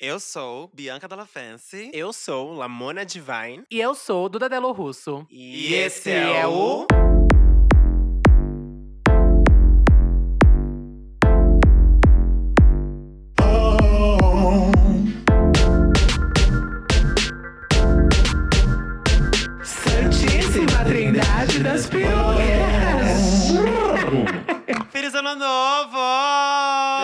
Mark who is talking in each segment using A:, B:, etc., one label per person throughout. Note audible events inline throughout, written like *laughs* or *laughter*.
A: Eu sou Bianca Della Fancy.
B: Eu sou Lamona Divine.
C: E eu sou Duda Delo Russo.
B: E esse é o-
C: Santíssima Trindade das Pirugas!
A: Feliz Ano Novo!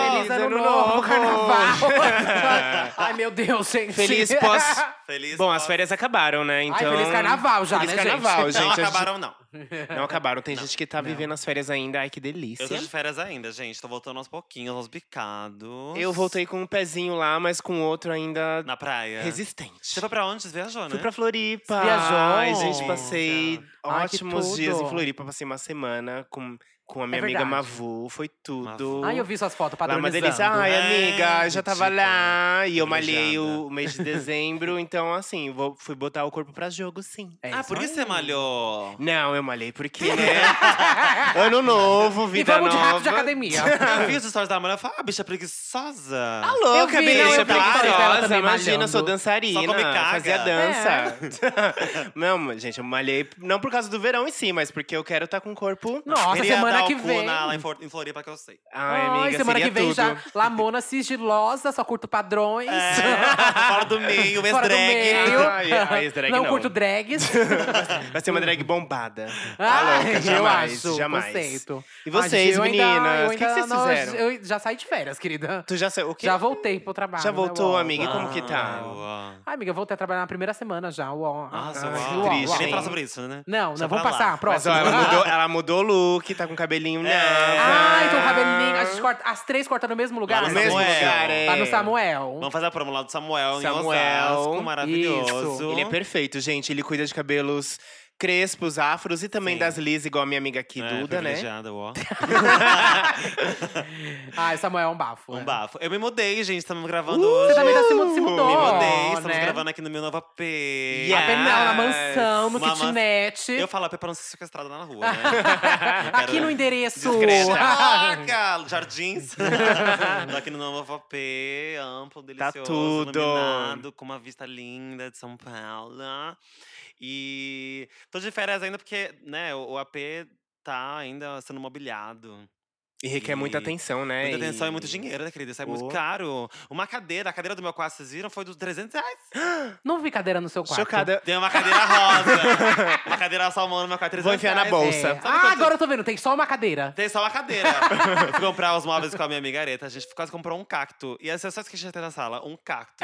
C: Feliz ano novo, carnaval!
B: *laughs*
C: Ai, meu Deus, gente.
B: Feliz
C: *laughs*
B: pós-
A: Feliz
B: Bom, as
A: pós-
B: férias acabaram, né?
C: Ai,
B: Então.
C: feliz carnaval já,
B: Feliz
C: né,
B: carnaval,
C: gente?
B: gente.
A: Não
B: a gente-
A: acabaram, não.
B: Não acabaram. Tem gente que tá vivendo as férias ainda. Ai, que delícia.
A: Eu tô de férias ainda, gente. Tô voltando aos pouquinhos, aos bicados.
B: Eu voltei com um pezinho lá, mas com o outro ainda
A: Na praia.
B: resistente.
A: Você foi pra onde? Você viajou, né?
B: Fui pra Floripa.
C: tá Você viajou?
B: Ai, gente, passei
C: Ai, que
B: ótimos
C: tudo. É
B: dias em Floripa. Passei uma semana com, com a minha amiga
C: verdade.
B: Mavu. Foi tudo.
C: Ai, eu vi suas fotos
B: Lá é uma
C: padronizando. né? Tipo,
B: delícia. Ai,
A: É,
B: amiga, eu já tava
A: ridícula.
B: lá. E eu malhei
A: Privilegiada.
B: o, o mês de
C: *laughs*
B: dezembro. então, assim, vou- fui botar o corpo pra jogo, sim.
C: É
A: ah, por
C: aí.
A: isso você malhou.
B: Não, eu malhei porque, né? ano novo,
C: *laughs* E
B: vida
C: vamos de rato de
B: nova.
C: academia.
A: Eu vi os stories da mulher e falei, ah, bicha preguiçosa.
B: Tá
C: Eu
B: louca,
C: vi, não, eu
B: bicha,
C: vi que vocês estavam
B: maravilhosa.
C: também
B: Imagina, eu sou
C: malhando.
B: dançarina.
A: Só come caga.
B: Fazia dança.
C: É.
B: *laughs* não, mas, gente, eu malhei não por causa do verão em si, mas porque eu quero estar com o corpo.
C: Nossa,
A: Queria
C: semana
A: dar o
C: que
A: cu
C: vem.
A: Na, lá em, Flor- em Floripa que eu
C: *laughs*
A: sei.
B: Ai, amiga,
C: semana
B: seria
C: que vem
B: tudo. É,
C: já Lamona sigilosa, só curto padrões. *laughs*
A: É, Fora do meio, ex
C: Fora do
A: drag.
C: meio.
B: Ai, ai, esse drag
C: não,
B: não.
C: curto
B: *laughs*
C: drags.
B: Vai ser uma drag bombada.
C: Ah,
B: Tá louca,
C: Hum. eu
B: jamais,
C: acho.
B: jamais.
C: Conceito.
B: E
C: Ai,
B: vocês,
C: gente, eu ainda-
B: meninas,
C: eu
B: o que, que
C: ainda
B: vocês
C: não-
B: fizeram?
C: Eu já saí de férias, querida.
B: Tu já saiu o quê?
C: Já voltei pro trabalho.
B: Já
C: né,
B: voltou,
C: uó.
B: amiga? E como que tá?
A: Ai, uau.
C: Ai, amiga, eu voltei a trabalhar na primeira semana já. uó.
A: Nossa,
B: Ai,
A: uau.
B: que
C: uó,
B: triste,
C: uó.
B: hein?
A: Nem falar sobre isso, né?
C: Não,
A: Deixa
C: não, vamos
A: pra lá.
C: passar.
B: Mas
C: Próximo. Ah. É.
B: ó, ela mudou, ela mudou o look, tá com cabelinho nela.
C: Ai, tô com o cabelinho. A gente corta, as três cortam no mesmo lugar. assim.
A: Lá
B: é. Tá No
A: no
B: mesmo
A: Samuel.
B: lugar, é.
C: Tá no Samuel.
A: Vamos fazer a promo lá do Samuel,
B: Samuel.
A: em Osasco, maravilhoso.
C: Isso.
B: Ele é perfeito, gente. Ele cuida de cabelos crespos, afros e também
A: Sim.
B: das lisas, igual a minha amiga aqui,
A: É,
B: Duda, né?
A: privilegiada, ó.
C: Ai, Samuel é um bafo.
A: Um
C: é.
A: bafo. Eu me mudei, gente. Estamos gravando
B: Uh,
A: hoje.
C: Você também tá se mu- se mudou.
A: Me mudei. Tipo, Estamos
C: né?
A: gravando aqui no meu novo AP.
B: Yeah.
C: A penal, na mansão, no
A: Uma mansão.
C: kitnet.
A: Eu falo AP pra não ser sequestrada na rua, né?
C: *laughs* Aqui
A: Quero
B: né?
C: no endereço.
A: Discreta. Caraca!
C: *laughs*
A: Jardins. Tô aqui no novo AP,
C: Tá
A: amplo, delicioso,
B: tudo.
A: iluminado, com uma vista linda de São Paulo. E tô de férias ainda porque, né, o o AP tá ainda sendo mobiliado.
B: *laughs* E requer muita atenção,
C: É
B: né?
A: Muita atenção e muito dinheiro, né, querida? Isso é muito
B: Oh.
A: caro. Uma cadeira, a cadeira do meu quarto, vocês viram, foi dos 300 reais.
C: Não vi cadeira no seu quarto.
B: Chocada.
A: Tem uma cadeira rosa. uma cadeira salmão no meu quarto, 300
B: Vou enfiar na
A: reais.
B: bolsa.
C: É.
B: Sabe
C: Ah, agora eu tô vendo. Tem só uma
B: *laughs*
C: cadeira.
A: Tem só uma cadeira. eu fui comprar os móveis com a minha amiga Areta. A gente quase comprou um cacto. E as pessoas que a gente tem na sala, um
B: *laughs*
A: cacto.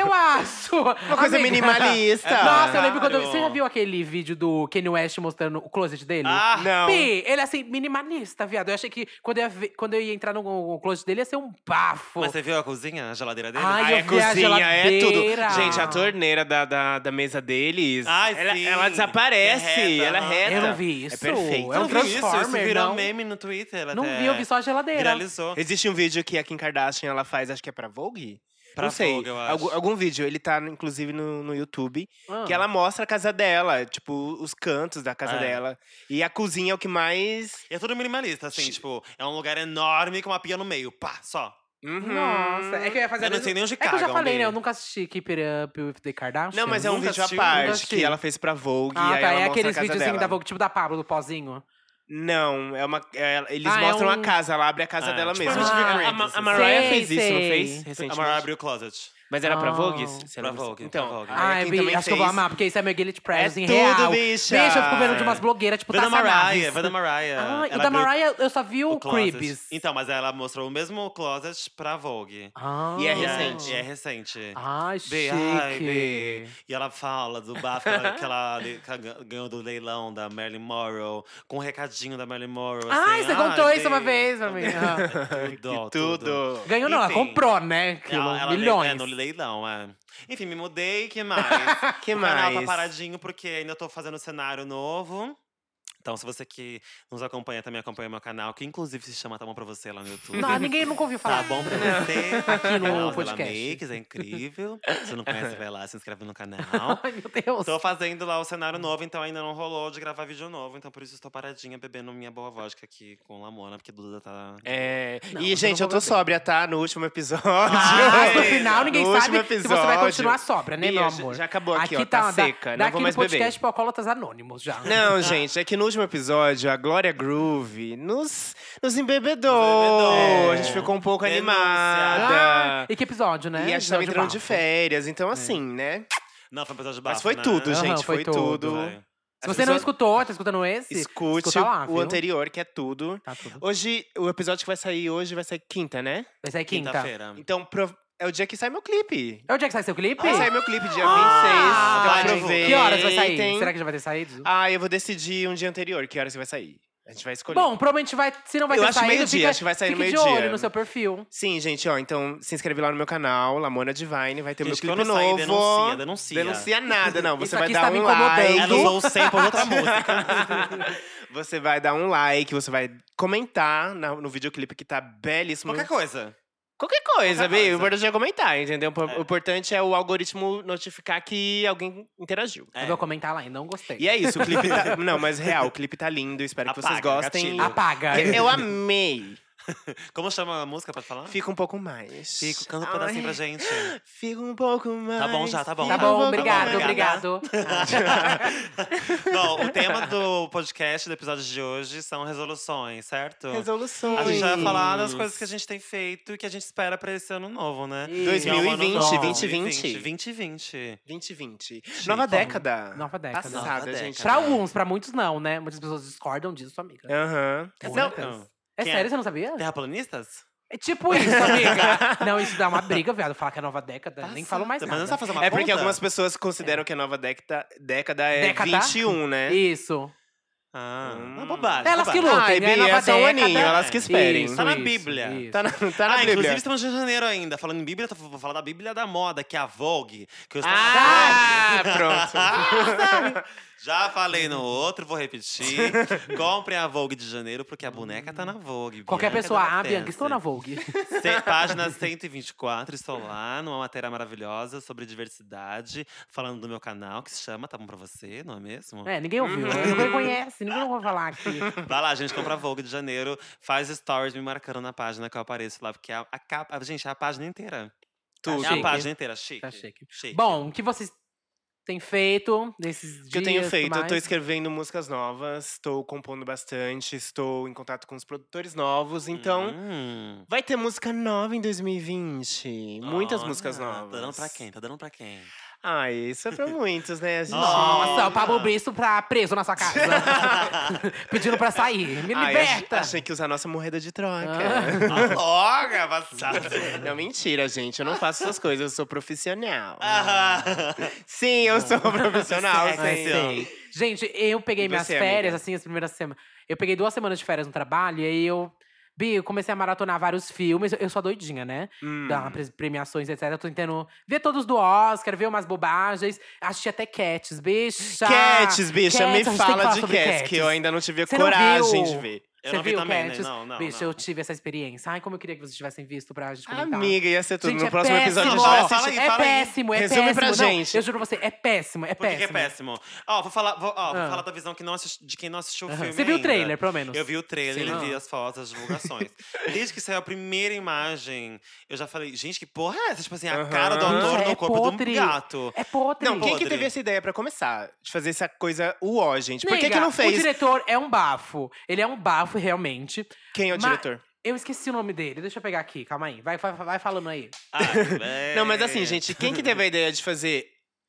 C: Eu acho. Uma
B: coisa minimalista.
C: *laughs* Nossa, eu lembro quando. eu-
A: Claro.
C: Você já viu aquele vídeo do Kanye West mostrando o closet dele?
A: Ah,
B: Não.
C: Pi, ele é assim, minimalista, viado. Eu achei que quando eu ia, ver- quando eu ia entrar no, no closet dele ia ser um bafo.
B: é,
A: Mas você viu a cozinha, a geladeira dele?
C: Ai,
B: Aí
C: eu
B: é
C: vi a
B: cozinha, é tudo.
C: geladeira.
B: Gente, a torneira da, da, da mesa deles,
A: Ai,
B: ela,
A: sim.
B: ela desaparece,
A: É reta,
B: ela é
A: aham.
B: reta.
C: Eu não vi isso.
B: É perfeito.
C: É
A: não
C: um
A: vi isso, isso
C: Transformer,
A: virou
C: não.
A: meme no Twitter
C: não
B: é,
A: até.
C: vi, eu vi só a geladeira.
A: Viralizou.
B: Existe um vídeo que a Kim Kardashian ela faz, acho que é pra Vogue?
A: Pra
B: não sei.
A: Vogue, eu acho.
B: Algum, algum vídeo, ele tá inclusive no, no YouTube,
C: Ah.
B: que ela mostra a casa dela, tipo, os cantos da casa
A: É.
B: dela. E a cozinha é o que mais.
A: E é tudo minimalista, assim, tipo, é um lugar enorme com uma pia no meio. Pá, só.
B: Uhum.
C: Nossa, é que eu ia fazer.
A: Eu não sei nem onde
C: É que eu já
A: cagam,
C: falei, né?
A: Bi.
C: Eu nunca assisti Keep It Up with the Kardashians.
B: Não, mas é um
A: Nunca
B: vídeo à
A: assistiu? Nunca
B: parte
C: assisti.
B: que ela fez pra Vogue.
C: Ah,
B: e aí
C: tá.
B: ela
C: É
B: mostra
C: aqueles
B: a casa
C: vídeos
B: dela.
C: da Vogue, tipo da Pablo, do pozinho.
B: Não, é uma. é- eles
C: Ah, é
B: mostram
C: um-
B: a casa, ela abre a casa
A: É,
B: dela
A: tipo
B: mesma.
A: Roots
C: Ah,
A: Creek,
B: a, Ma-
A: assim.
B: a Mariah
C: Sei,
B: fez isso, não
C: sei.
B: fez?
A: A
B: Recentemente.
A: Mara abriu o closet.
B: Mas era pra
C: Ah.
B: Vogue?
A: Pra Vogue,
B: Então,
A: pra Vogue.
B: a
C: Ai,
B: Kim
C: Bi,
B: também
C: acho que eu vou
B: fez.
C: amar, porque isso é meu guilty pleasure em
B: tudo,
C: real.
B: bicha.
C: Bicha, eu fico vendo de umas blogueiras, tipo,
A: Vê da
C: Tassia
A: Mariah,
C: Naves.
A: vê da Mariah.
C: Ah, o
A: Ela
C: da
A: abriu
C: Mariah, eu só vi o,
A: closet.
C: Creeps.
B: é
A: Então, mas ela mostrou o mesmo closet pra Vogue.
C: Ah.
B: E é
A: E
B: recente.
A: E é recente.
C: Ai,
A: Bê,
C: chique.
A: ai, Bê. E ela fala do bafo que ela- que ela le- que ela ganhou do leilão da Marilyn Monroe, com um recadinho da Marilyn Monroe.
C: Ai,
A: assim,
C: Ah, você contou
A: Bê,
C: isso uma vez pra
A: *laughs*
C: mim. Ah.
A: Tudo,
B: Que tudo.
C: Ganhou não, ela
A: Enfim.
C: comprou, né? Aquilo,
A: Ela, ela le-
C: milhões.
A: É, no leilão, é. Enfim, me mudei, que mais?
B: Que
A: O canal tá
B: mais?
A: paradinho, porque ainda tô fazendo cenário novo. Então, se você que nos acompanha, também acompanha meu canal, que inclusive se chama Tá Bom Pra Você lá no YouTube.
C: Não, ah, ninguém nunca ouviu falar.
A: Tá bom pra você.
C: Aqui no
A: Canal Zela
C: podcast.
A: Makes, é incrível. Se não conhece, vai lá, se inscreve no *laughs* canal.
C: *laughs* Ai, meu Deus.
A: Tô fazendo lá o cenário novo, então ainda não rolou de gravar vídeo novo. Então por isso estou paradinha bebendo minha boa vodka aqui com Lamona, porque Duda tá.
B: É,
C: Não,
B: e,
C: eu
B: gente,
C: não vou
B: eu
C: beber.
B: tô sóbria, tá? No último episódio. *laughs*
C: Mas no
A: Ai,
C: final ninguém
B: no
C: sabe
B: último
C: se você vai
B: episódio.
C: continuar sobra, né,
B: Ih,
C: meu
B: já-
C: amor?
B: Já acabou aqui, ó.
C: da-
B: Tá seca.
C: dá
B: Não vou
C: aqui
B: mais
C: no podcast
B: beber.
C: para alcoólatas anônimos já. *laughs*
B: Não, gente, é que no último episódio, a Glória Groove nos, nos embebedou.
A: Embebedou.
B: A gente ficou um pouco
A: Denúncia.
B: animada.
C: Ah, e que episódio, né?
B: e a gente tava
C: Episódio
B: entrando de
C: bafo.
B: férias, então assim, né?
A: Não, foi um episódio bafo,
B: Mas foi
A: né?
B: tudo,
C: É. Aham,
B: gente,
C: foi
B: foi,
A: Tudo,
B: tudo.
A: velho.
C: Se
B: As
C: você não
B: pessoas-
C: escutou, tá escutando esse?
B: Escute
C: escuta lá,
B: o
C: viu?
B: anterior, que é tudo.
C: Tá tudo.
B: Hoje, o episódio que vai sair hoje vai sair quinta, né?
C: Mas é quinta.
A: Quinta-feira.
B: Então, prov- é o dia que sai meu clipe.
C: É onde é que sai seu clipe?
B: Vai sair meu clipe dia 26.
C: Ah,
B: então aproveitem.
C: Que horas vai sair? Será que já vai ter saído?
B: Ah, eu vou decidir um dia anterior que horas que vai sair. A gente vai escolher.
C: Bom, provavelmente vai. Se não vai
B: Eu
C: ter
B: acho
C: saído,
B: meio-dia,
C: fica,
B: acho que vai sair no
C: fique de
B: meio-dia.
C: olho no seu perfil.
B: Sim, gente, ó, então se inscreve lá no meu canal, Lamona Divine, vai ter
A: Gente,
B: meu clipe
A: quando
B: novo.
A: sair, denuncia, denuncia.
B: Denuncia nada, não. Você
C: Isso
B: vai
C: aqui
B: dar
C: está me
B: um
C: incomodando.
A: Ela
B: like.
A: usou o sample *laughs* de outra música.
B: Você vai dar um like, você vai comentar na- no videoclipe que tá belíssimo.
A: Qualquer coisa.
B: Qualquer coisa,
A: Qualquer
B: Bi.
A: coisa.
B: O importante é comentar, entendeu? O
A: É.
B: importante é o algoritmo notificar que alguém interagiu.
A: É.
C: Eu vou comentar lá e não gostei.
B: E é isso, o
A: *laughs*
B: clipe tá. Não, mas real, o clipe tá lindo. Espero que vocês
A: Apaga,
B: gostem.
A: gatilho.
C: Apaga.
B: Eu- Eu amei.
A: Como chama a música? Pode falar?
B: Fica um pouco mais.
A: Fico, canta um pedacinho pra *laughs* gente.
B: Ai, Fica um pouco mais.
A: Tá bom já, tá bom.
C: Tá
B: fica um
C: bom,
B: pouco
C: obrigado,
B: mais.
C: obrigado.
A: Bom, o tema do podcast, do episódio de hoje, são resoluções, certo?
B: Resoluções.
A: A gente vai falar das coisas que a gente tem feito e que a gente espera pra esse ano novo, né?
C: Isso.
A: Que é um ano
B: 2020,
A: novo,
B: 2020.
A: 2020.
B: 2020. Nova década.
C: Ah, Nova década.
A: Nova
B: Passada,
A: década.
B: gente.
C: Pra alguns, pra muitos não, né? Muitas pessoas discordam disso, amiga.
B: Aham.
A: Não,
C: Muitas.
A: não.
C: É
A: Quem é?
C: sério, você não sabia?
A: Terraplanistas?
C: É tipo isso, amiga. não, isso dá uma briga, viado. Falar que é nova década, nem falo mais
A: Tá Mas
C: nada.
A: não sabe fazer uma
B: É porque
A: conta?
B: algumas pessoas consideram que a nova década, década é
C: É. Década?
B: 21, né?
C: Isso.
A: Ah, uma
B: Hum.
A: bobagem.
C: Elas que
A: bobagem.
C: lutam,
B: Ai,
C: né?
B: Bia,
C: Nova
B: é só um
C: década.
B: aninho, elas que esperem.
C: Isso,
A: Tá na
C: isso,
A: Bíblia.
C: isso.
B: Tá na, tá na
A: Ah, inclusive
B: Bíblia.
A: estamos em janeiro ainda. Falando em Bíblia, eu tô- vou falar da Bíblia da moda, que é a Vogue. Que eu estou
B: Ah,
A: pronto. *laughs* Já falei no outro, vou
B: *laughs*
A: repetir. Comprem a Vogue de janeiro, porque a boneca tá na Vogue.
C: Qualquer
A: Bianca
B: é
C: pessoa,
A: Della
C: ah, Bianca, estou na
A: Testa.
C: Vogue. *laughs*
A: Ce- Página 124, estou lá numa matéria maravilhosa sobre diversidade, falando do meu canal que se chama Tá Bom Pra Você, não é
C: *laughs*
A: mesmo?
C: É, ninguém ouviu,
B: Uhum.
C: né? ninguém conhece, ninguém ouviu falar
B: *laughs*
C: aqui.
A: Vai lá, gente, compra a Vogue de janeiro, faz stories me marcando na página que eu apareço lá, porque a, a capa. Gente, é a página inteira.
B: Tudo.
A: É a
C: chique.
A: página inteira, chique.
C: Tá chique.
A: Chique.
C: Bom, o que vocês têm feito nesses dias?
B: O que eu tenho feito? Eu tô
C: mais?
B: escrevendo músicas novas, estou compondo bastante, estou em contato com os produtores novos, então
A: Hum.
B: vai ter música nova em 2020. Muitas
A: Olha,
B: músicas novas.
A: Tá dando pra quem? Tá dando pra quem?
B: Ah, isso é
C: *laughs*
B: pra muitos, né? A gente...
C: Nossa,
A: Olha.
C: o Pablo Bristo pra preso na sua
B: *laughs*
C: casa. Pedindo pra sair. Me
B: Ai,
C: liberta!
B: ach- achei que usar a nossa moeda de troca.
C: Ah.
A: Tá Logo, passada.
B: *laughs* Não, mentira, gente. Eu não faço essas coisas, eu sou profissional. Sim, eu
C: *laughs*
B: sou profissional,
A: Sexy.
C: Ai,
B: sim.
A: Senhor.
C: sei. Gente, eu peguei
B: E
C: minhas
B: você,
C: férias,
B: amiga?
C: assim, as primeiras semanas. Eu peguei duas semanas de férias no trabalho e aí eu. Bi, eu comecei a maratonar vários filmes. Eu sou doidinha, né?
B: Hum.
C: Da pre- premiações, etc. Eu tô tentando ver todos do Oscar, ver umas bobagens. Assisti até Cats, bicha.
B: Cats, bicha,
C: Cats, a gente
B: me
C: tem que
B: fala
C: falar
B: de
C: sobre
B: Cats, que eu ainda não tive a
C: Você não
B: coragem
C: viu?
B: de ver.
A: *laughs* Eu
C: Você
A: não vi
C: viu
A: também, né?
C: Cats?
A: Não, não,
C: Bicha,
A: não.
C: eu tive essa experiência. Ai, como eu queria que vocês tivessem visto pra gente comentar.
B: Amiga, ia ser tudo.
C: Gente,
B: no
C: é
B: próximo episódio a
C: péssimo.
B: gente vai assistir.
A: Fala aí,
C: é
A: fala aí.
C: péssimo, é
B: Resume
C: péssimo.
B: pra
C: Não,
B: gente.
C: eu juro pra você, é péssimo, é
A: Por que, que é
C: péssimo.
A: péssimo? Ó, vou falar, vou, ó, vou
C: Ah.
A: falar da visão que não assisti- de quem não assistiu o
C: Aham.
A: filme.
C: Você viu o
A: ainda.
C: trailer, pelo menos?
A: Eu vi o trailer,
C: Sim.
A: eu vi
C: Ah.
A: as fotos, as divulgações. Desde que saiu a primeira imagem, eu já falei, gente, que porra é essa? Tipo assim, a
B: Aham.
A: cara do autor
C: Nossa,
A: no
C: é
A: corpo
C: podre.
A: de um gato.
C: É podre.
B: Não, quem que
A: Podre.
B: teve essa ideia pra começar? De fazer essa coisa uó, gente? Por que,
C: Nega,
B: que não
C: O
B: fez?
C: diretor é um bafo. Ele é um bafo, realmente.
B: Quem é o
C: Ma-
B: diretor?
C: Eu esqueci o nome dele. Deixa eu pegar aqui, calma aí. Vai, vai, vai falando aí.
A: Ai,
B: *laughs* Não, mas assim,
A: é.
B: gente, quem que teve a ideia de fazer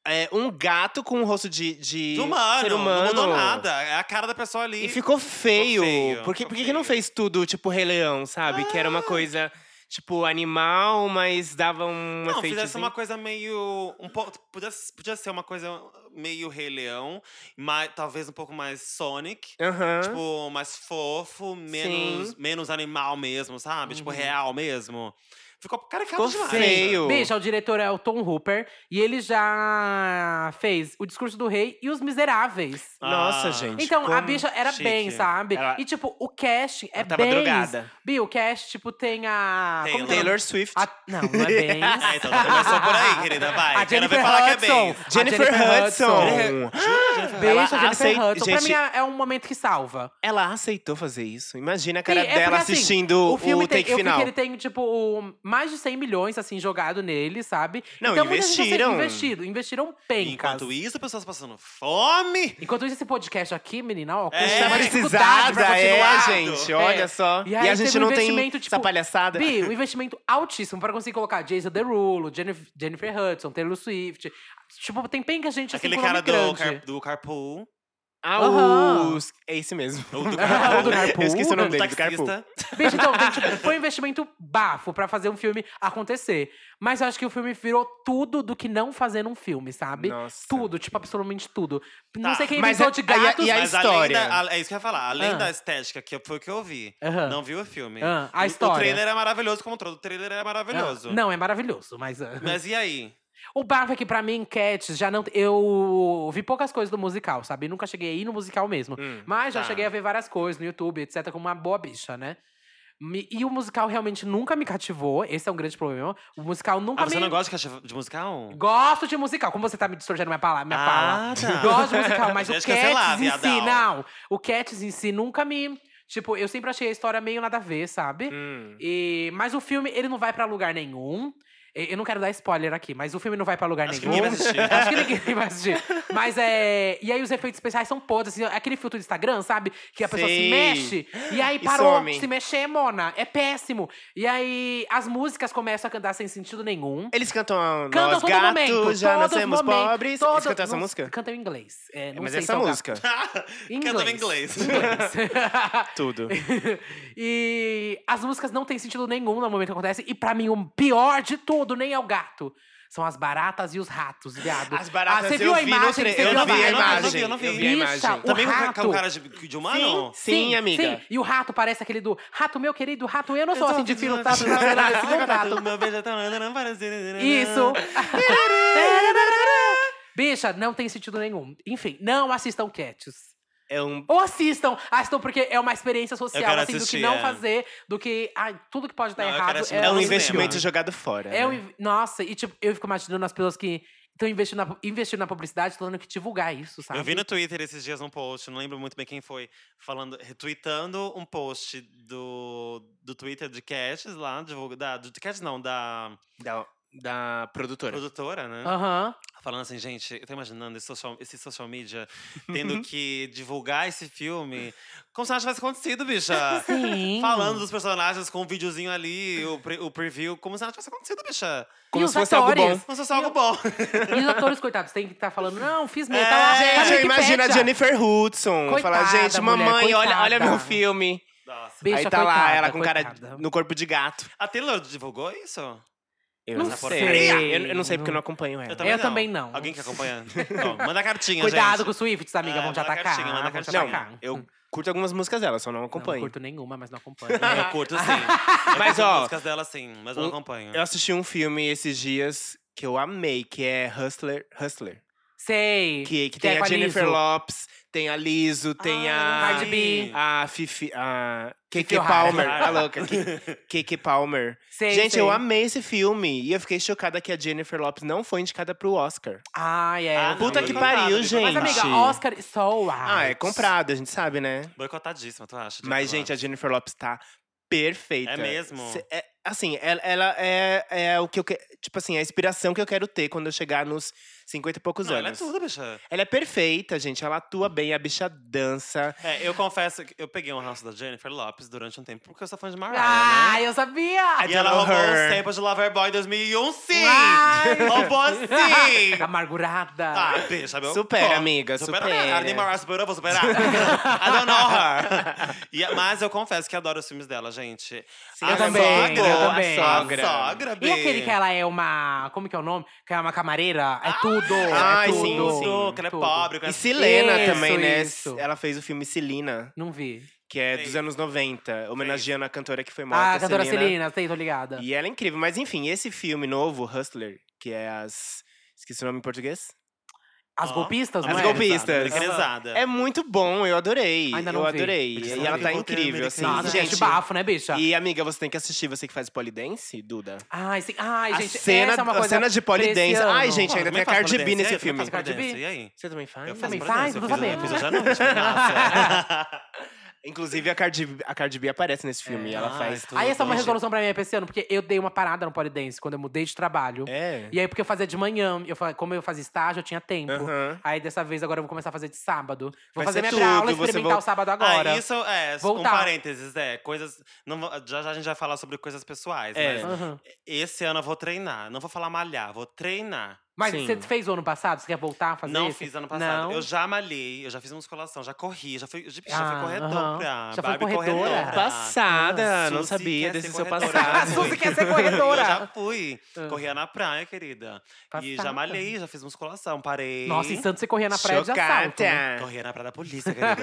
B: é, um gato com um rosto de, de
A: Do humano,
B: ser humano?
A: não mudou nada. É a cara da pessoa ali.
B: E ficou feio.
A: feio,
B: por que,
A: ficou
B: por que que não
A: feio. Ah.
B: fez tudo, tipo, Rei Leão, sabe? Que era uma coisa, tipo, animal, mas dava um
A: Não,
B: efeito.
A: fizesse uma coisa meio. Um pouco, podia, podia ser uma coisa meio Rei Leão, mas talvez um pouco mais Sonic.
B: Aham.
A: Tipo, mais fofo, menos, menos animal mesmo, sabe? Tipo, real mesmo. Ficou caricato
B: Ficou
A: demais.
B: feio.
C: Bicha, o diretor é o Tom Hooper. E ele já fez O Discurso do Rei e Os Miseráveis.
B: Nossa, gente.
C: Então, a
B: como
C: bicha era
A: Ah, chique.
C: bem, sabe?
A: Ela-
C: E, tipo, o casting é
B: ela tava
C: bem.
B: drogada.
C: Bi, o cast, tipo, tem
A: Taylor.
C: a. como que é o nome?
B: Taylor Swift.
C: A- Não, não é
A: *laughs*
C: bem.
A: Ah, então já começou por aí, querida, vai.
C: A
A: Quero ver
C: Jennifer
A: falar que é
C: Hudson.
A: bem.
C: a
B: Jennifer, Hudson.
C: Beijo,
B: Ela
C: a Jennifer
B: aceita-
C: Hudson. Pra
B: gente-
C: mim, é é um momento que salva.
B: Ela aceitou fazer isso. Imagina a
C: Sim,
B: cara
C: é porque,
B: dela
C: assim,
B: assistindo o,
C: tem,
B: take
C: eu vi
B: final.
C: que ele tem, tipo, um- mais de 100 milhões, assim, jogado nele, sabe?
B: Não,
C: então, muita gente
B: investiram.
C: assim, investido, investiram
A: E
C: pencas.
A: Enquanto isso, pessoas passando fome.
C: Enquanto isso, esse podcast aqui, menina, ó, com
A: É,
B: Tá
C: uma dificuldade pra
B: precisada, é,
C: continuar.
B: gente.
A: É.
B: Olha só.
C: E
B: E,
C: aí
B: a gente
C: teve um
B: não tem
C: investimento, tipo,
B: essa palhaçada.
C: Bi, um investimento altíssimo pra conseguir colocar Jason Derulo, Jennifer, Jennifer Hudson, Taylor Swift. Tipo, tem penca, gente,
A: Aquele
C: assim, com
A: cara
C: nome
A: do,
C: grande.
A: car, do Carpool.
B: Ah,
C: Aham.
B: os- É esse mesmo.
A: Ou
B: *laughs*
A: do
C: Ah, o do
A: Carpool.
C: Carpool.
B: Eu esqueci o nome
A: Uh, do
B: dele, do Carpool.
A: taxista.
C: Bicho, então, tem, tipo, foi um investimento bafo pra fazer um filme acontecer. Mas eu acho que o filme virou tudo do que não fazer num filme, sabe?
B: Nossa.
C: Tudo, tipo, absolutamente tudo.
A: Tá,
C: Não sei quem
B: mas
C: inventou
B: a-
C: de
B: aí a-
C: gatos.
B: e a
A: Mas
B: história?
A: Além da, a- é isso que eu ia falar. Além
C: Ah.
A: da estética, que foi o que eu vi.
C: Aham.
A: Não vi o filme.
C: Ah, a
A: O-
C: história.
A: O trailer é maravilhoso, como todo. O trailer é maravilhoso.
C: Ah, Não, é maravilhoso, mas. ah,
A: Mas e aí?
C: O bafo é que, pra mim, Cats, já não. Eu vi poucas coisas do musical, sabe? Nunca cheguei a ir no musical mesmo.
B: Hum,
C: mas já
A: tá.
C: cheguei a ver várias coisas no YouTube, etc., como uma boa bicha, né? Me- E o musical realmente nunca me cativou. Esse é um grande problema. O musical nunca
A: Ah, você
C: me.
A: não gosta de cachorro- de musical?
C: Gosto de musical. Como você tá me distorcendo minha, pala minha
A: Ah,
C: fala.
A: tá.
C: Gosto de musical, mas o
A: Deixa
C: Cats
A: eu cancelar,
C: em si,
A: viadão.
C: não. O Cats em si nunca me. Tipo, eu sempre achei a história meio nada a ver, sabe?
B: hum.
C: E, mas o filme, ele não vai pra lugar nenhum. E- Eu não quero dar spoiler aqui, mas o filme não vai pra lugar
A: Acho que
C: nenhum.
A: ninguém vai assistir.
C: *laughs* Acho que ninguém vai assistir. Mas é. E aí os efeitos especiais são podres, assim, aquele filtro do Instagram, sabe? Que a pessoa se
B: Sei.
C: mexe e aí
B: E
C: parou.
B: some.
C: se mexer, mona. É péssimo. E aí as músicas começam a cantar sem sentido nenhum.
B: Eles cantam a
C: Cantam
B: Nós
C: todo
B: Gatos,
C: momento.
B: Já
C: todos
B: Nascemos
C: momento,
B: Pobres.
C: todo-
B: Eles cantam essa
C: não-
B: música?
C: Cantam em inglês. É, não
B: Mas
C: sei
B: essa
C: tocar.
B: música,
C: Em
A: Cantando em inglês.
C: Inglês.
B: tudo.
C: e as músicas não têm sentido nenhum no momento que acontece. E pra mim, o pior de tudo nem é o gato. São as baratas e os ratos, viado.
B: *laughs* As baratas
C: ah, você
B: eu
C: viu a
B: vi no
C: imagem?
B: tre-
C: Você
B: eu
C: viu
A: não vi a
C: imagem?
A: imagem, eu não vi.
B: a
C: Bicha,
B: imagem.
C: *laughs* o
A: Também com-
C: rato.
A: com o cara de, de humano?
B: Sim, amiga.
C: Sim, e o rato parece aquele do rato, meu querido, rato. Eu não
A: Eu
C: sou
A: tô
C: assim de
A: ouvindo
C: filo, tá?
A: uma- *laughs*
C: tá, tá, tá, esse meu rato.
A: Meu beijo tá andando, parece-
C: Isso. *laughs* Bicha, não tem sentido nenhum. Enfim, não assistam Cats.
B: É um...
C: Ou assistam, assistam, porque é uma experiência
A: Eu
C: social,
A: quero
C: assim,
A: assistir,
C: do que não
A: é.
C: fazer, do que. Ai, tudo que pode dar
A: Não, eu
C: errado.
A: quero assistir
B: É
A: no
B: um
A: cinema.
B: investimento jogado fora.
C: É um
B: né?
C: inv- Nossa, e tipo, eu fico imaginando as pessoas que estão investindo na, investindo na publicidade, tendo que divulgar isso, sabe?
A: Eu vi no Twitter esses dias um post, não lembro muito bem quem foi, falando, retweetando um post do, do Twitter de Cash lá, divulga, da, do Cash não, da
B: Da, da produtora.
A: produtora, né?
C: Aham.
A: Falando assim, gente, eu tô imaginando esse social, esse social
C: *laughs*
A: media tendo que divulgar esse filme como se nada tivesse acontecido, bicha.
C: Sim.
A: Falando dos personages com o videozinho ali, o, pre- o preview, como se nada tivesse acontecido, bicha.
B: Como
C: os
B: se fosse algo
C: atores?
B: bom.
A: Não fosse algo bom.
C: E os atores, coitados, tem que estar falando, não, fiz mesmo.
A: É,
C: tá lá, tá
A: gente,
C: na
B: Gente, eu
C: Wikipédia.
B: imagino a Jennifer Hudson.
C: Coitada,
B: falar, gente,
C: mulher,
B: mamãe, olha, olha
C: coitada."
B: meu filme.
A: Nossa.
C: Bicha,
B: Aí tá lá,
C: coitada,
B: ela com cara de-
C: coitada.
B: no corpo de gato.
A: A Taylor divulgou isso?
B: Eu
C: Não sei.
B: Ah, Eu, eu não sei porque eu não acompanho ela.
C: Eu também não.
A: Alguém que acompanha? Bom, manda cartinha,
C: *laughs* Cuidado
A: gente.
C: com os Swifts, amiga,
A: É,
C: vão te
A: manda
C: atacar.
A: cartinha, manda
C: vão te
A: cartinha.
B: Não,
C: atacar.
B: eu curto algumas músicas dela, só não
C: Não
B: acompanho.
C: curto nenhuma, mas não
B: *laughs*
C: acompanho.
A: É,
C: *laughs*
A: Eu curto, sim. Eu
B: Mas,
A: curto
B: ó,
A: as músicas dela, sim, mas eu não
B: o-
A: acompanho.
B: Eu assisti um filme esses dias que eu amei, que é Hustler. Hustler.
C: Sei.
B: Que, que
C: é
B: tem
C: com
B: a Jennifer
C: Lizzo.
B: Lopes, tem a Lizzo, tem
A: Ah,
B: a.
A: *laughs*
C: Cardi B.
B: A Ah, Fifi. A
C: Fifi
B: Keke
C: O'Hara.
B: Palmer. A louca. Keke Palmer.
C: Sei,
B: Gente,
C: sei.
B: eu amei esse filme. E eu fiquei chocada que a Jennifer Lopes não foi indicada pro Oscar.
C: Ai, é.
A: Ah,
C: eu
A: não,
B: Puta
C: vi.
B: que
A: boicotada,
B: pariu,
A: bicha.
B: gente.
C: Mas, amiga, Oscar, so out.
B: Ah, é comprado, a gente sabe, né?
A: é Boicotadíssima, tu acha?
B: Mas, gente, a Jennifer Lopes tá perfeita.
A: É mesmo?
B: Cê- é- assim, ela, ela é, é o que eu quero. Tipo assim, a inspiração que eu quero ter quando eu chegar nos 50 e poucos
A: não, ela é
B: anos.
A: tudo, bicha.
B: Ela é perfeita, gente. Ela atua bem, a bicha dança.
A: É, eu confesso que eu peguei um ranço da Jennifer Lopes durante um tempo, porque eu sou fã de Mariah,
C: Ah,
A: né?
C: eu sabia!
A: E
C: *laughs*
B: don't
A: ela
B: know
A: roubou
B: her.
A: os tempos de Loverboy 2001, sim!
C: Ai!
A: Roubou sim!
C: Amargurada.
A: Ah, bicha, meu
B: Supera,
A: pó.
B: amiga, supera.
A: A Neymar Ross superou, eu vou superar. I don't know her. *laughs* E a- mas eu confesso que adoro os filmes dela, gente. é
B: Sim,
A: a
C: eu também,
A: sogra,
C: eu também.
A: A sogra, a sogra,
C: E
A: bi.
C: aquele que ela é uma. Como que é o nome? Que é uma camareira? É tudo!
B: Ah, ai,
C: é
A: tudo,
C: tudo,
B: sim, sim.
A: que ela é pobre. que
B: E
A: ela-
B: Silena
C: Isso,
B: também, né?
C: isso.
B: Ela fez o filme Silena.
C: Não vi.
B: que é dos
A: Sei.
B: anos 90, homenageando a cantora que foi morta,
C: Ah, a cantora
B: Celina.
C: Celina, sei, tô ligada.
B: E ela é incrível. Mas enfim, esse filme novo, Hustler, que é as. Esqueci o nome em português.
C: As
A: Ó,
C: golpistas,
B: as
C: não é?
B: golpistas.
A: Americanizada.
B: É muito bom, eu adorei.
C: Ainda não
B: eu
C: vi.
B: adorei.
A: Porque
B: E
A: senão
B: ela tá
A: eu voltei
B: incrível, assim.
A: americanizada.
C: Nossa, gente,
B: gente,
C: bafo, né, bicha?
B: e amiga, você tem que assistir, você que faz polidense, Duda.
C: Ai, sim. Ai,
B: A
C: gente,
B: cena-
C: essa é uma
B: a
C: coisa
B: cena de pole
C: desse
B: dance.
C: ano.
B: Ai, gente,
A: Pô,
B: ainda
A: também
B: tem a
A: faz
B: Cardi B
A: polidense,
B: nesse
A: eu também
B: filme.
A: faço polidense,
C: Cardi B?
A: E aí?
B: Você também faz?
A: Eu
C: faço
A: faço
C: Também
A: polidense,
C: faz?
A: eu
C: Não
A: fiz-
C: sabia.
A: Eu fiz hoje à noite. nossa.
B: Inclusive, a Cardi, B- a Cardi B aparece nesse filme. e ela
A: Ah,
B: faz.
A: isso
C: Aí essa é uma
A: Gente.
C: resolução pra mim pra esse ano, porque eu dei uma parada no Polidense quando eu mudei de trabalho.
B: É.
C: E aí, porque eu fazia de manhã, eu, fa- como eu fazia estágio, eu tinha tempo.
B: Aham.
C: Aí dessa vez agora eu vou começar a fazer de sábado. Vou
B: Vai
C: fazer
B: ser
C: minha
A: é
B: tudo,
C: aula
B: você
C: experimental
B: volta-
C: sábado agora.
A: Ah, isso é,
C: Voltar.
A: um parênteses, é. Coisas. não vou- já, já a gente vai falar sobre coisas pessoais,
B: É.
A: mas
C: Aham.
A: esse ano eu vou treinar. Não vou falar malhar, vou treinar.
C: Mas
B: Sim.
C: você fez o ano passado? Você quer voltar a fazer
A: não
C: esse?
A: fiz ano passado.
C: Não? *laughs*
A: Eu já malhei, eu já fiz musculação, já corri, já fui, já, já fui
C: Ah,
A: corredora.
C: aham. Já foi
A: Barbie
C: corredora?
B: Passada,
A: Ah,
B: não
A: Suzy
B: sabia
A: quer
B: desse
A: ser
B: seu
A: corredora.
C: *laughs* A
B: passado.
C: Suzy quer
A: *laughs*
C: ser
A: Eu
C: corredora!
A: já fui.
C: Ah.
A: Corria na praia, querida. E
C: Passada.
A: já malhei, já fiz musculação, parei.
C: Nossa, então em Santos você corria na praia de assalto. né?
B: Chocada.
A: Corria na praia da polícia,
C: *laughs*
A: querida.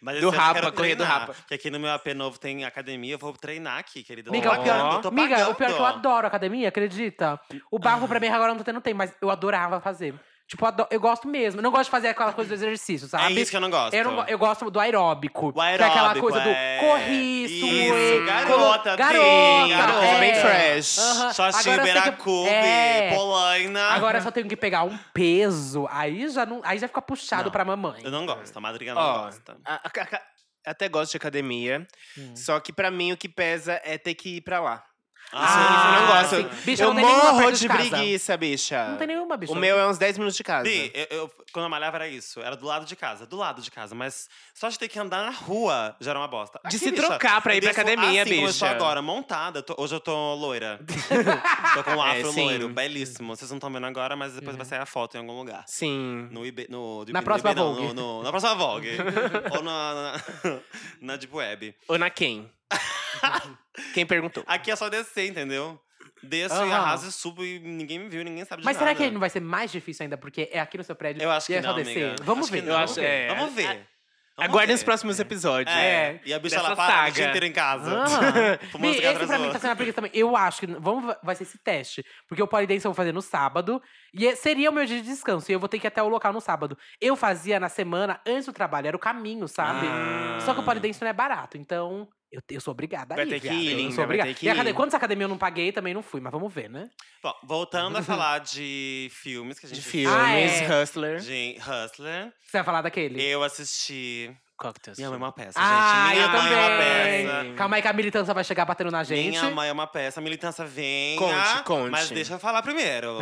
A: Mas esse
B: Do
A: ano eu
B: Rapa,
A: quero
B: correr do
A: treinar,
B: Rapa.
A: Porque aqui no meu AP novo tem academia, eu vou treinar aqui, querida. Eu tô
C: Miga, o
A: pagando,
C: pior,
A: tô
C: miga, o pior é que eu
A: pagando.
C: adoro academia, acredita? O barro pra mim agora não tá tendo tempo, mas eu adorava fazer. Tipo, eu, adoro- eu gosto mesmo. Eu não gosto de fazer aquela coisa do exercício,
A: É
C: sabe?
A: isso que eu não gosto.
C: Eu, não go- eu gosto do aeróbico.
A: O
C: que é aquela
A: aeróbico,
C: coisa do
A: é.
C: correr,
A: Isso,
C: suei,
A: garota,
C: colo-
A: sim,
C: garota,
B: Uma coisa
C: é.
B: bem fresh.
C: Aham.
A: Xoxinho,
C: Agora eu sei que-
A: Beracube,
C: é.
A: Polaina.
C: Agora eu só tenho que pegar um peso, aí já, não, aí já fica puxado
A: Não,
C: pra mamãe.
A: Eu não gosto, a madriga não
B: Ó,
A: gosta.
B: a- a- a- até gosto de academia,
C: Hum.
B: só que pra mim o que pesa é ter que ir pra lá.
C: Ah,
B: isso eu não gosto.
C: sim. Bicha,
B: eu
C: não tem nenhuma
B: morro
C: perto
B: de,
C: de casa.
B: preguiça, bicha.
C: Não tem nenhuma, bicho.
B: O meu é uns 10 minutos de casa.
A: Bi, eu, eu- quando eu malhava era isso. Era do lado de casa, do lado de casa. Mas só de ter que andar na rua já era uma bosta.
B: De se trocar pra
A: eu
B: ir pra
A: desço
B: academia,
A: assim, como eu sou
B: bicha.
A: agora, montada. eu tô- hoje eu tô
B: *laughs*
A: loira. tô com um
B: É,
A: afro
B: sim. Uhum.
A: loiro, belíssimo. Vocês não estão vendo agora, mas depois vai sair a foto em algum lugar.
B: Sim.
A: No IB, no, do IB,
C: Na
A: no
C: próxima
A: IB, não,
C: Vogue.
A: no- no- na próxima
B: *laughs*
A: Vogue. Ou na, na, *laughs* na Deep Web.
B: Ou
C: *laughs*
B: na quem? quem perguntou?
A: Aqui é só descer, entendeu? Desço e
C: Aham.
A: arraso e subo e ninguém me viu, ninguém sabe de
C: Mas
A: nada.
C: será que ele não vai ser mais difícil ainda? Porque é aqui no seu prédio
A: é Eu acho
C: e
A: que
C: é só
A: não,
C: descer?
A: amiga.
C: Vamos
A: Acho que
C: ver.
A: não.
B: Eu acho- é.
A: Vamos ver. Vamos
B: Aguardem os
A: ver.
B: próximos episódios.
A: É.
C: É.
A: E a bicha, ela
B: Dessa
A: para o
B: saga.
A: dia inteiro em casa. *laughs*
C: Aham.
A: Fumando cigarro
C: Bi, esse
A: atrás
C: pra
A: do
C: mim tá
A: outro.
C: sendo uma preguiça também. Eu acho que vamos, vai ser esse teste. Porque o Polidense eu vou fazer no sábado. E é- seria o meu dia de descanso. E eu vou ter que ir até o local no sábado. Eu fazia na semana antes do trabalho. Era o caminho, sabe?
A: Ah.
C: Só que o Polidense não é barato. Então, eu, te- eu sou obrigada a
B: Vai
C: ir,
B: ter que
C: viado.
B: ir,
C: Eu
B: linda,
C: sou
B: vai
C: obrigada.
B: ter que
C: E a academia,
B: ir.
C: quantas academias eu não paguei também não fui. Mas vamos ver, né?
A: Bom, voltando a falar tá Uhum. de filmes que a gente
B: De
A: assistiu.
B: filmes,
C: Ah, é.
B: Hustler.
A: Gente, Hustler.
C: Você vai falar daquele?
A: Eu assisti.
B: Cocktails.
A: Minha mãe é uma peça,
C: Ah,
A: gente. Minha
C: eu
A: mãe
C: também.
A: é uma peça.
C: Calma aí que a militância vai chegar batendo na gente.
A: Minha mãe é uma peça. A militância vem.
B: Conte,
A: ah,
B: conte.
A: Mas deixa eu falar *laughs* primeiro.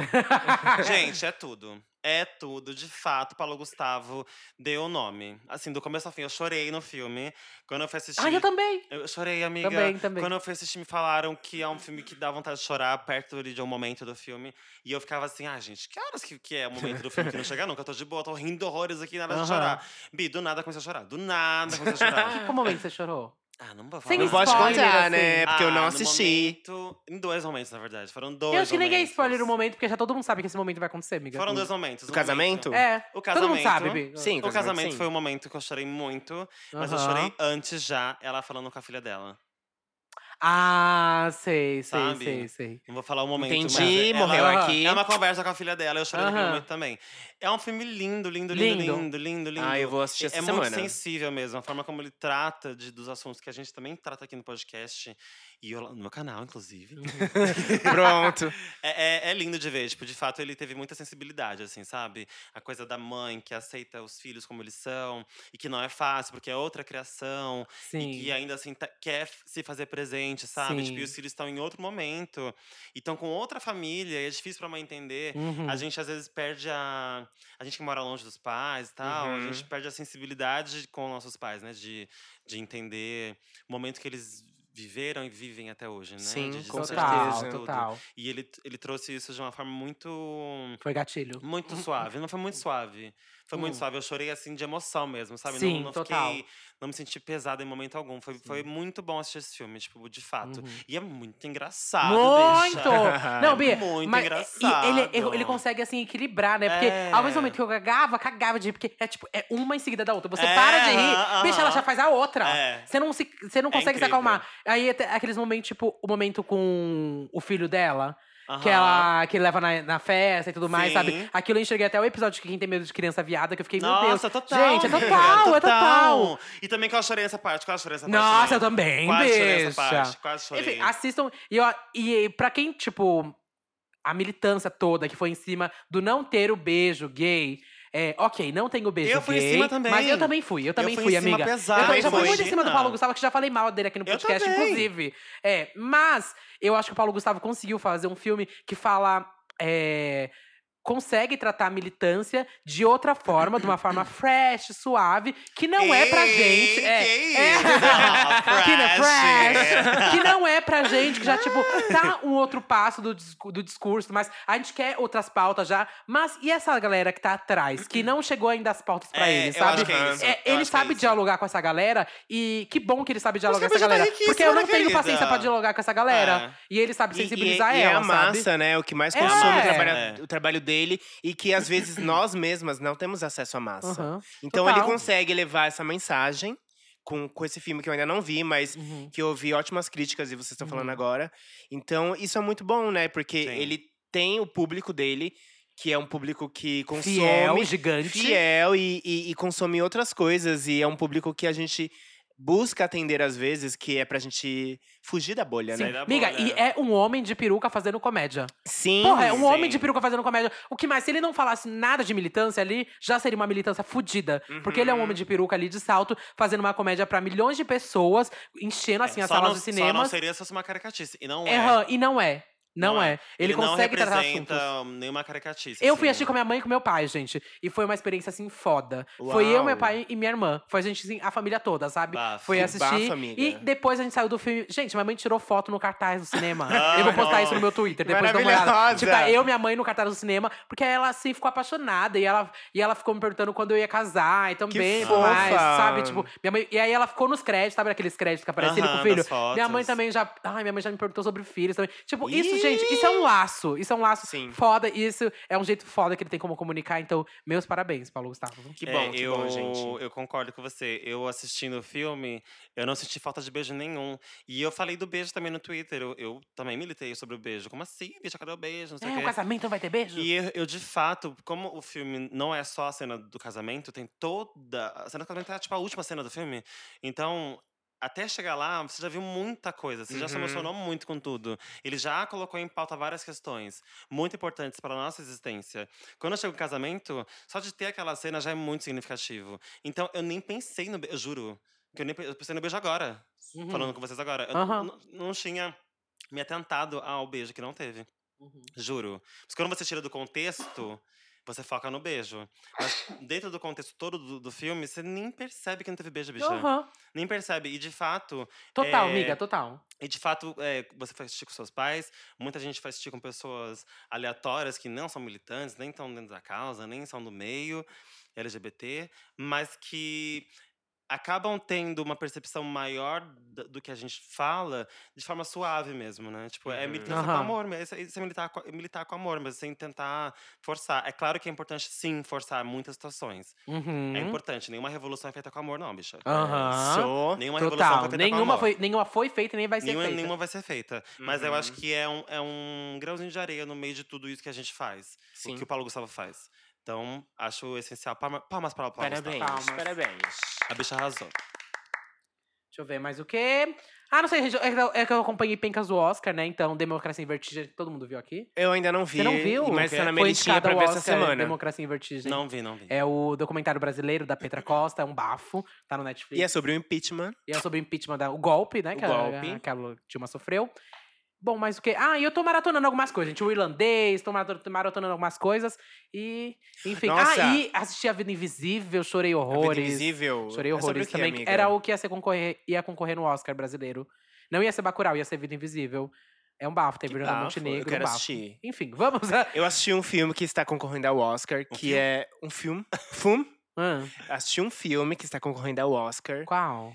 A: gente, é tudo. É tudo, de fato, Paulo Gustavo deu o nome. Assim, do começo ao fim, eu chorei no filme. Quando eu fui assistir.
C: Ah, eu também.
A: Eu chorei, amiga.
C: Também, também.
A: Quando eu fui assistir, me falaram que é um filme que dá vontade de chorar perto ali de um momento do filme. E eu ficava assim, ah, gente, que horas que, que é o momento do filme que não chega nunca? Eu tô de boa, tô rindo horrores aqui, nada
C: Aham.
A: de chorar. Bi, do nada comecei a chorar. Do nada comecei a chorar.
C: *laughs* Qual momento você chorou?
A: ah, não vou falar.
C: Sem
B: Não pode
C: spoiler,
B: contar,
C: assim.
B: né? Porque eu não
A: Ah, no
B: assisti.
A: momento- em dois momentos, na verdade. Foram dois
C: Eu acho que ninguém
A: momentos.
C: spoiler no momento, porque já todo mundo sabe que esse momento vai acontecer, amiga. Hum.
A: Foram dois momentos.
B: Do
A: um
B: casamento?
A: momento-
C: É.
A: O
C: Todo mundo
A: casamento-
C: sabe, Bi.
B: Sim,
A: O casamento
B: sim.
A: foi um momento que eu chorei muito, mas eu
C: Aham.
A: chorei antes já, ela falando com a filha dela.
C: Ah, sei, sei,
A: Sabe?
C: sei, sei.
A: Não vou falar o momento, mas
B: Entendi,
A: ela-
B: morreu
C: ela-
B: aqui.
A: É uma conversa com a filha dela, eu chorei naquele
C: Aham.
A: momento também. É um filme lindo, lindo, lindo,
C: Lindo.
A: lindo, lindo, lindo.
B: Ah, eu vou assistir
A: é
B: essa
A: muito
B: semana.
A: sensível mesmo, a forma como ele trata de, dos assuntos que a gente também trata aqui no podcast. E eu- no meu canal, inclusive.
B: Uhum. Pronto.
A: É, é- é lindo de ver, tipo, de fato ele teve muita sensibilidade, assim, sabe? A coisa da mãe que aceita os filhos como eles são e que não é fácil, porque é outra criação.
C: Sim.
A: E que ainda assim tá- quer f- se fazer presente, sabe? Tipo, e os
C: Sim.
A: filhos estão em outro momento. E estão com outra família, e é difícil pra mãe entender.
C: Uhum.
A: A gente às vezes perde a. A gente que mora longe dos pais e tal, a
B: Uhum.
A: gente perde a sensibilidade com nossos pais, né? De, de entender o momento que eles viveram e vivem até hoje, né?
B: Sim,
A: de
B: com
A: desastres e
C: Total,
B: certeza.
A: tudo.
C: total.
A: E ele, ele trouxe isso de uma forma muito.
C: Foi gatilho.
A: Muito suave. Não foi muito suave. Foi muito
C: Uhum. Hum.
A: suave. Eu chorei assim de emoção mesmo, sabe?
C: Sim,
A: não, não
C: total.
A: fiquei. Não me senti pesada em momento algum. Foi, foi muito bom assistir esse filme, tipo, de fato.
C: Uhum.
A: E é muito engraçado.
C: Muito!
A: *laughs* bicha. É
C: Não, Bia.
A: Ah, Muito
C: mas-
A: engraçado.
C: E ele, ele- ele consegue, assim, equilibrar, né? Porque
A: É.
C: ao mesmo momento que eu cagava, cagava de rir. Porque é tipo, é uma em seguida da outra. Você
A: É,
C: para de rir,
A: aham,
C: bicha, ela já faz a outra.
A: É.
C: Você não, se, você não
A: É
C: consegue se
A: incrível.
C: acalmar. Aí até aqueles momentos, tipo, o momento com o filho dela, que
A: Aham.
C: ela que ele leva na, na festa e tudo mais,
A: Sim.
C: sabe? Aquilo eu enxerguei até o episódio de Quem Tem Medo de Criança Viada, que eu fiquei, meu Deus.
A: Nossa, total. *laughs*
C: Gente, é
A: amiga,
C: total, é total.
A: E também que eu chorei essa parte. Quase chorei essa parte.
C: Nossa, eu
A: também.
C: também,
A: Quase chorei
C: bicha.
A: essa parte. Quase chorei.
C: Enfim, assim, assistam. E, ó, e pra quem, tipo, a militância toda que foi em cima do não ter o beijo gay. É, ok, não tem o beijo
A: Eu fui em
C: gay,
A: cima também.
C: Mas eu também fui, eu também
A: fui em
C: fui,
A: cima
C: amiga.
A: pesado,
C: eu também já fui
A: imagina.
C: muito em cima do Paulo Gustavo, que já falei mal dele aqui no
A: Eu
C: podcast,
A: também.
C: inclusive. É, mas eu acho que o Paulo Gustavo conseguiu fazer um filme que fala. é, consegue tratar a militância de outra forma, de uma
A: *coughs*
C: forma fresh, suave, que não é pra
A: Ei,
C: gente. É,
A: que isso?
C: *laughs* é. que, não, é fresh,
A: Fresh.
C: que não
A: *laughs*
C: é pra gente, que já, tipo, tá um outro passo do, discu- do discurso, mas a gente quer outras pautas já. Mas e essa galera que tá atrás,
A: *coughs*
C: que não chegou ainda as pautas pra
A: É,
C: eles,
A: eu
C: sabe?
A: acho que é isso, eu
C: ele
A: acho que é
C: sabe
A: isso.
C: dialogar com essa galera e que bom que ele sabe
A: que
C: dialogar com essa
A: a pessoa tá
C: galera.
A: riquíssima,
C: Porque eu não
A: né,
C: tenho
A: querida?
C: paciência pra dialogar com essa
A: É,
C: galera. E ele sabe
B: E-
C: sensibilizar
B: e, e, é
C: ela,
B: a
C: sabe?
B: massa, né? O que mais
C: É.
B: consome o,
C: É.
B: trabalha- o trabalho dele e que às vezes nós mesmas não temos acesso à massa.
C: Uhum.
B: Então ele
C: Total.
B: consegue levar essa mensagem com, com esse filme que eu ainda não vi, mas
C: Uhum.
B: que eu ouvi ótimas críticas e vocês estão falando
C: Uhum.
B: agora. Então isso é muito bom, né? Porque
A: Sim.
B: ele tem o público dele, que é um público que consome
C: Fiel, gigante.
B: fiel e, e- e consome outras coisas. E é um público que a gente busca atender às vezes, que é pra gente fugir da bolha,
A: Sim.
B: né?
A: da
C: Amiga,
A: bolha.
C: e é um homem de peruca fazendo comédia.
B: Sim.
C: Porra, é um
A: sim.
C: homem de peruca fazendo comédia. O que mais? Se ele não falasse nada de militância ali, já seria uma militância fodida. Porque ele é um
A: Uhum.
C: homem de peruca ali de salto, fazendo uma comédia pra milhões de pessoas, enchendo assim as
A: É, Só
C: salas
A: não-
C: de
A: Só não
C: cinemas.
A: seria se fosse uma caricatice. E não é.
C: Erram, e não é. Não,
A: Não
C: é.
A: é.
C: Ele, consegue
A: não
C: tratar
A: representa
C: assuntos.
A: nenhuma caricatice.
C: Eu fui
A: assim.
C: assistir é com a minha mãe e com meu pai, gente. E foi uma experiência, assim, foda. Foi eu, meu
B: Uau.
C: pai e minha irmã. Foi a gente, assim, a família toda, sabe?
A: Bafo.
C: Foi
B: Que
C: assistir.
B: bafo, amiga.
C: e depois a gente saiu do filme. Gente, minha mãe tirou foto no cartaz do cinema.
A: Ah,
C: eu vou postar
A: não.
C: isso no meu Twitter, depois dá uma olhada.
B: Maravilhosa.
C: Tipo, tá eu, minha mãe no cartaz do cinema. Porque ela, assim, ficou apaixonada. E ela, e ela ficou me perguntando quando eu ia casar. E também, tudo
B: fofa.
C: mais, sabe? Tipo, minha mãe... E aí ela ficou nos créditos, sabe? Aqueles créditos que aparecem ele com o
A: Aham,
C: filho.
A: das fotos.
C: Minha mãe também já... Ai, minha mãe já me perguntou sobre filhos também. Tipo, isso,
B: Ih!
C: gente, isso é um laço. Isso é um laço
B: Sim.
C: foda. E isso é um jeito foda que ele tem como comunicar. Então, meus parabéns, Paulo Gustavo.
B: Que
A: É,
B: bom, que
A: eu,
B: bom, gente.
A: Eu concordo com você. Eu assistindo o filme, eu não senti falta de beijo nenhum. E eu falei do beijo também no Twitter. Eu, eu também militei sobre o beijo. Como assim, bicha? Cadê o beijo? Não sei
C: É,
A: o
C: o
A: quê.
C: casamento não vai ter beijo?
A: E eu, eu, de fato, como o filme não é só a cena do casamento, tem toda. A cena do casamento é tipo a última cena do filme. Então. Até chegar lá, você já viu muita coisa, você já se
B: Uhum.
A: emocionou muito com tudo. Ele já colocou em pauta várias questões muito importantes para a nossa existência. Quando eu chego em casamento, só de ter aquela cena já é muito significativo. Então, eu nem pensei no beijo, eu juro. Que eu, nem, pe- eu pensei no beijo agora,
C: Uhum.
A: falando com vocês agora. Eu
C: Aham.
A: não, não tinha me atentado ao beijo que não teve.
C: Uhum.
A: Juro. Mas quando você tira do contexto, você foca no beijo.
C: *laughs*
A: Mas dentro do contexto todo do, do filme, você nem percebe que não teve beijo, bicha.
C: Aham.
A: Nem percebe. E de fato,
C: Total,
A: É.
C: amiga, total.
A: e de fato, é, você faz assistir com seus pais. Muita gente faz assistir com pessoas aleatórias que não são militantes, nem estão dentro da causa, nem são do meio LGBT, mas que acabam tendo uma percepção maior da- do que a gente fala de forma suave mesmo, né? Tipo, é
B: Uhum.
A: militância com
C: Aham.
A: amor, mesmo, isso é- isso é militar com, militar com amor, mas sem tentar forçar. É claro que é importante, sim, forçar muitas situações.
C: Uhum.
A: É importante, nenhuma revolução é feita com amor, não, bicha.
C: Aham.
B: Sou.
A: Nenhuma revolução
C: Total.
A: foi feita com
C: Nenhuma
A: amor
C: foi, nenhuma foi feita e nem vai ser
A: nenhuma,
C: feita.
A: nenhuma vai ser feita. Mas eu acho
B: Uhum.
A: que é um, é um grãozinho de areia no meio de tudo isso que a gente faz.
B: Sim.
A: O que o Paulo Gustavo faz. Então, acho essencial. Palma- Palmas para o Paulo
B: Parabéns,
A: Gustavo.
C: Palmas.
B: parabéns.
A: A bicha arrasou.
C: Deixa eu ver mais o quê. Ah, não sei, gente. É que eu- é que eu acompanhei Pencas do Oscar, né? Então, Democracia em Vertigem, todo mundo viu aqui.
B: Eu ainda não vi.
C: Você não viu? é
B: Mas tá na
C: Foi
B: minha listinha
C: indicada
B: pra
C: ao
B: ver essa
C: Oscar,
B: semana.
C: Democracia em Vertigem.
A: Não vi, não vi.
C: É o documentário brasileiro da Petra Costa, é um bafo, tá no Netflix.
B: E é sobre o impeachment.
C: E é sobre o impeachment, da, o golpe, né?
B: O
C: que, a- A,
B: golpe.
C: que a Dilma sofreu. Bom, mas o quê? Ah, e eu tô maratonando algumas coisas, gente. O irlandês, tô marato- maratonando algumas coisas. E, enfim.
B: Nossa!
C: Ah, e assisti A Vida Invisível, chorei
B: A Vida
C: horrores.
B: é Invisível.
C: Chorei
B: É sobre
C: horrores
B: o quê,
C: também. que
B: amiga?
C: Era o que ia, ser concorrer, ia concorrer no Oscar brasileiro. Não ia ser Bacurau, ia ser Vida Invisível. É um bafo, tem Bruna
B: Bafo,
C: Montenegro,
B: eu
C: um
B: quero
C: bafo.
B: assistir.
C: Enfim, vamos a...
B: Eu assisti um filme que está concorrendo ao Oscar, que
A: filme?
B: é um filme. Fum?
C: Ah,
B: Assisti um filme que está concorrendo ao Oscar,
C: qual?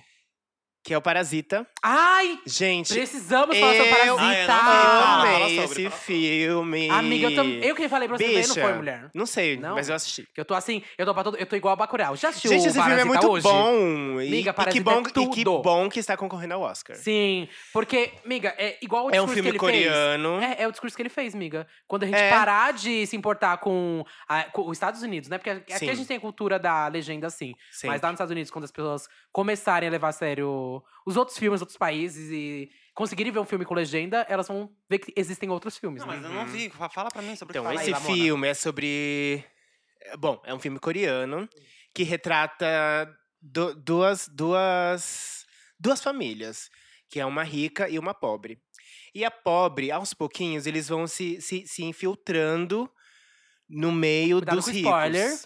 B: que é o Parasita.
C: Ai,
B: Gente,
C: precisamos falar sobre
B: eu-
A: Ah,
C: Parasita! Ah,
A: fala, fala
B: amei
A: sobre,
B: esse
A: fala sobre.
B: filme.
C: Amiga, eu, tam- eu que falei pra você também, não
B: Bicha.
C: foi, mulher.
B: Não sei,
C: Não?
B: mas eu assisti.
C: Que eu tô assim, eu tô, pra todo, eu tô igual a Bacurau. Já assistiu
B: Gente,
C: o
B: esse filme é
C: Parasita
B: muito
C: hoje?
B: bom. E,
C: Amiga,
B: e que
C: Parasita
B: bom
C: é
B: e que
C: tudo.
B: bom que está concorrendo ao Oscar.
C: Sim, porque, miga, é igual o
B: É um
C: discurso que
B: filme
C: ele
B: coreano.
C: fez. É, é o discurso que ele fez, miga. Quando a gente
B: É.
C: parar de se importar com, a- com os Estados Unidos, né? Porque aqui
B: Sim.
C: a gente tem a cultura da legenda, assim.
B: Sim.
C: Mas lá nos Estados Unidos, quando as pessoas começarem a levar a sério os outros filmes, outros países e conseguirem ver um filme com legenda, elas vão ver que existem outros filmes.
A: Não,
C: né?
A: mas eu não vi. Fa- Fala pra mim sobre o que
B: Então,
A: fala aí,
B: esse
A: Lamona.
B: filme é sobre. é, Bom, é um filme
C: Hum.
B: coreano que retrata du- duas, duas, duas famílias, que é uma rica e uma pobre. E a pobre, aos pouquinhos, eles vão se, se, se infiltrando no meio
C: Cuidado
B: dos
C: com o
B: ricos.
C: spoiler.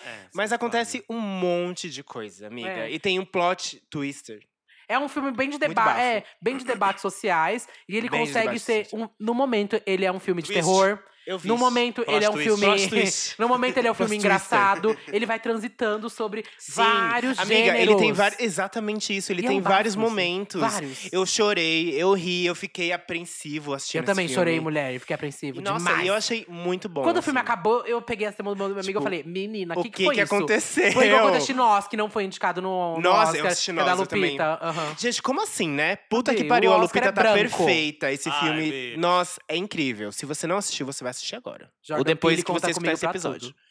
A: É, sim,
B: Mas
A: claro.
B: acontece um monte de coisa, amiga.
C: É.
B: E tem um plot twister.
C: É um filme bem de
B: Muito
C: debate,
B: bafo.
C: é, bem de debates sociais e ele
B: Bem de
C: consegue
B: debates
C: ser um, no momento ele é um filme de
A: Twist.
C: terror,
B: Eu vi
C: no
B: isso.
C: momento
A: Plot
C: ele é um
A: twist.
B: Plot
C: *laughs* filme
B: twist.
C: No momento
B: *laughs*
C: ele é um filme
B: Plot twister.
C: engraçado, ele vai transitando sobre
B: Sim.
C: vários
B: Amiga,
C: gêneros.
B: ele tem vários. Exatamente isso. Ele
C: E é
B: tem
C: um bafo
B: vários
C: isso.
B: momentos.
C: Vários. Eu,
B: Eu chorei, eu ri, eu fiquei apreensivo assistindo esse
C: também
B: filme.
C: chorei, mulher, e fiquei apreensivo
B: E, Nossa,
C: demais.
B: e eu achei muito bom.
C: Quando o filme
B: assim.
C: acabou, eu peguei essa mão do meu amigo e
B: Tipo,
C: falei, menina,
B: o
C: que,
B: que,
C: que foi isso?
B: aconteceu?
C: Foi igual quando assisti Nós, que não foi indicado no, no
B: Nossa,
C: Oscar,
B: eu assisti
C: que é da
B: Nós, eu também.
C: Lupita. aham.
B: Gente, como assim, né? Puta
C: Odeio,
B: que pariu,
C: o
B: a
C: Oscar
B: Lupita
C: é
B: tá
C: branco.
B: perfeita. Esse
A: Ai,
B: filme,
A: bitch.
B: nossa, é incrível. Se você não assistiu, você vai assistir agora.
C: Jordan
B: Ou depois
C: Peele
B: que
C: conta
B: você escutar
C: comigo
B: esse
C: pra *laughs*
B: episódio.
C: tudo.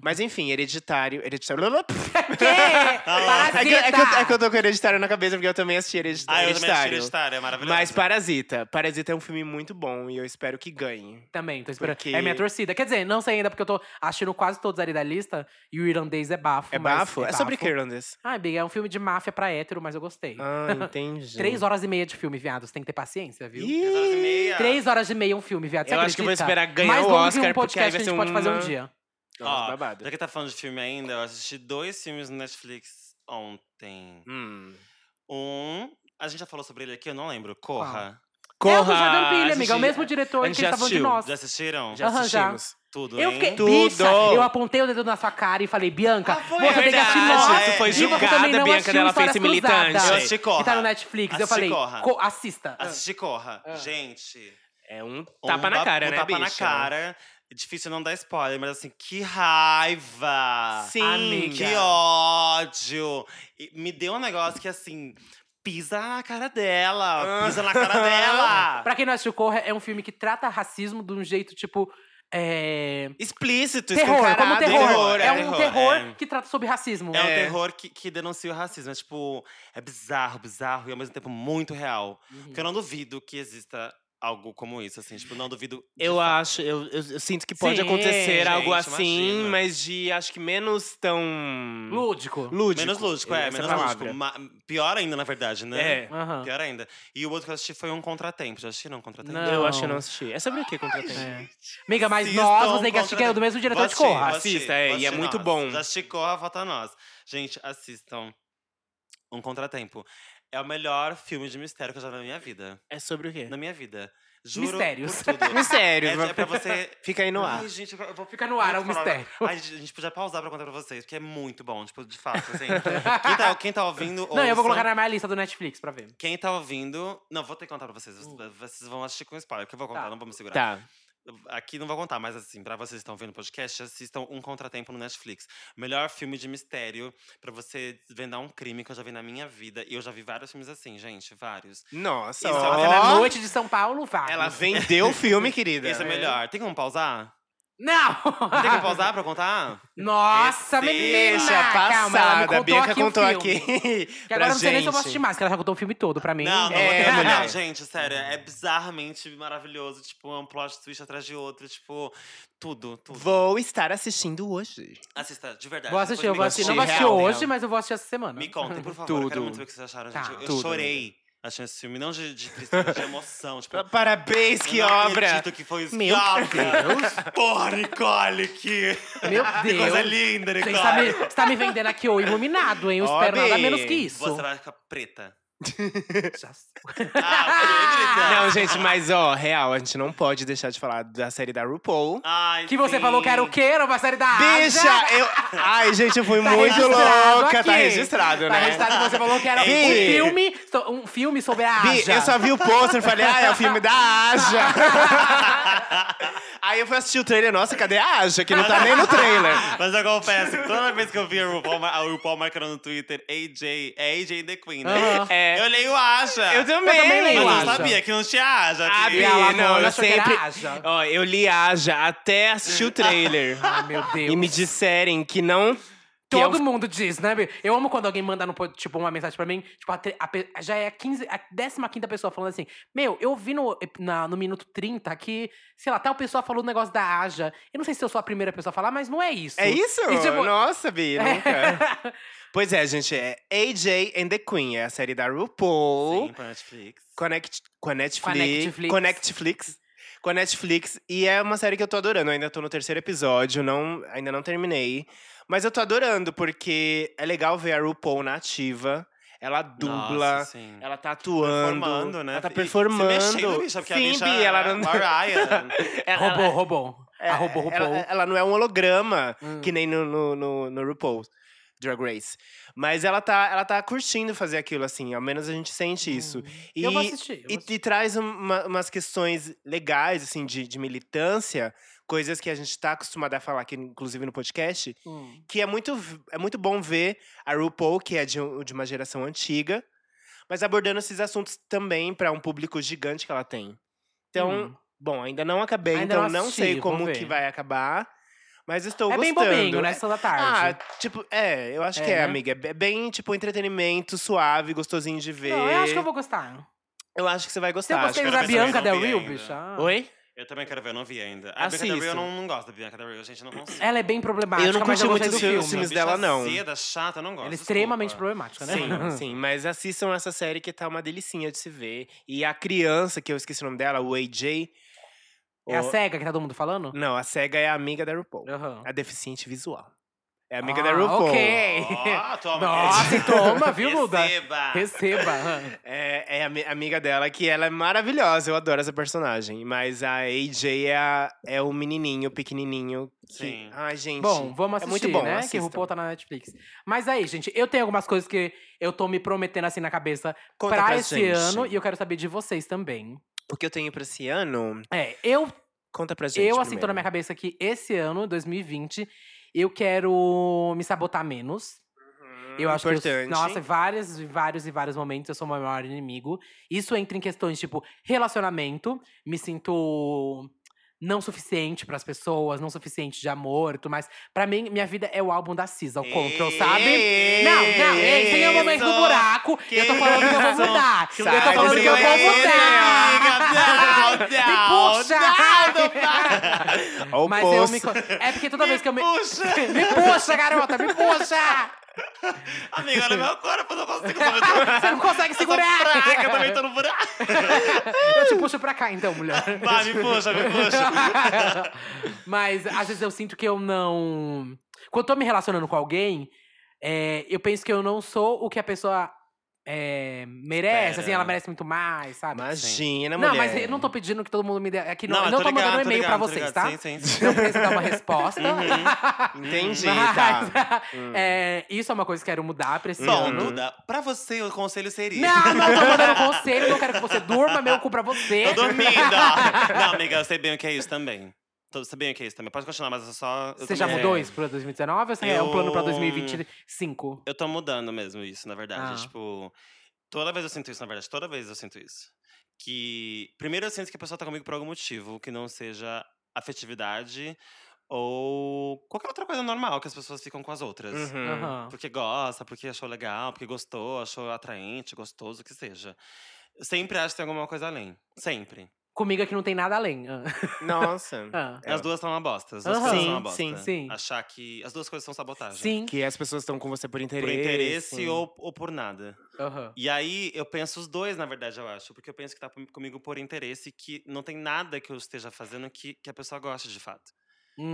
B: Mas enfim, hereditário. Hereditário. *laughs* É que-
C: Que?
B: É que, eu- é que eu
C: Parasita!
B: tô com hereditário na cabeça, porque eu também assisti heredi-
A: Ah, eu também assisti
B: hereditário.
A: Hereditário, é maravilhoso.
B: Mas Parasita. Parasita é um filme muito bom e eu espero que ganhe.
C: Também, tô esperando.
B: Porque-
C: É minha torcida. Quer dizer, não sei ainda, porque eu tô achando quase todos ali da lista. E o irlandês é bafo.
B: É
C: mas
B: bafo? É, sobre
C: bafo.
B: que, Irlandês?
C: Ah, Big, é um filme de máfia pra hétero, mas eu gostei.
B: Ah, entendi.
C: Três horas e meia de filme, viado. Você tem que ter paciência, viu?
B: Ih,
A: Três horas e meia.
B: ah.
C: Três horas e meia um filme, viado. Você
B: Eu acho que eu vou
C: acredita?
B: esperar ganhar
C: Mais
B: o
C: longo que
B: Oscar,
C: um
B: porque aí
C: podcast
B: vai
C: que a
B: ser
C: gente pode fazer um
B: uma-
C: dia.
B: Nossa,
A: Ó,
B: babado.
A: Já que tá falando de filme ainda, eu assisti dois filmes no Netflix ontem.
B: Hum.
A: Um, a gente já falou sobre ele aqui, eu não lembro. Corra.
C: é o do Jordan
B: a
C: Peele, amiga. É o
B: gente-
C: mesmo diretor
B: a
C: que
B: gente
C: eles
B: já
C: estavam de
B: assistiu,
C: nós.
A: Já assistiram?
B: Já
C: Aham, já.
B: assistimos.
A: Tudo,
C: Eu
A: hein?
C: fiquei.
B: Tudo!
C: Bicha, eu apontei o dedo na sua cara e falei, Bianca,
A: Ah, foi,
C: você
A: é
C: tem que assistir
A: verdade,
C: nós.
A: isso foi
C: E você também
B: julgada,
C: não
B: Bianca,
C: assistiu
B: dela fez
C: Histórias
B: esse militante. É
C: Cruzadas,
A: Eu assisti
C: Que tá
A: Corra.
C: no Netflix. Eu
A: Assisti
C: falei,
A: Corra.
C: co- assista.
A: Assisti Corra.
C: Ah.
A: Gente.
B: É um
A: um
B: tapa na
A: ba-
B: cara,
A: um
B: né,
A: tapa na
B: bicha?
A: cara. É difícil não dar spoiler, mas assim, que raiva!
B: Sim.
C: Amiga.
A: Que ódio! E me deu um negócio que assim. Pisa na cara dela! Pisa na cara *laughs* dela!
C: Pra quem não assistiu Corra, é um filme que trata racismo de um jeito, tipo. É...
B: Explícito,
C: Terror, é como
B: escancarado.
C: terror.
A: terror,
C: É
A: é
C: um
A: terror,
C: terror
A: é.
C: que trata sobre racismo.
A: É um
B: É.
A: terror que, que denuncia o racismo. É tipo, é bizarro, bizarro e ao mesmo tempo muito real. Porque eu não duvido que exista algo como isso, assim. Tipo, não duvido. de
B: Eu
A: fato.
B: acho, eu, eu- eu sinto que pode
C: Sim,
B: acontecer
A: gente,
B: algo assim,
A: imagina.
B: mas de acho que menos tão
C: Lúdico.
B: lúdico.
A: Menos lúdico, é,
B: essa
A: menos
B: palavra.
A: lúdico. Ma- pior ainda, na verdade, né?
B: É.
C: Aham.
A: Pior ainda. E o outro que eu assisti foi um contratempo. Já assistiram um contratempo?
C: Não.
B: Eu acho que eu não assisti. É sobre o que contratempo?
C: É. Miga, mas
A: Assistam
C: nós você tem que
A: Contra
C: assistir que é
A: Deus.
C: do mesmo diretor
A: Vou
C: de
A: assistir,
C: Corra.
A: vou assistir,
B: Assista, é,
A: vou
B: e é
A: assistir
B: muito
A: nós.
B: bom.
A: Já assisti Corra, falta nós. Gente, assistam. Um Contratempo. É o melhor filme de mistério que eu já vi na minha vida.
B: É sobre o quê?
A: Na minha vida. Juro
C: Mistérios.
A: por tudo.
B: Mistério.
A: É, é pra
B: *laughs*
A: você...
B: Fica aí no ar.
A: Ai, gente, eu vou
C: Fica no ar, é um
A: Falar-
C: mistério.
A: Ai, gente, a gente podia pausar pra contar pra vocês, porque é muito bom, tipo, de fato, assim. quem, tá, quem tá ouvindo.
C: Não, eu vou
A: ouçam.
C: colocar na minha lista do Netflix pra ver.
A: Quem tá ouvindo. Não, vou ter que contar pra vocês. Vocês vocês vão assistir com spoiler, porque eu vou contar,
C: Hum. Tá.
A: não vou me segurar.
B: Tá.
A: Aqui não vou contar, mas assim, pra vocês que estão vendo o podcast, assistam Um Contratempo no Netflix. Melhor filme de mistério pra você desvendar um crime que eu já vi na minha vida. E eu já vi vários filmes assim, gente, vários.
B: Nossa,
A: Isso, ela
B: ó.
C: Até tá na noite de São Paulo, vai.
B: Ela vendeu o filme, querida.
A: Esse é melhor. Tem como pausar?
C: Não!
A: Tem como pausar pra contar?
C: *laughs* Nossa,
A: Esse-
C: menina!
B: É. Deixa,
C: Ah, Calma, ela me
B: passada.
C: contou
B: Bianca
C: aqui o
B: contou
C: filme.
B: aqui.
C: Que agora eu não sei nem se eu vou assistir mais, porque ela já contou o filme todo pra mim.
A: Não, não,
B: É,
A: é, não,
C: *laughs*
B: mulher.
A: gente, sério, é bizarramente maravilhoso. Tipo, é um plot twist atrás de outro, tipo, tudo, tudo.
B: Vou estar assistindo hoje.
A: Assista, de verdade.
C: Vou
A: depois
C: assistir,
A: me
C: eu vou
A: conta.
C: assistir.
B: assistir,
C: Não vou assistir
B: real,
C: hoje,
B: real.
C: mas eu vou assistir essa semana.
A: Me contem, por favor. Eu quero
B: Tudo.
A: muito ver o que vocês acharam,
C: Tá,
A: gente. Eu
B: tudo,
A: chorei achando esse filme, não de, de tristeza, de emoção. Tipo, eu
B: Parabéns, Tá que
A: não
B: obra!
A: acredito que foi isso.
B: Meu
A: que obra! Porra, Nicole, que,
C: Meu
A: que coisa
C: Deus!
A: linda,
C: Você está me,
A: Nicole.
C: você tá me vendendo aqui o iluminado, hein? Eu
B: Ó, tá-
C: espero nada
B: Bi,
C: menos que isso.
A: Você vai ficar preta.
C: Já sou.
A: Ah,
B: *laughs* *laughs* Não, gente, mas ó, real, a gente não pode deixar de falar da série da RuPaul.
A: Ai,
C: Que você
A: sim.
C: falou que era o quê? Era uma série da Aja?
B: Bicha, eu. Ai, gente, eu fui
C: Tá
B: é muito
C: Ah, registrado
B: louca. Tá
C: aqui.
B: registrado,
C: Tá
B: né?
C: registrado que você falou que era um
B: Bi.
C: filme, so- um filme sobre a
B: Bi,
C: Aja.
B: eu só vi o pôster e falei, ah, é o filme da Aja. Aí eu fui assistir o trailer, nossa, cadê a Aja? Que não tá nem no trailer.
A: *laughs* Mas eu confesso, que toda vez que eu vi a RuPaul, mar- a RuPaul marcando no Twitter AJ, é AJ The Queen, né?
C: Aham.
B: É.
A: Eu leio Aja.
B: Eu também,
C: Eu também
A: Mas eu
C: leio
A: não
C: Aja.
A: sabia que não tinha Aja.
B: Ah,
A: aqui.
B: Bi,
C: a Lamona
B: não, eu
C: achou que era
B: sempre.
C: Aja.
B: Ó, eu li Aja até assistir o trailer.
C: Ai, meu Deus.
B: e me disserem que não. que é
C: Todo mundo diz, né, Bi? Eu amo quando alguém manda, no, po- tipo, uma mensagem pra mim. Tipo, a tre- a pe- já é a, 15, a 15ª pessoa falando assim. Meu, eu vi no, ep- na- no minuto 30 que, sei lá, tal pessoa falou do negócio da Aja. Eu não sei se eu sou a primeira pessoa a falar, mas não é isso.
B: É isso?
C: E, tipo- *laughs* É.
B: Nossa, Bi, nunca. pois é, gente, é AJ and the Queen, é a série da RuPaul.
A: Sim, pra Netflix.
B: Connect, com a Netflix.
C: Connectflix.
B: Com a Netflix. Com a Netflix. E é uma série que eu tô adorando. Eu ainda tô no terceiro episódio, não, ainda não terminei. Mas eu tô adorando, porque é legal ver a RuPaul na ativa. Ela dubla,
A: Nossa, sim.
B: ela tá atuando.
A: Performando, né?
B: Ela tá
A: E- e
B: performando.
A: Se mexendo, bicha, porque
B: Sim,
A: a bicha é
B: Bi, ela não...
A: Mariah.
B: *laughs*
A: né?
B: ela-
C: Roubou, roubou.
B: é,
C: a roubou, roubou.
B: Ela, ela não é um holograma,
C: Hum.
B: que nem no, no, no, no RuPaul Drag Race. Mas ela tá, ela tá curtindo fazer aquilo, assim. Ao menos a gente sente isso.
A: Hum.
B: E,
C: Hum. eu vou assistir. eu vou
B: e,
C: assistir.
B: e traz um, uma- umas questões legais, assim, de, de militância, coisas que a gente tá acostumado a falar aqui, inclusive no podcast,
C: Hum.
B: que é muito, v- é muito bom ver a RuPaul, que é de, um- de uma geração antiga, mas abordando esses assuntos também para um público gigante que ela tem. Então,
C: Hum.
B: bom, ainda não acabei,
C: Ainda
B: então
C: não
B: não
C: assisti,
B: sei
C: vou
B: como
C: ver.
B: que vai acabar, mas estou
C: É bem
B: gostando.
C: bobinho, né? Sessão da
B: Ah,
C: tarde.
B: tipo, é, eu acho
C: É,
B: que é,
C: né?
B: amiga. É be- bem, tipo, entretenimento suave, gostosinho de ver.
C: não, eu acho que eu vou gostar.
B: Eu acho que você vai
C: Se eu
B: Ah, gostar. acho que
C: gostei
A: eu
C: da
A: quero ver se eu
C: Bianca Del
A: resolvi
C: Rio,
A: ainda.
C: bicha. ah.
B: Oi?
A: Eu também quero ver, eu não vi ainda. A Bianca Del Rio, eu
B: Assista.
A: não, não gosto da Bianca Del Rio, gente, eu não consigo.
C: Ela é bem problemática,
B: Eu não
C: mas eu
B: curti
C: gostei
B: muito
C: do
B: os filmes-
C: filmes.
B: filmes
A: Bicha
B: dela, não.
A: Seda, chata, eu não gosto.
C: Ela é extremamente
A: desculpa.
C: problemática, né?
B: é Sim, sim. Mas assistam essa série que tá uma delicinha de se ver. E a criança, que eu esqueci o nome dela, o AJ.
C: É a
B: o-
C: cega que tá todo mundo falando?
B: Não, a cega é a amiga da RuPaul.
C: Aham.
B: A deficiente visual. É amiga
C: Ah,
B: da RuPaul. *laughs*
C: ok.
A: Ó, toma.
C: Nossa, e
A: *laughs*
C: toma, viu, Duda?
A: Receba.
C: Receba. aham.
B: É, é a ami- amiga dela, que ela é maravilhosa. Eu adoro essa personagem. Mas a AJ é, a- é o menininho, pequenininho. Que...
A: Sim.
B: Ai,
C: *laughs*
B: gente.
C: Bom, vamos assistir,
B: é muito bom,
C: né? Que
B: assistam.
C: RuPaul tá na Netflix. Mas aí, gente, eu tenho algumas coisas que eu tô me prometendo assim na cabeça
B: Conta
C: pra
B: pra
C: esse
B: gente.
C: ano. E eu quero saber de vocês também.
B: O que eu tenho pra esse ano,
C: É, eu
B: conta pra gente
C: eu, assim, tô
B: primeiro.
C: na minha cabeça que esse ano, 2020, eu quero me sabotar menos. Eu acho que.
B: importante.
C: Eu, nossa, vários, e vários e vários momentos eu sou o meu maior inimigo. Isso entra em questões tipo relacionamento, me sinto não suficiente pras pessoas, não suficiente de amor e tudo mais. Pra mim, minha vida é o álbum da Cisa, o Control, sabe?
B: Ei,
C: não, não, ei, sem o momento do
A: isso.
C: buraco. eu tô falando que eu vou
A: isso.
C: mudar. Eu
B: Sai
C: tô
B: do
C: falando que eu
B: meu
C: vou
B: ex,
C: mudar.
A: amiga. Não,
C: *laughs* Me puxa!
A: não,
B: Ó o
C: Mas eu
B: post.
C: me. co- É porque toda vez que eu me.
A: Puxa!
C: Me puxa, garota, me puxa!
A: Amiga, olha meu corpo, eu não consigo fazer
C: *laughs* Você não consegue
A: Eu tô fraca, eu
C: segurar!
A: também tô no buraco.
C: Eu te puxo pra cá,
A: *laughs*
C: então, mulher.
A: Vai, me puxa, me puxa.
C: Mas às vezes eu sinto que eu não. Quando eu tô me relacionando com alguém, é, eu penso que eu não sou o que a pessoa é, merece,
A: Espera. né,
C: assim, ela merece muito mais, sabe?
B: Imagina, mulher.
C: Não, mas eu não tô pedindo que todo mundo me dê. Aqui não, não,
A: eu
C: tô,
A: tô ligado,
C: mandando
A: tô
C: e-mail pra
A: ligado, tô
C: vocês,
A: ligado.
C: tá? Uhum.
A: Sim, sim,
C: *laughs*
A: sim. Uhum,
C: Não precisa dar uma resposta.
B: Entendi,
C: Mas, *laughs*
B: tá.
C: é, isso é uma coisa que eu quero mudar pra esse
A: Bom,
C: ano.
A: Duda, pra você o conselho seria. *laughs*
C: Não, não tô mandando conselho, não quero que você durma, meu cu pra você.
A: Tô dormindo, ó. Não, amiga, eu sei bem o que é isso também. Tô, sei bem o que é isso também. Pode continuar, mas eu só. eu é.
C: Você
A: tô
C: já
A: me-
C: mudou isso pra 2019 ou você é um plano pra 2025?
A: É, Eu tô mudando mesmo isso, na verdade.
C: Ah.
A: Tipo, toda vez eu sinto isso, na verdade. Toda vez eu sinto isso. Que. Primeiro eu sinto que a pessoa tá comigo por algum motivo, que não seja afetividade ou qualquer outra coisa normal que as pessoas ficam com as outras.
B: Uhum.
C: Aham.
A: Porque gosta, porque achou legal, porque gostou, achou atraente, gostoso, o que seja. Eu Sempre acho que tem alguma coisa além. Sempre.
C: Comigo aqui não tem nada além. Ah,
A: Hum.
B: Nossa.
C: ah.
A: As duas são uma bosta. As duas
C: Aham.
A: coisas são
B: Sim,
A: uma bosta.
B: sim,
C: sim.
A: Achar que. As duas coisas são sabotagem.
C: Sim.
B: *laughs* Que as pessoas estão com você por interesse.
A: Por interesse ou, ou por nada.
C: Aham.
A: E aí, eu penso os dois, na verdade, eu acho. Porque eu penso que tá com- comigo por interesse, que não tem nada que eu esteja fazendo que, que a pessoa goste de fato.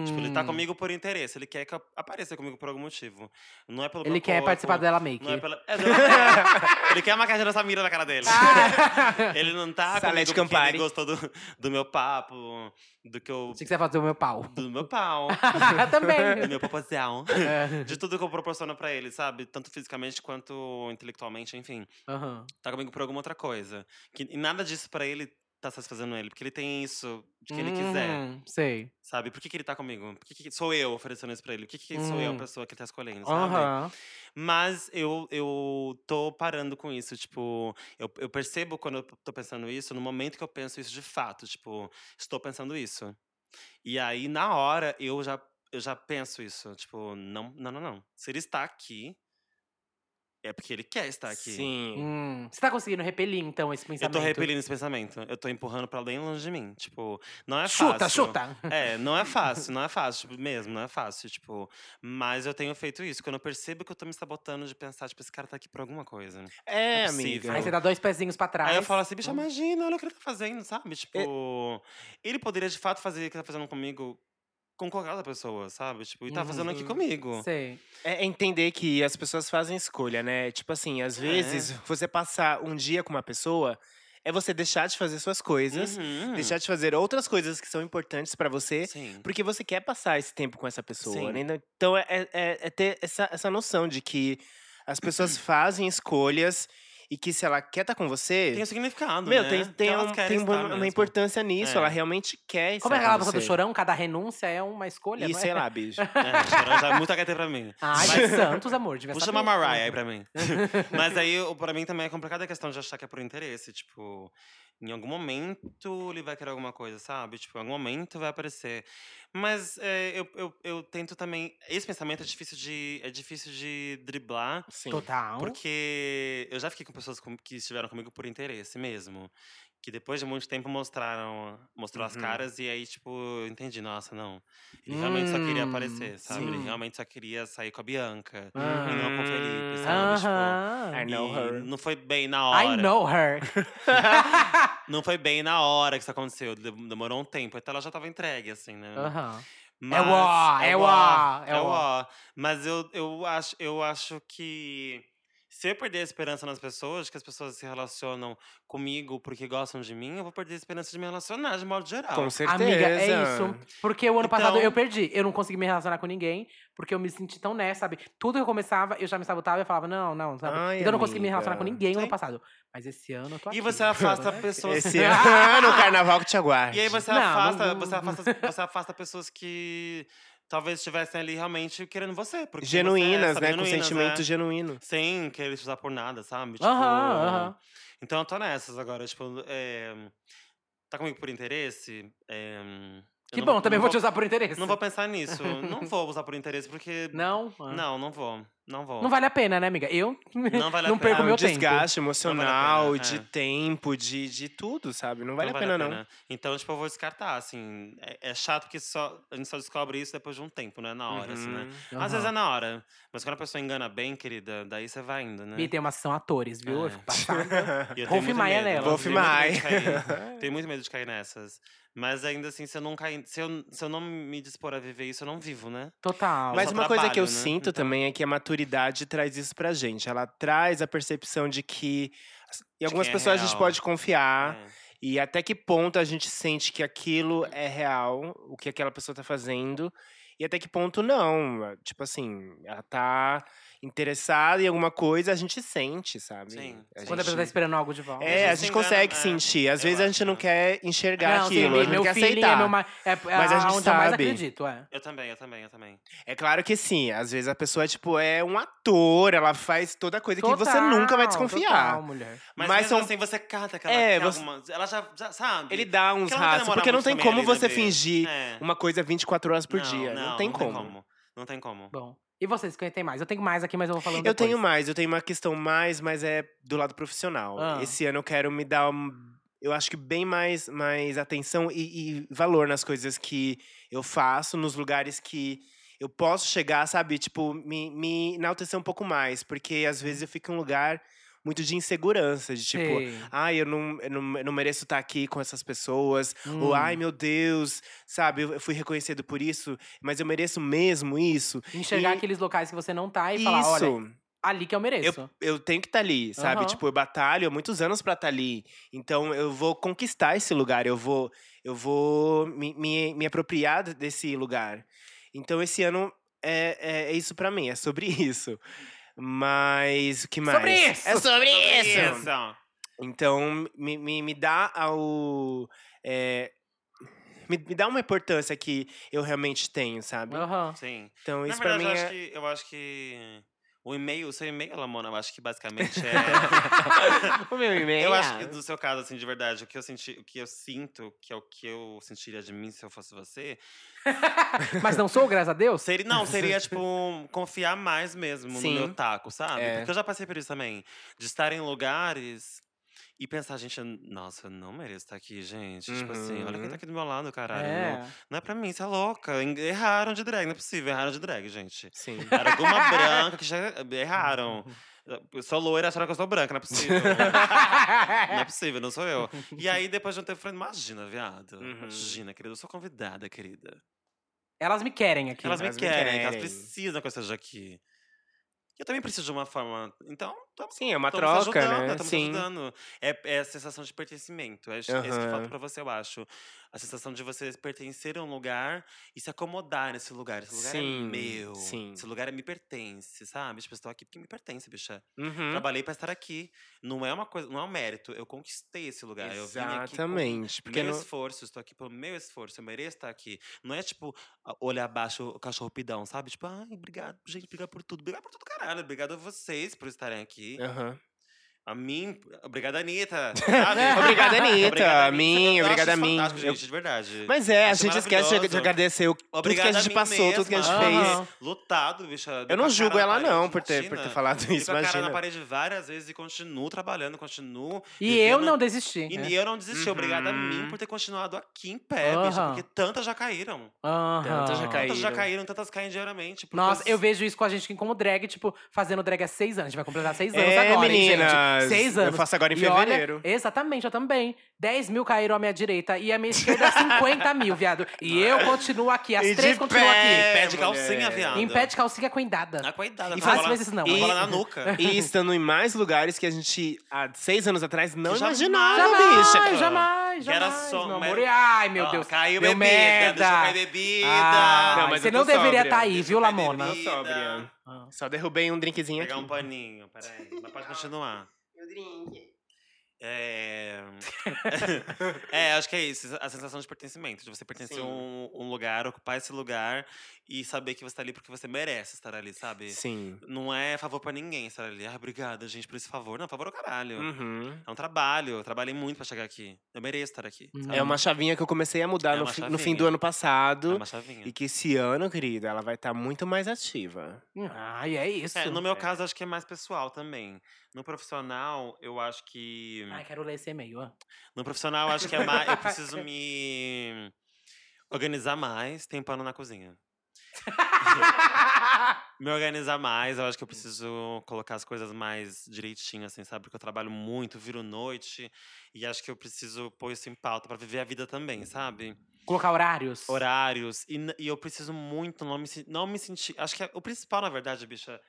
A: Tipo, ele tá
C: Hum,
A: comigo por interesse. Ele quer que eu apareça comigo por algum motivo. Não é pelo
C: Ele
A: meu
C: quer
A: corpo,
C: participar dela make.
A: Não é pela... É, não, ele quer a maquiagem da Samira na cara dele. *laughs*
C: *laughs* Ah!
A: Ele não tá
B: Salete
A: comigo porque
B: Campari.
A: ele gostou do, do meu papo, do que eu...
C: Achei que você ia fazer o meu pau. *laughs*
A: Do meu pau, do *laughs*
C: Também.
A: meu proposal.
C: É.
A: De tudo que eu proporciono pra ele, sabe? Tanto fisicamente quanto intelectualmente, enfim.
C: Aham.
A: Tá comigo por alguma outra coisa. Que, e nada disso pra ele tá satisfazendo ele. Porque ele tem isso de que ele quiser.
C: Hum, Sei.
A: Sabe? Por que, que ele tá comigo? Por que, que sou eu oferecendo isso pra ele? Por que, que sou eu
C: Hum.
A: a pessoa que ele tá escolhendo, sabe?
C: Aham.
A: Mas eu, eu tô parando com isso. Tipo, eu, eu percebo quando eu tô pensando isso, no momento que eu penso isso de fato. Tipo, estou pensando isso. E aí, na hora, eu já, eu já penso isso. Tipo, não, não, não, não. Se ele está aqui, é porque ele quer
B: tá
A: estar aqui.
B: Sim.
C: Hum. Você tá conseguindo repelir, então, esse
A: Eu
C: pensamento?
A: tô repelindo esse pensamento. Eu tô empurrando pra bem longe de mim. Tipo, não é
C: Chuta,
A: fácil.
C: chuta!
A: É, não
C: *laughs*
A: é fácil, não é fácil, tipo, mesmo, não é fácil, tipo. Mas eu tenho feito isso, quando eu percebo que eu tô me sabotando de pensar, tipo, esse cara tá aqui por alguma coisa.
B: É,
A: é
B: amiga.
A: possível.
C: Aí você dá dois pezinhos pra trás.
A: Aí eu falo assim, bicho,
C: Hum.
A: imagina, olha o que ele tá fazendo, sabe? Tipo, ele poderia de fato fazer o que tá fazendo comigo com qualquer outra pessoa, sabe? Tipo, e tá fazendo aqui
B: Uhum.
A: comigo.
C: Sei.
B: É entender que as pessoas fazem escolha, né? Tipo assim, às vezes você passar um dia com uma pessoa é você deixar de fazer suas coisas,
A: Uhum.
B: deixar de fazer outras coisas que são importantes pra você,
A: Sim.
B: porque você quer passar esse tempo com essa pessoa.
A: Sim.
B: Né? Então é, é- é- é ter essa, essa noção de que as *clears throat* pessoas fazem escolhas e que se ela quer estar com você.
A: Tem um significado,
B: Meu,
A: né?
B: tem,
A: Que
B: tem,
A: elas
B: um-
A: querem
B: tem
A: estar
B: uma, uma
A: mesmo.
B: importância nisso.
A: É.
B: Ela realmente quer
C: Como é
B: estar
C: aquela
B: com
C: música do
B: você.
C: Chorão? Cada renúncia é uma escolha,
B: E
C: não
B: sei
C: é?
B: lá,
C: *laughs*
B: bicho.
A: É, chorão já é muito HT pra mim.
C: Ai,
A: Mas-
C: Santos, amor, devia
A: Vou
C: saber. é
A: chamar Mariah aí pra mim.
C: *laughs*
A: Mas aí, o- pra mim também é complicada a questão de achar que é por interesse. Tipo, em algum momento ele vai querer alguma coisa, sabe? Tipo, em algum momento vai aparecer. Mas é, eu, eu, eu tento também. Esse pensamento é difícil de, é difícil de driblar.
B: Sim.
C: Total.
A: Porque eu já fiquei com pessoas com- que estiveram comigo por interesse mesmo. Que depois de muito tempo mostraram mostrou as
B: Uhum.
A: caras e aí, tipo, eu entendi, nossa, não. Ele realmente só queria
C: Hum,
A: aparecer, sabe?
C: sim.
A: Ele realmente só queria sair com a Bianca. E
C: Aham.
A: não com o Felipe, sabe? Tipo,
C: Aham.
B: I know
A: e
B: her.
A: Não foi bem na hora.
C: I know her.
A: Não foi bem na hora que isso aconteceu. de- Demorou um tempo. Então ela já tava entregue, assim, né?
C: Aham.
A: Mas-
C: É uó, é uó, é
A: é
C: uó.
A: uó. Mas eu, eu, acho, eu acho que se eu perder a esperança nas pessoas, que as pessoas se relacionam comigo porque gostam de mim, eu vou perder a esperança de me relacionar de modo geral.
B: Com certeza.
C: Amiga, é isso. Porque o ano passado
A: Então-
C: eu perdi. Eu não consegui me relacionar com ninguém, porque eu me senti tão nessa, sabe? Tudo que eu começava, eu já me sabotava e falava, não, não, sabe?
B: Ai,
C: então eu não consegui me
B: amiga.
C: relacionar com ninguém no ano
A: Sim.
C: passado. Mas esse ano eu tô aqui. né?
A: E você
C: *laughs*
A: afasta né? pessoas.
B: Esse ano, o carnaval que te aguarde.
A: E aí você
C: Não, não
A: afasta,
C: vou.
A: você afasta, você afasta pessoas que talvez estivessem ali realmente querendo você. Porque você é,
B: Genuínas,
A: sabe,
B: né? com
A: genuínas,
B: sentimento
A: é.
B: genuíno.
A: Sem querer te usar por nada, sabe? Tipo,
C: Aham, aham.
A: Então eu tô nessas agora, tipo, é, tá comigo por interesse? É, eu
C: Que
A: não
C: bom,
A: vou-
C: também
A: não
C: vou te usar por interesse.
A: Não vou pensar nisso. não vou usar por interesse, porque. *laughs*
C: *laughs* Não? Ah.
A: Não, não vou. Não vou.
C: Não vale a pena, né, amiga? Eu
A: Não vale a pena.
C: não perco
B: Ah, um
C: meu tempo.
B: desgaste emocional,
A: pena,
B: de
A: é.
B: tempo, de, de tudo, sabe? Não vale, a pena, não.
A: Então, tipo, eu vou descartar, assim. É, é chato porque só, a gente só descobre isso depois de um tempo, não é na hora, assim, né?
B: Uhum.
A: Às vezes
C: Aham.
A: é na hora. Mas quando a pessoa engana bem, querida, daí você vai indo, né?
C: E tem umas que são atores, viu? Eu
A: É.
C: fico passada.
A: *laughs* E eu tenho
C: Wolf
A: muito
C: Maia
A: medo,
C: nela.
A: eu
B: Wolf
A: tenho muito medo de
B: Maia.
A: cair. Tenho muito medo de cair nessas. Mas ainda assim, se eu não cair, se eu, se eu não me dispor a viver isso, eu não vivo, né?
C: Total.
B: Mas
A: só
B: uma coisa que eu
A: trabalho, né?
B: sinto
A: Então.
B: também é que a maturidade traz isso pra gente. Ela traz a percepção de que assim, em algumas
A: que é
B: pessoas a gente
A: real.
B: pode confiar
A: É.
B: e até que ponto a gente sente que aquilo é real, o que aquela pessoa tá fazendo, e até que ponto não. Tipo assim, ela tá interessada em alguma coisa, a gente sente, sabe?
A: Sim,
B: A
A: sim.
C: Quando a pessoa tá
B: gente-
C: esperando algo de volta.
B: É,
A: A
B: a
A: gente
B: gente
A: se engana,
B: consegue
A: é,
B: sentir. Às
A: eu
B: vezes a
A: acho,
B: gente não
A: né?
B: quer enxergar
C: Não, sim,
B: aquilo, a gente não
C: meu
B: quer
C: feeling
B: aceitar.
C: É, meu, ma- é, é
B: Mas a gente
C: onde eu mais
B: sabe.
C: acredito, é.
A: Eu também, eu também, eu também.
B: É claro que sim, às vezes a pessoa, tipo, é um ator, ela faz toda coisa que você nunca vai desconfiar.
C: total, mulher.
A: Mas,
B: Mas
A: mesmo
B: são-
A: assim, você cata aquela.
B: É,
A: É,
B: você-
A: alguma, ela já, já sabe.
B: Ele dá uns
A: Porque ela não vai
B: rastros,
A: demorar
B: porque não
A: muito
B: tem
A: também
B: como
A: ali, né,
B: você
A: B?
B: fingir
A: É.
B: uma coisa 24 horas por
A: Não,
B: dia, não, tem como.
A: Não tem como.
C: Bom. E vocês que tem mais? Eu tenho mais aqui, mas eu vou falando
B: Eu
C: depois.
B: tenho mais, eu tenho uma questão mais, mas é do lado profissional.
C: Ah.
B: Esse ano eu quero me dar, um- eu acho que bem mais, mais atenção e, e valor nas coisas que eu faço, nos lugares que eu posso chegar, sabe? Tipo, me, me enaltecer um pouco mais, porque às vezes eu fico em um lugar muito de insegurança, de tipo,
C: Uhum. Sei.
B: ai, eu não, eu não, eu não mereço estar aqui com essas pessoas.
C: Hum.
B: Ou, ai, meu Deus, sabe, eu eu fui reconhecido por isso, mas eu mereço mesmo isso.
C: Enxergar
B: e-
C: aqueles locais que você não tá e
B: isso,
C: falar, olha, ali que eu mereço.
B: eu, eu tenho que estar ali, sabe?
C: Aham.
B: Tipo, eu batalho há muitos anos pra estar ali. Então, eu vou conquistar esse lugar, eu vou, eu vou me, me, me apropriar de- desse lugar. Então, esse ano é, é, é isso pra mim, é sobre *laughs* isso. Mas, o que mais?
C: Sobre isso!
B: É sobre isso!
A: Isso.
B: Então, me, me, me dá ao. é, me, me dá uma importância que eu realmente tenho, sabe?
C: Aham.
A: Sim.
B: Então,
A: Na
B: isso pra
A: verdade,
B: mim
A: eu, acho
B: é.
A: que, eu acho que o e-mail, o seu e-mail, Lamona, eu acho que
B: *laughs*
A: basicamente é.
B: *laughs* O meu e-mail. é
A: eu acho que no seu caso, assim, de verdade, o que eu senti, o que eu sinto, que é o que eu sentiria de mim se eu fosse você,
C: Mas não sou, graças a Deus.
A: seria, não,
B: *laughs*
A: seria, tipo, confiar mais mesmo
B: Sim.
A: no meu taco, sabe?
B: É.
A: Porque eu já passei por isso também. De estar em lugares. E pensar, gente, eu- nossa, eu não mereço estar aqui, gente. Tipo assim, olha quem
B: Uhum.
A: tá aqui do meu lado, caralho. Não,
C: É.
A: não é pra mim, você é louca. Erraram de drag, não é possível, erraram de drag, gente. *laughs*
B: Sim.
A: Era alguma branca que já erraram. Eu sou loira, acharam que eu sou branca, não é possível. não é possível, não sou eu. E aí, depois de um tempo, eu falei, imagina, viado.
B: Uhum.
A: Imagina, querida, eu sou convidada, querida.
C: *laughs* Elas me querem aqui.
A: Elas me
B: elas me
A: querem, que elas
B: querem.
A: precisam que eu esteja aqui. E Eu também preciso de uma forma. Então, estamos
B: Sim, é uma
A: Estamos
B: troca,
A: ajudando,
B: né?
A: Estamos
B: Sim.
A: ajudando. É, é a sensação de pertencimento. É, isso é isso que
B: Aham.
A: falta pra você, eu acho. A sensação de você pertencer a um lugar e se acomodar nesse lugar. Esse lugar é
B: Sim,
A: meu.
B: sim.
A: Esse lugar é- me pertence, sabe? Tipo, estou aqui porque me pertence, bicha.
B: Uhum.
A: Trabalhei pra estar aqui. Não é uma coisa, não é um mérito. Eu conquistei esse lugar. É, Eu vim aqui com
B: Exatamente. Porque
A: meu
B: não...
A: esforço, estou aqui pelo meu esforço, eu mereço estar aqui. Não é tipo a- olhar abaixo o cachorro pidão, sabe? Tipo, ai, obrigado, gente, obrigado por tudo. Obrigado por tudo, caralho. Obrigado a vocês por estarem aqui.
B: Aham.
A: A mim, obrigada,
B: *laughs*
A: Anitta. sabe?
B: Obrigada, Anitta.
A: *laughs* Obrigada,
B: A mim,
A: Eu
B: obrigada,
A: acho isso
B: a mim.
A: fantástico,
B: Eu-
A: gente, de verdade.
B: Mas é, a
A: Acho
B: gente esquece de, de
A: maravilhoso.
B: agradecer o, tudo que
A: Obrigada
B: a gente
A: mim
B: passou, tudo que a gente
A: mesma.
B: fez.
C: Aham.
A: Lutado, bicha.
B: Eu não julgo ela, não, por ter, por ter
A: falado
B: falado isso,
A: com a cara na
B: imagina.
A: parede várias vezes e continuo trabalhando, continuo.
C: E eu
A: vivendo-
C: não desisti.
A: E
C: né?
A: eu não desisti. Obrigada a mim
B: Uhum.
A: por ter continuado aqui em pé, bicha,
C: Aham.
A: porque tantas já caíram.
C: Aham.
B: Tantas Então, já
A: Tantas já
B: Caíram.
A: caíram, tantas caem diariamente. por
C: Nossa,
B: Tipo,
A: coisas-
C: eu vejo isso com a gente que como drag, tipo, fazendo drag há seis anos. A gente vai completar seis anos
B: É,
C: agora, hein,
B: meninas.
C: gente? Seis anos.
B: Eu faço agora em
C: E olha,
B: fevereiro.
C: exatamente, eu também. 10 mil caíram à minha direita e a minha esquerda é 50 mil, viado. E eu continuo aqui, as
B: E
C: três
B: de
C: continuam
A: Em
B: pé.
A: é, pé de
B: mulher.
A: calcinha, viado.
C: aqui. Em pé de calcinha coendada.
A: Na coitada,
C: E
A: com a tá
C: faz
A: bola-
C: vezes não.
A: com a
B: E-
A: bola na
B: *laughs*
A: nuca.
B: E estando em mais lugares que a gente, há seis anos atrás, não
A: Que jamais,
B: imaginava,
C: jamais,
B: bicha.
C: jamais, jamais,
A: Que era só
C: meu
A: um
C: amor.
A: mero-
C: E- Ai, meu
A: Ó,
C: Deus.
A: Caiu
C: meu
A: bebida,
C: merda.
A: deixou cair bebida.
C: Ai,
B: Não, mas
C: você
B: eu
C: não
B: tô
C: deveria
B: sóbria.
C: estar aí,
A: Deixa
C: viu,
A: eu cair
C: Lamona?
A: bebida.
B: Tô sóbria.
C: Ah.
B: Só derrubei um drinkzinho aqui.
A: Pegar um paninho, peraí. Mas pode
B: *laughs*
A: continuar.
D: Meu drink.
A: É... *laughs* é, acho que é isso. A sensação de pertencimento. De você pertencer a
B: Sim.
A: um, um lugar, ocupar esse lugar. E saber que você tá ali porque você merece estar ali, sabe?
B: Sim.
A: Não é favor pra ninguém estar ali. Ah, obrigada, gente, por esse favor. Não, favor é o caralho.
B: Uhum.
A: É um trabalho. Eu trabalhei muito pra chegar aqui. Eu mereço estar aqui.
C: Hum.
A: sabe?
B: É uma chavinha que eu comecei a mudar
A: Uhum. É
B: no,
A: uma
B: fi- no fim
A: chavinha.
B: do ano
A: É
B: passado.
A: uma chavinha.
B: E que esse ano, querida, ela vai estar muito mais ativa.
C: Ai, é isso.
A: É, no meu
B: é.
A: caso, acho que é mais pessoal também. No profissional, eu acho que.
C: Ai, quero ler esse e-mail, ó. *laughs*
A: No profissional, acho que é mais. Eu
B: *laughs*
A: preciso me organizar mais, tem pano na cozinha. Me organizar mais, eu acho que eu
B: Hum.
A: preciso colocar as coisas mais direitinho, assim, sabe? Porque eu trabalho muito, viro noite. E acho que eu preciso pôr isso em pauta pra viver a vida também, sabe?
C: Colocar horários.
A: Horários. E, n- e eu preciso muito não me, sen- não me sentir. Acho que é o principal, na verdade, bicha.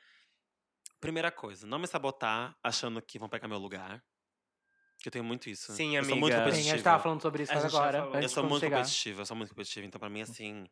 A: Primeira coisa, não me sabotar achando que vão pegar meu lugar. Que eu tenho muito isso.
B: Sim,
A: eu sou muito
B: amiga.
C: Sim, a gente tava
A: competitiva.
C: falando sobre isso
B: A
C: mas
B: gente já
C: agora.
B: falou.
C: antes
A: Eu
C: de
A: sou
C: quando
A: muito
C: chegar.
A: competitiva, eu sou muito competitiva. Então, pra mim, assim.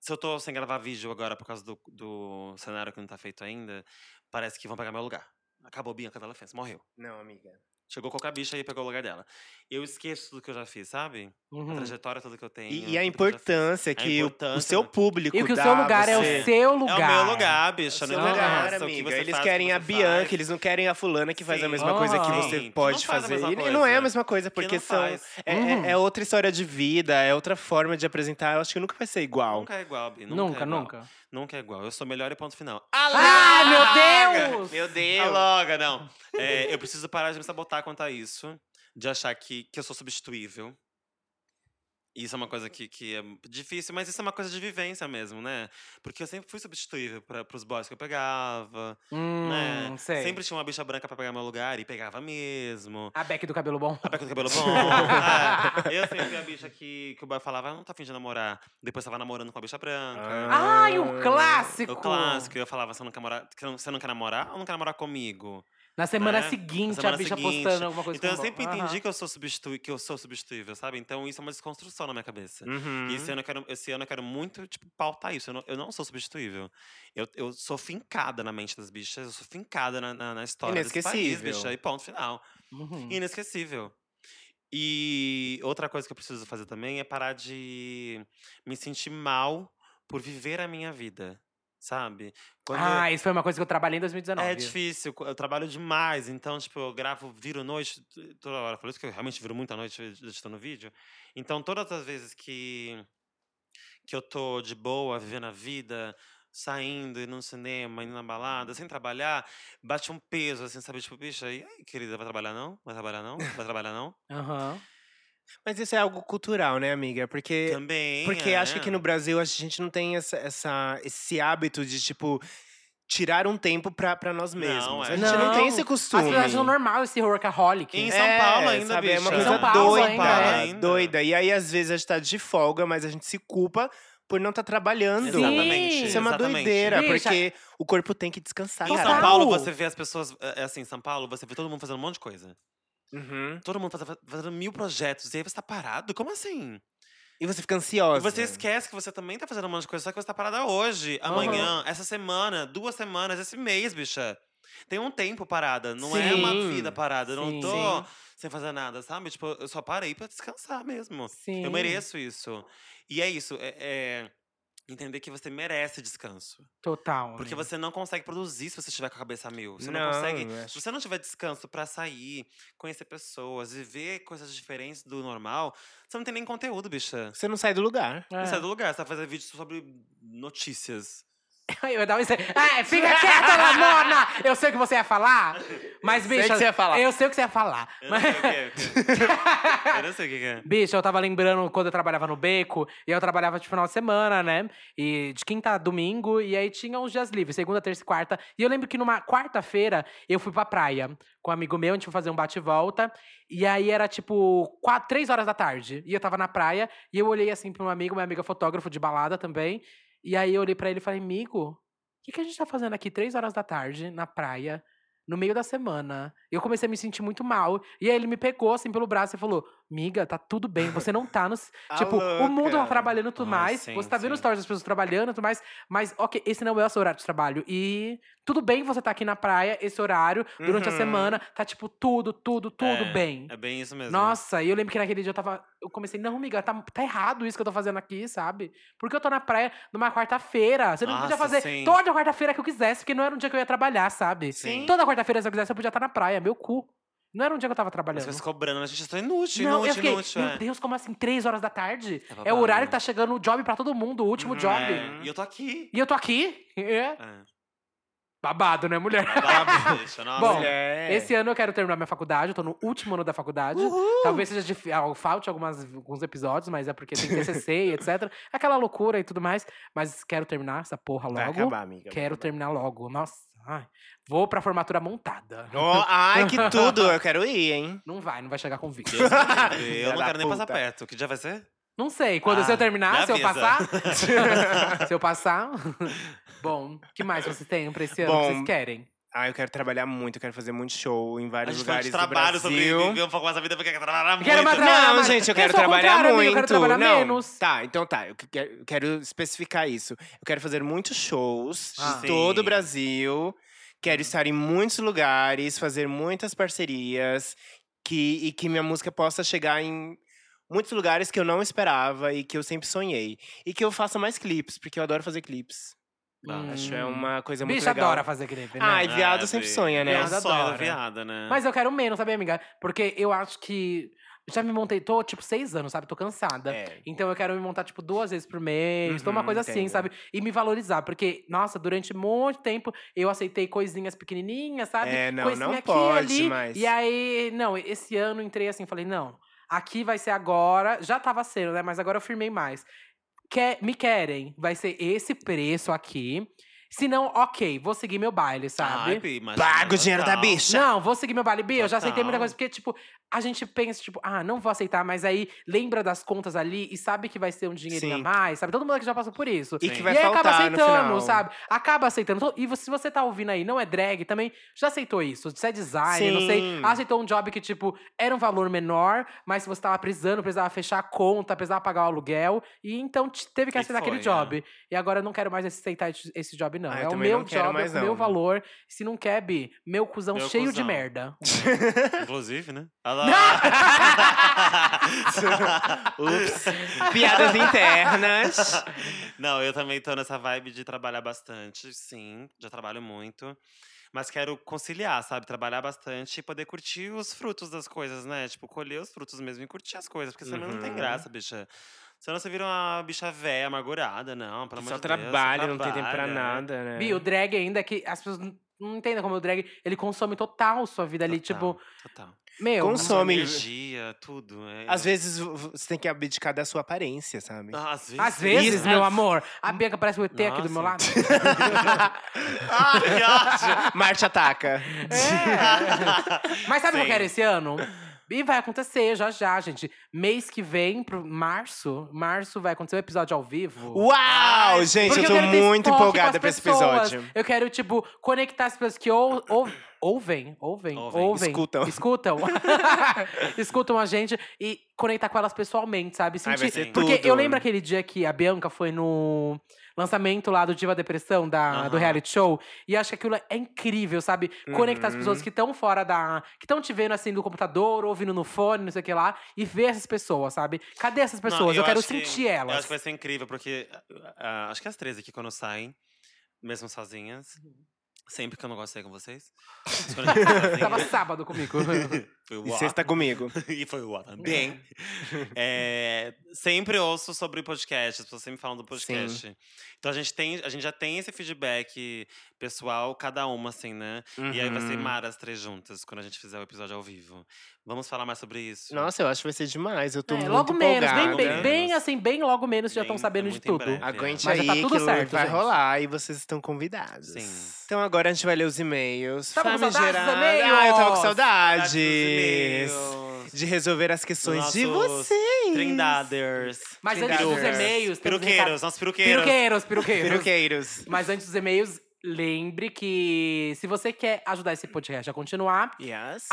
A: Se eu tô sem gravar vídeo agora por causa do, do cenário que não tá feito ainda, parece que vão pegar meu lugar. Acabou Bianca Della Fence, morreu.
B: Não, amiga.
A: Chegou qualquer bicha e pegou o lugar dela. Eu esqueço tudo que eu já fiz, sabe? A
C: Uhum.
A: trajetória toda que eu tenho.
B: Hum. E, é e a
A: tudo que eu já fiz.
B: importância
A: A
B: que o- o
A: importância,
B: seu
A: né?
B: público
C: E o que o
B: dá
C: seu lugar é
B: você.
C: o seu lugar.
A: É o meu lugar, bicha.
B: Seu
A: Não
C: lugar,
A: interessa é o que
B: amiga.
A: você
B: Eles
A: faz, o que
B: querem a
A: você
B: Bianca,
A: faz.
B: eles não querem a fulana que faz a
A: Sim.
B: mesma coisa que
C: Aham.
A: Sim,
B: você
A: que não
B: pode
A: faz a
B: fazer.
A: mesma
B: E não é
A: coisa.
B: a mesma coisa,
A: Que não
B: porque são.
A: faz.
B: É,
C: Uhum.
B: é- é outra história de vida, é outra forma de apresentar. Eu acho que nunca vai ser igual.
A: Nunca é igual, Bi. Nunca,
C: Nunca,
A: é igual.
C: nunca.
A: Nunca é igual. Eu sou melhor e ponto final.
C: Ai,
B: Droga!
C: Ah, meu Deus!
B: Meu
A: Ah,
B: Deus!
A: logo, não. É, eu preciso parar de me sabotar quanto a isso. De achar que, que eu sou substituível. Isso é uma coisa que, que é difícil, mas isso é uma coisa de vivência mesmo, né? Porque eu sempre fui substituível para os boys que eu pegava.
C: Hum,
A: né?
C: sei.
A: Sempre tinha uma bicha branca pra pegar meu lugar e pegava mesmo.
C: A Beck do cabelo bom.
A: A Beca do *laughs* cabelo bom. né? Eu sempre fui a bicha que, que o boy falava, "Ah, não tá fingindo namorar. Depois tava namorando com a bicha
C: Ah.
A: branca.
C: Ai, o clássico!
A: Ah, O clássico. E Eu falava, você não quer, morar, que não- você não quer namorar ou não quer namorar comigo?
C: Na semana
A: né?
C: seguinte,
A: Na semana
C: a bicha
A: seguinte.
C: postando alguma coisa
A: então eu
C: com o
A: sempre
C: bom.
A: entendi
C: Aham.
A: que eu, sou substitui- que eu sou substituível, sabe? Então isso é uma desconstrução na minha cabeça.
B: Uhum.
A: E esse ano eu quero, esse ano eu quero muito, tipo, pautar isso. Eu não, eu não sou substituível. Eu, eu sou fincada na mente das bichas, eu sou fincada na, na, na história desse país,
B: Inesquecível.
A: bicha. E ponto final.
C: Uhum.
A: Inesquecível. E outra coisa que eu preciso fazer também é parar de me sentir mal por viver a minha vida, sabe? Quando eu-
C: Ah, isso foi uma coisa que eu trabalhei em 2019.
A: é difícil, co- eu trabalho demais, então, tipo, eu gravo, viro noite t- toda hora. Por isso que eu realmente viro muita noite ed- editando vídeo. Então, todas as vezes que, que eu tô de boa, vivendo a vida, saindo, indo no cinema, indo na balada, sem trabalhar, bate um peso, assim, sabe? Tipo, bicha, e aí, querida, vai trabalhar não? Vai trabalhar não? Vai trabalhar não?
C: Aham.
B: Mas isso é algo cultural, né, amiga? Porque
A: Também.
B: Porque
A: é.
B: acho que no Brasil a gente não tem essa, essa- esse hábito de, tipo, tirar um tempo pra, pra nós
A: Não,
B: mesmos.
A: é.
B: a gente não,
C: Não.
B: tem esse
C: As
B: costume.
C: pessoas acham normal esse workaholic.
A: Em
B: É,
A: São Paulo ainda,
B: sabe, É
A: bicha.
B: uma coisa
C: São Paulo
B: doida,
C: ainda, é.
A: ainda.
B: doida. E aí, às vezes, a gente tá de folga, mas a gente se culpa por não estar trabalhando.
A: Exatamente.
B: Isso é uma
A: exatamente.
B: doideira,
C: Bicha.
B: porque o corpo tem que descansar.
A: Em São
B: cara.
A: Paulo,
C: Total.
A: você vê as pessoas. é- é Assim, em São Paulo, você vê todo mundo fazendo um monte de coisa.
B: Uhum.
A: Todo mundo fazendo, fazendo mil projetos e aí você tá parado? Como assim?
B: E você fica
A: E
B: ansiosa.
C: é.
A: você esquece que você também tá fazendo um monte de coisa, só que você tá parada hoje, amanhã, essa semana, duas semanas, esse mês, bicha. Tem um tempo parada, não é uma
B: Sim,
A: vida parada. Eu não
C: sim.
A: tô sem fazer nada, sabe? Tipo, eu só parei pra descansar mesmo.
C: Sim.
A: Eu mereço isso. E é isso, é- é entender que você merece descanso.
C: Total.
A: Porque
C: né?
A: você não consegue produzir se você estiver com a cabeça a mil. Você não,
B: Não,
A: consegue.
B: acho
A: Se você não tiver descanso pra sair, conhecer pessoas, viver coisas diferentes do normal, você não tem nem conteúdo, bicha.
B: Você não sai do lugar.
A: Você
C: É.
A: sai do lugar, você vai fazer vídeo sobre notícias.
C: *laughs* Eu ia dar um... É, fica quieta, Lamona! Eu sei o que você ia falar, mas, bicha... é,
B: que você ia falar.
C: Eu sei o que você ia falar.
A: Eu não
C: Mas...
A: sei o que é. o
C: *laughs*
A: que é. Eu não sei o que que é.
C: Bicho, eu tava lembrando quando eu trabalhava no Beco, e eu trabalhava de final de semana, né? E de quinta a domingo, e aí tinha uns dias livres, segunda, terça e quarta. E eu lembro que numa quarta-feira eu fui pra praia com um amigo meu, a gente foi fazer um bate-volta. E aí era tipo quatro, três horas da tarde. E eu tava na praia, e eu olhei assim pra um amigo, meu amigo é fotógrafo de balada também. E aí eu olhei pra ele e falei, amigo, o que, que a gente tá fazendo aqui três horas da tarde na praia? No meio da semana, eu comecei a me sentir muito mal. E aí ele me pegou assim pelo braço e falou: Miga, tá tudo bem, você não tá no.
A: *laughs*
C: tipo, o mundo tá
B: louca.
C: trabalhando e tudo
A: Ah,
C: mais.
A: sim,
C: você tá vendo
A: sim.
C: os stories das pessoas trabalhando e tudo mais. Mas, ok, esse não é o seu horário de trabalho. E tudo bem você tá aqui na praia, esse horário, durante a
B: Uhum.
C: semana. Tá, tipo, tudo, tudo, tudo bem.
A: É bem isso mesmo.
C: Nossa, e eu lembro que naquele dia eu tava. Eu comecei, não, amiga, tá, tá errado isso que eu tô fazendo aqui, sabe? Porque eu tô na praia numa quarta-feira. Você não
A: Nossa,
C: podia fazer
A: sim.
C: toda quarta-feira que eu quisesse, porque não era um dia que eu ia trabalhar, sabe?
A: Sim.
C: Toda quarta-feira, se eu quisesse, eu podia estar na praia, meu cu. Não era um dia que eu tava trabalhando.
A: As pessoas cobrando, a gente está inútil,
C: Não, eu
A: inútil,
C: fiquei,
A: inútil.
C: meu
A: é.
C: Deus, como assim? Três horas da tarde?
A: É
C: É, o
A: babado,
C: horário
A: né?
C: que tá chegando o job pra todo mundo, o último
B: Uhum,
C: job.
A: É, E eu tô aqui.
C: E eu tô aqui? É.
A: É.
C: *laughs* Babado, né, mulher?
A: Babado, bicha, nossa.
C: Bom,
B: Mulher.
C: Esse ano eu quero terminar minha faculdade, eu tô no último ano da faculdade. Talvez seja difí- ah, falte algumas, alguns episódios, mas é porque tem TCC
B: *laughs*
C: e etc. Aquela loucura e tudo mais. Mas quero terminar essa porra
B: Vai
C: logo.
B: acabar, amiga.
C: Quero terminar logo. Nossa, ai. vou pra formatura montada.
B: Oh,
C: *laughs*
B: ai, que tudo! Eu quero ir, hein?
C: Não vai, não vai chegar
B: *laughs*
C: convite.
A: Deus me livre, eu
B: Filha
A: não
B: da
A: quero nem passar
B: puta.
A: perto. Que dia vai ser?
C: Não sei, quando
A: Ah,
C: se eu
A: me
C: terminar, se eu
A: avisa.
C: passar.
B: *laughs*
C: se eu passar. *laughs* Bom, o que mais vocês têm pra esse ano
B: Bom,
C: que vocês querem?
B: Ah, eu quero trabalhar muito, eu quero fazer muito show em
A: A
B: vários
A: gente fala
B: lugares
A: de
B: do
A: trabalho sobre
B: Brasil.
A: viver um pouco mais a vida, porque quer trabalhar muito.
C: Quero uma tra- trabalhar
B: Não,
C: mais.
B: gente, eu
C: Eu
B: quero
C: sou o
B: trabalhar
C: contrário,
B: muito.
C: amigo, eu quero trabalhar
B: não.
C: menos.
B: Tá, então tá. Eu que- quero, quero especificar isso. Eu quero fazer muitos shows
C: Ah.
B: de todo o
A: Sim.
B: Brasil. Quero estar em muitos lugares, fazer muitas parcerias. Que, e que minha música possa chegar em muitos lugares que eu não esperava e que eu sempre sonhei. E que eu faça mais clipes, porque eu adoro fazer clipes.
A: Hum.
B: Acho que é uma coisa muito
C: Bicha
B: legal.
C: adora fazer gripe, né?
B: Ai, viado sempre
A: bi.
B: sonha, né?
A: É o
C: Viado
A: sonho da
C: adora.
A: viada, né?
C: Mas eu quero menos, sabe, amiga? Porque eu acho que. Já me montei, tô tipo seis anos, sabe? Tô cansada.
B: É.
C: Então eu quero me montar, tipo, duas vezes por mês, tô uma
B: Uhum,
C: coisa assim,
B: entendo.
C: sabe? E me valorizar. Porque, nossa, durante muito tempo eu aceitei coisinhas pequenininhas, sabe?
B: É, não,
C: Coisinha
B: não
C: aqui,
B: pode
C: ali.
B: mais.
C: E aí, não, esse ano entrei assim, falei, não. Aqui vai ser agora. Já tava sendo, né? Mas agora eu firmei mais. Quer, me querem. Vai ser esse preço aqui. Se não, ok, vou seguir meu
B: Ah,
C: baile, sabe?
A: Ai, Pi, é imagina,
B: Paga o dinheiro da
A: total.
B: bicha.
C: Não, vou seguir meu baile B, eu já aceitei muita
A: Total.
C: coisa. Porque, tipo, a gente pensa, tipo, ah, não vou aceitar, mas aí lembra das contas ali e sabe que vai ser um dinheirinho
B: Sim.
C: a mais, sabe? Todo mundo que já passou por isso.
B: E
A: Sim.
B: que vai
C: assim, e aí
B: faltar
C: acaba
B: no
C: aceitando,
B: final.
C: sabe? Acaba aceitando. Então, E vo- se você tá ouvindo aí, não é drag, também já aceitou isso. Se é designer, não sei.
B: Sim.
C: Aceitou um job que, tipo, era um valor menor, mas se você tava precisando, precisava fechar a conta, precisava pagar o aluguel. E então te- teve que
A: E
C: aceitar
A: foi,
C: aquele
A: né?
C: job. E agora eu não quero mais aceitar esse esse job, não.
B: é. Ah, eu
C: é o
B: também
C: meu
B: não quero
C: job,
B: mais
C: é o meu
B: não.
C: valor. Se não quer, Bi, meu cuzão
A: Meu
C: cheio de
A: cuzão.
C: merda.
A: Inclusive,
B: *laughs*
A: né? Olha *laughs* lá.
B: Ups. *laughs* Piadas
A: *laughs*
B: internas.
A: Não, eu também tô nessa vibe de trabalhar bastante, sim. Já trabalho muito. Mas quero conciliar, sabe? Trabalhar bastante e poder curtir os frutos das coisas, né? Tipo, colher os frutos mesmo e curtir as coisas. Porque senão não tem
B: Uhum.
A: graça, bicha. Senão você vira uma bicha velha, amargurada, não. Pelo amor
B: Só
A: de Deus, só
B: trabalho, não tem tempo pra
A: trabalha.
B: nada, né?
C: Bi, o drag ainda é que as pessoas n- não entendem como o drag, ele consome total sua vida ali.
A: Total,
C: Tipo,
A: Total.
C: meu.
B: Consome. Some.
A: Energia, tudo. é-
B: Às vezes v- v- você tem que abdicar da sua aparência, sabe?
A: Ah, Às vezes.
C: Às vezes,
A: *laughs*
B: Isso,
C: meu
B: né?
C: amor, a Bianca parece um ET aqui do meu lado.
A: Nossa. Ah, que ódio!
B: *laughs* Marte ataca. *laughs*
C: É. Mas sabe o que eu
A: Sim.
C: quero esse ano? E vai acontecer já já, gente. Mês que vem, pro março, março vai acontecer um episódio ao vivo.
B: Uau, gente,
C: Porque
B: eu tô
C: quero ter
B: muito
C: estoque
B: empolgada
C: pras
B: pra esse
C: pessoas.
B: episódio.
C: Eu quero, tipo, conectar as pessoas que ou, ou- ouvem, ouvem,
A: Ouvem.
C: ouvem.
B: Escutam.
C: Escutam.
A: *laughs*
C: escutam a gente e conectar com elas pessoalmente, sabe?
B: Ai, vai
C: Sentir.
B: ser
C: Porque
B: tudo.
C: eu lembro aquele dia que a Bianca foi no lançamento lá do Diva Depressão, da, do
A: Aham.
C: reality show. E acho que aquilo é incrível, sabe?
A: Uhum.
C: Conectar as pessoas que estão fora da. que estão te vendo assim do computador, ouvindo no fone, não sei o que lá, e ver essas pessoas, sabe? Cadê essas
A: Não,
C: pessoas? eu, quero
A: acho que-
C: sentir
A: Eu acho
C: elas.
A: que vai ser incrível, porque ah, ah, acho que as três aqui, quando saem, mesmo sozinhas,
B: Uhum.
A: sempre que eu não gosto de sair com
B: *laughs*
A: vocês. mas quando eu fico
C: Tava
A: sozinha,
C: sábado comigo.
A: *laughs* foi o
B: E tá Uhum.
A: ó.
B: sexta comigo.
A: e foi o ó também. É, sempre ouço sobre podcast, as pessoas sempre falam do podcast. Então a gente, tem, a gente já tem esse feedback pessoal, cada uma, assim, né? *laughs* E aí vai ser
B: Uhum.
A: mara as três juntas, quando a gente fizer o episódio ao vivo. Vamos falar mais sobre isso?
B: Nossa, eu acho que vai ser demais. Eu tô
C: É,
B: muito né?
C: logo menos,
B: empolgada.
C: bem, bem,
A: Menos.
C: bem assim, bem logo menos já
A: Bem-
C: estão sabendo de
A: muito em
C: tudo.
A: breve.
B: Aguente
C: Mas já
B: aí,
C: tá tudo
B: que
C: certo,
B: vai
C: gente.
B: rolar e vocês estão convidados.
A: Sim.
B: Então agora a gente vai ler os e-mails.
C: Tava com saudade dos
B: Famigerado.
C: e-mails!
B: Ah, eu tava com
A: Saudades dos
B: saudades.
A: e-mails.
B: De resolver as questões de
A: Nossos
B: vocês.
A: Trindaders.
C: Mas antes
B: Perucas.
C: dos e-mails, temos um recado-
A: Peruqueiros, nossos peruqueiros.
C: Peruqueiros, peruqueiros.
B: Peruqueiros.
C: Mas antes dos e-mails, lembre que se você quer ajudar esse podcast a continuar,
B: Yes.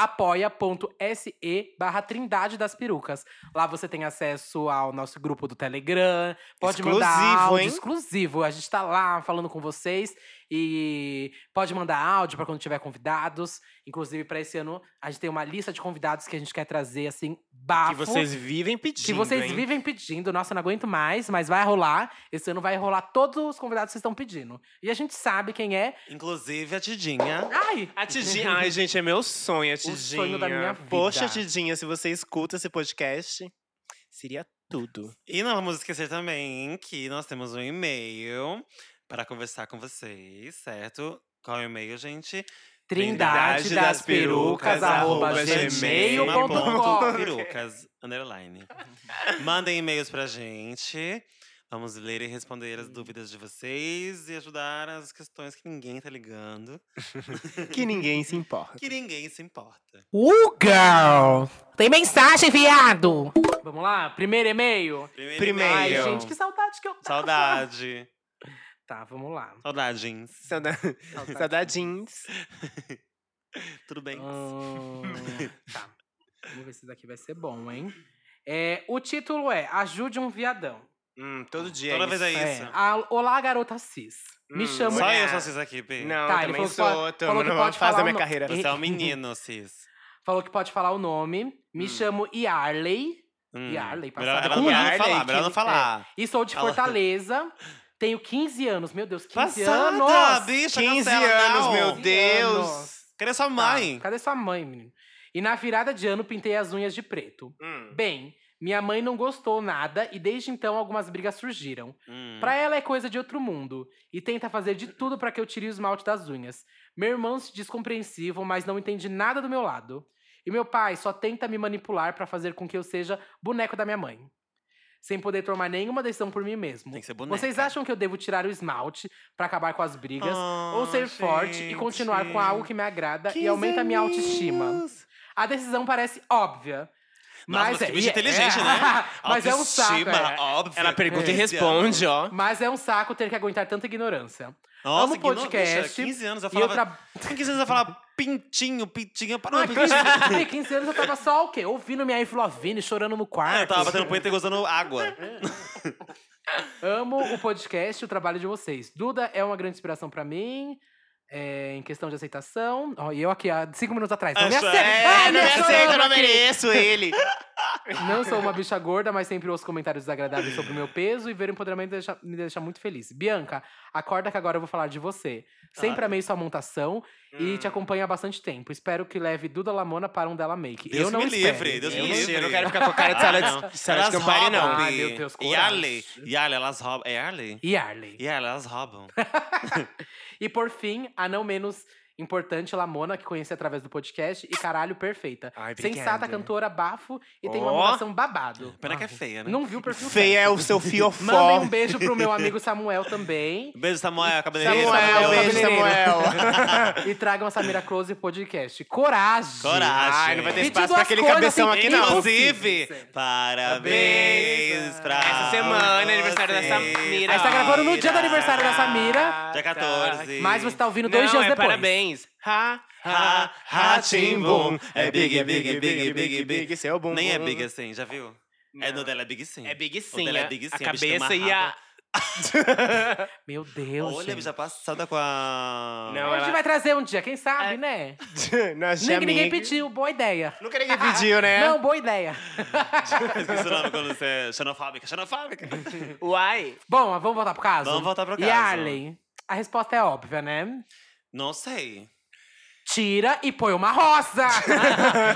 C: apoia.se barra Trindade das Perucas. Lá você tem acesso ao nosso grupo do Telegram. Pode mandar
B: Exclusivo,
C: áudio
B: hein?
C: exclusivo. A gente tá lá falando com vocês e pode mandar áudio para quando tiver convidados. Inclusive, para esse ano, a gente tem uma lista de convidados que a gente quer trazer, assim, bafo.
B: Que vocês vivem pedindo.
C: Que vocês
B: hein?
C: vivem pedindo. Nossa, eu não aguento mais, mas vai rolar. Esse ano vai rolar todos os convidados que vocês estão pedindo. E a gente sabe quem é.
A: Inclusive a Tidinha.
C: Ai!
B: A Tidinha. Ai, gente, é meu sonho, a Tidinha.
C: sonho da minha vida.
B: Poxa, Tidinha, se você escuta esse podcast, seria tudo.
A: E não vamos esquecer também que nós temos um e-mail para conversar com vocês, certo? Qual é o e-mail, gente?
C: Trindade das perucas, arroba gmail.com.
A: Perucas,
C: *laughs*
A: underline. Mandem e-mails pra gente. Vamos ler e responder as dúvidas de vocês e ajudar as questões que ninguém tá ligando,
B: Que ninguém se *laughs* importa.
A: que ninguém se importa.
C: Uh, girl! Tem mensagem, viado! Vamos lá, primeiro e-mail.
B: Primeiro.
C: Ai,
A: e-mail.
B: Eu.
C: gente, que saudade que eu tava.
A: Saudade.
C: Tá, vamos lá.
A: Saudadinhos.
B: Sauda... Saudadinhos.
A: Tudo bem?
C: Hum, tá. Vamos ver se isso daqui vai ser bom, hein? É, o título é Ajude um Viadão.
B: Hum, todo dia.
A: Toda
B: é
A: vez
B: isso.
A: é isso.
C: É, a- Olá, garota cis. Me
B: Hum,
C: chamo.
A: Só eu
B: Mulher.
A: sou cis aqui, Pi.
B: Não,
C: Tá,
B: tá,
C: ele
B: também
C: falou que
B: sou.
C: pode-
B: Tô
C: falou que
B: numa
C: pode
B: fase
C: falar tá
B: da minha
C: o no-
B: carreira.
A: Você é
C: *laughs*
A: um menino, cis.
C: Falou que pode falar o nome. Me chamo Yarley.
A: Hum.
C: E a Arley,
A: melhor
C: passada
A: ela
B: com
A: melhor
B: Arley,
A: não falar, melhor
B: que-
A: não falar.
C: E sou de
A: Ela-
C: Fortaleza. Tenho 15 anos. Meu Deus, 15
A: Passada,
C: anos!
A: bicha,
B: 15
A: cancela,
B: anos,
A: não.
B: meu Deus.
C: anos.
A: Cadê sua
C: Tá,
A: mãe?
C: cadê sua mãe, menino? E na virada de ano, pintei as unhas de preto.
B: Hum.
C: Bem, minha mãe não gostou nada e desde então algumas brigas surgiram.
A: Hum.
C: Pra ela é coisa de outro mundo e tenta fazer de tudo pra que eu tire o esmalte das unhas. Meu irmão se diz compreensivo, mas não entende nada do meu lado. E meu pai só tenta me manipular pra fazer com que eu seja boneco da minha mãe. Sem poder tomar nenhuma decisão por mim mesmo.
A: Tem que ser boneca.
C: Vocês acham que eu devo tirar o esmalte pra acabar com as brigas?
A: Ah,
C: ou ser forte e continuar com algo que me agrada e aumenta a minha autoestima? A decisão parece óbvia.
A: Nossa,
C: Mas
A: mas
C: é,
A: que bicho
C: e é-
A: inteligente, né?
C: *laughs* Mas é um saco,
A: Autoestima,
C: é.
A: óbvio.
B: Ela pergunta e
A: Quinze anos.
B: responde, ó.
C: Mas é um saco ter que aguentar tanta ignorância.
A: Nossa,
C: Amo
A: que no-
C: podcast,
A: bicha, 15 anos eu
C: E eu
A: falava.
C: tra...
A: *laughs* Com 15 anos eu falava pintinho, pintinho. Para,
C: Não,
A: não, *laughs* pintinho.
C: com 15 anos eu tava só o quê? Ouvindo minha Flovine chorando no quarto.
A: Ah, eu tava batendo punheta e gozando água.
C: Amo o podcast e o trabalho de vocês. Duda é uma grande inspiração pra mim. é, em questão de aceitação. Ó, e eu aqui, há cinco minutos atrás. Não me
A: Essa- *laughs*
C: aceita!
A: é,
C: Ah,
A: não me
C: aceita,
A: aceita,
C: ama aqui!
B: mereço ele.
C: Não sou uma bicha gorda, mas sempre ouço comentários desagradáveis sobre o meu peso e ver o empoderamento deixa- me deixa muito feliz. Bianca, acorda que agora eu vou falar de você.
A: Ah.
C: Sempre amei sua montação e
A: Hum.
C: te acompanho há bastante tempo. Espero que leve Duda Lamona para um dela make.
A: Deus
C: eu não
A: me
C: espero.
A: livre, Deus me
C: Eu não-
A: livre.
B: eu Ah, não quero ficar com a cara de sala de, sala de
A: Ah, Elas
B: Campari,
A: roubam,
B: não.
C: Ai,
A: Bi.
C: Ah, meu Deus, coragem.
A: Yarley, Yarley, elas roubam. É Yarley?
C: E Arley.
A: Yarley, elas roubam.
C: E por fim, a não menos importante, Lamona, que conheci através do podcast, e caralho, perfeita.
B: Ai, obrigado.
C: Sensata, cantora, bafo e tem uma
B: Ó.
C: montação babado.
A: Pena que é feia, né?
C: Não viu o perfil
B: Feia é
C: certo.
B: o seu
A: *laughs*
C: Mandem
B: fiofó.
C: um beijo pro meu amigo Samuel também.
A: Beijo, Samuel, cabeleireiro.
B: Samuel,
A: maravilhoso.
B: beijo, *laughs* Samuel.
C: e tragam a Samira Close pro podcast. Coragem!
A: Coragem.
B: Ai, não vai ter
C: Pedido
B: espaço pra
C: as
B: aquele
C: coisas
B: cabeção aqui, não.
A: assim, Inclusive,
C: Impossível.
A: parabéns pra
B: Essa semana é aniversário da
A: você,
B: Samira.
C: A gente tá gravando no dia do aniversário da Samira.
A: Dia 14.
C: Mas você tá ouvindo dois
B: Não,
C: dias
B: é
C: depois.
B: Parabéns. Ha,
A: Ha, ha, tim, bum. É big, big, big, big, big.
B: Seu bum.
A: Nem é
B: bum.
A: big assim, já viu? É
B: Não.
A: no dela é big sim.
B: É big
A: O
B: sim.
A: dela é
B: a-
A: big
B: a
A: sim, a bicha tem
B: cabeça
A: uma
B: e a...
A: raba.
C: Meu Deus,
A: Olha,
C: gente.
A: já passada com a.
B: Não,
C: A gente
B: ela-
C: vai trazer um dia, quem sabe,
B: É.
C: né?
B: *laughs* Nós
C: Ninguém, ninguém
B: amiga.
C: pediu, boa ideia.
B: Nunca
C: *laughs*
B: ninguém pediu, né?
A: é.
C: Não, boa ideia.
A: *laughs* Esqueci o nome quando você é xenofóbica. *laughs* Xenofóbica!
B: Uai.
C: Bom, mas vamos voltar pro caso?
A: Vamos voltar pro
C: E
A: caso.
C: Arlen, a resposta é óbvia, né?
A: Não sei.
C: Tira e põe
A: *laughs*
C: uma rosa.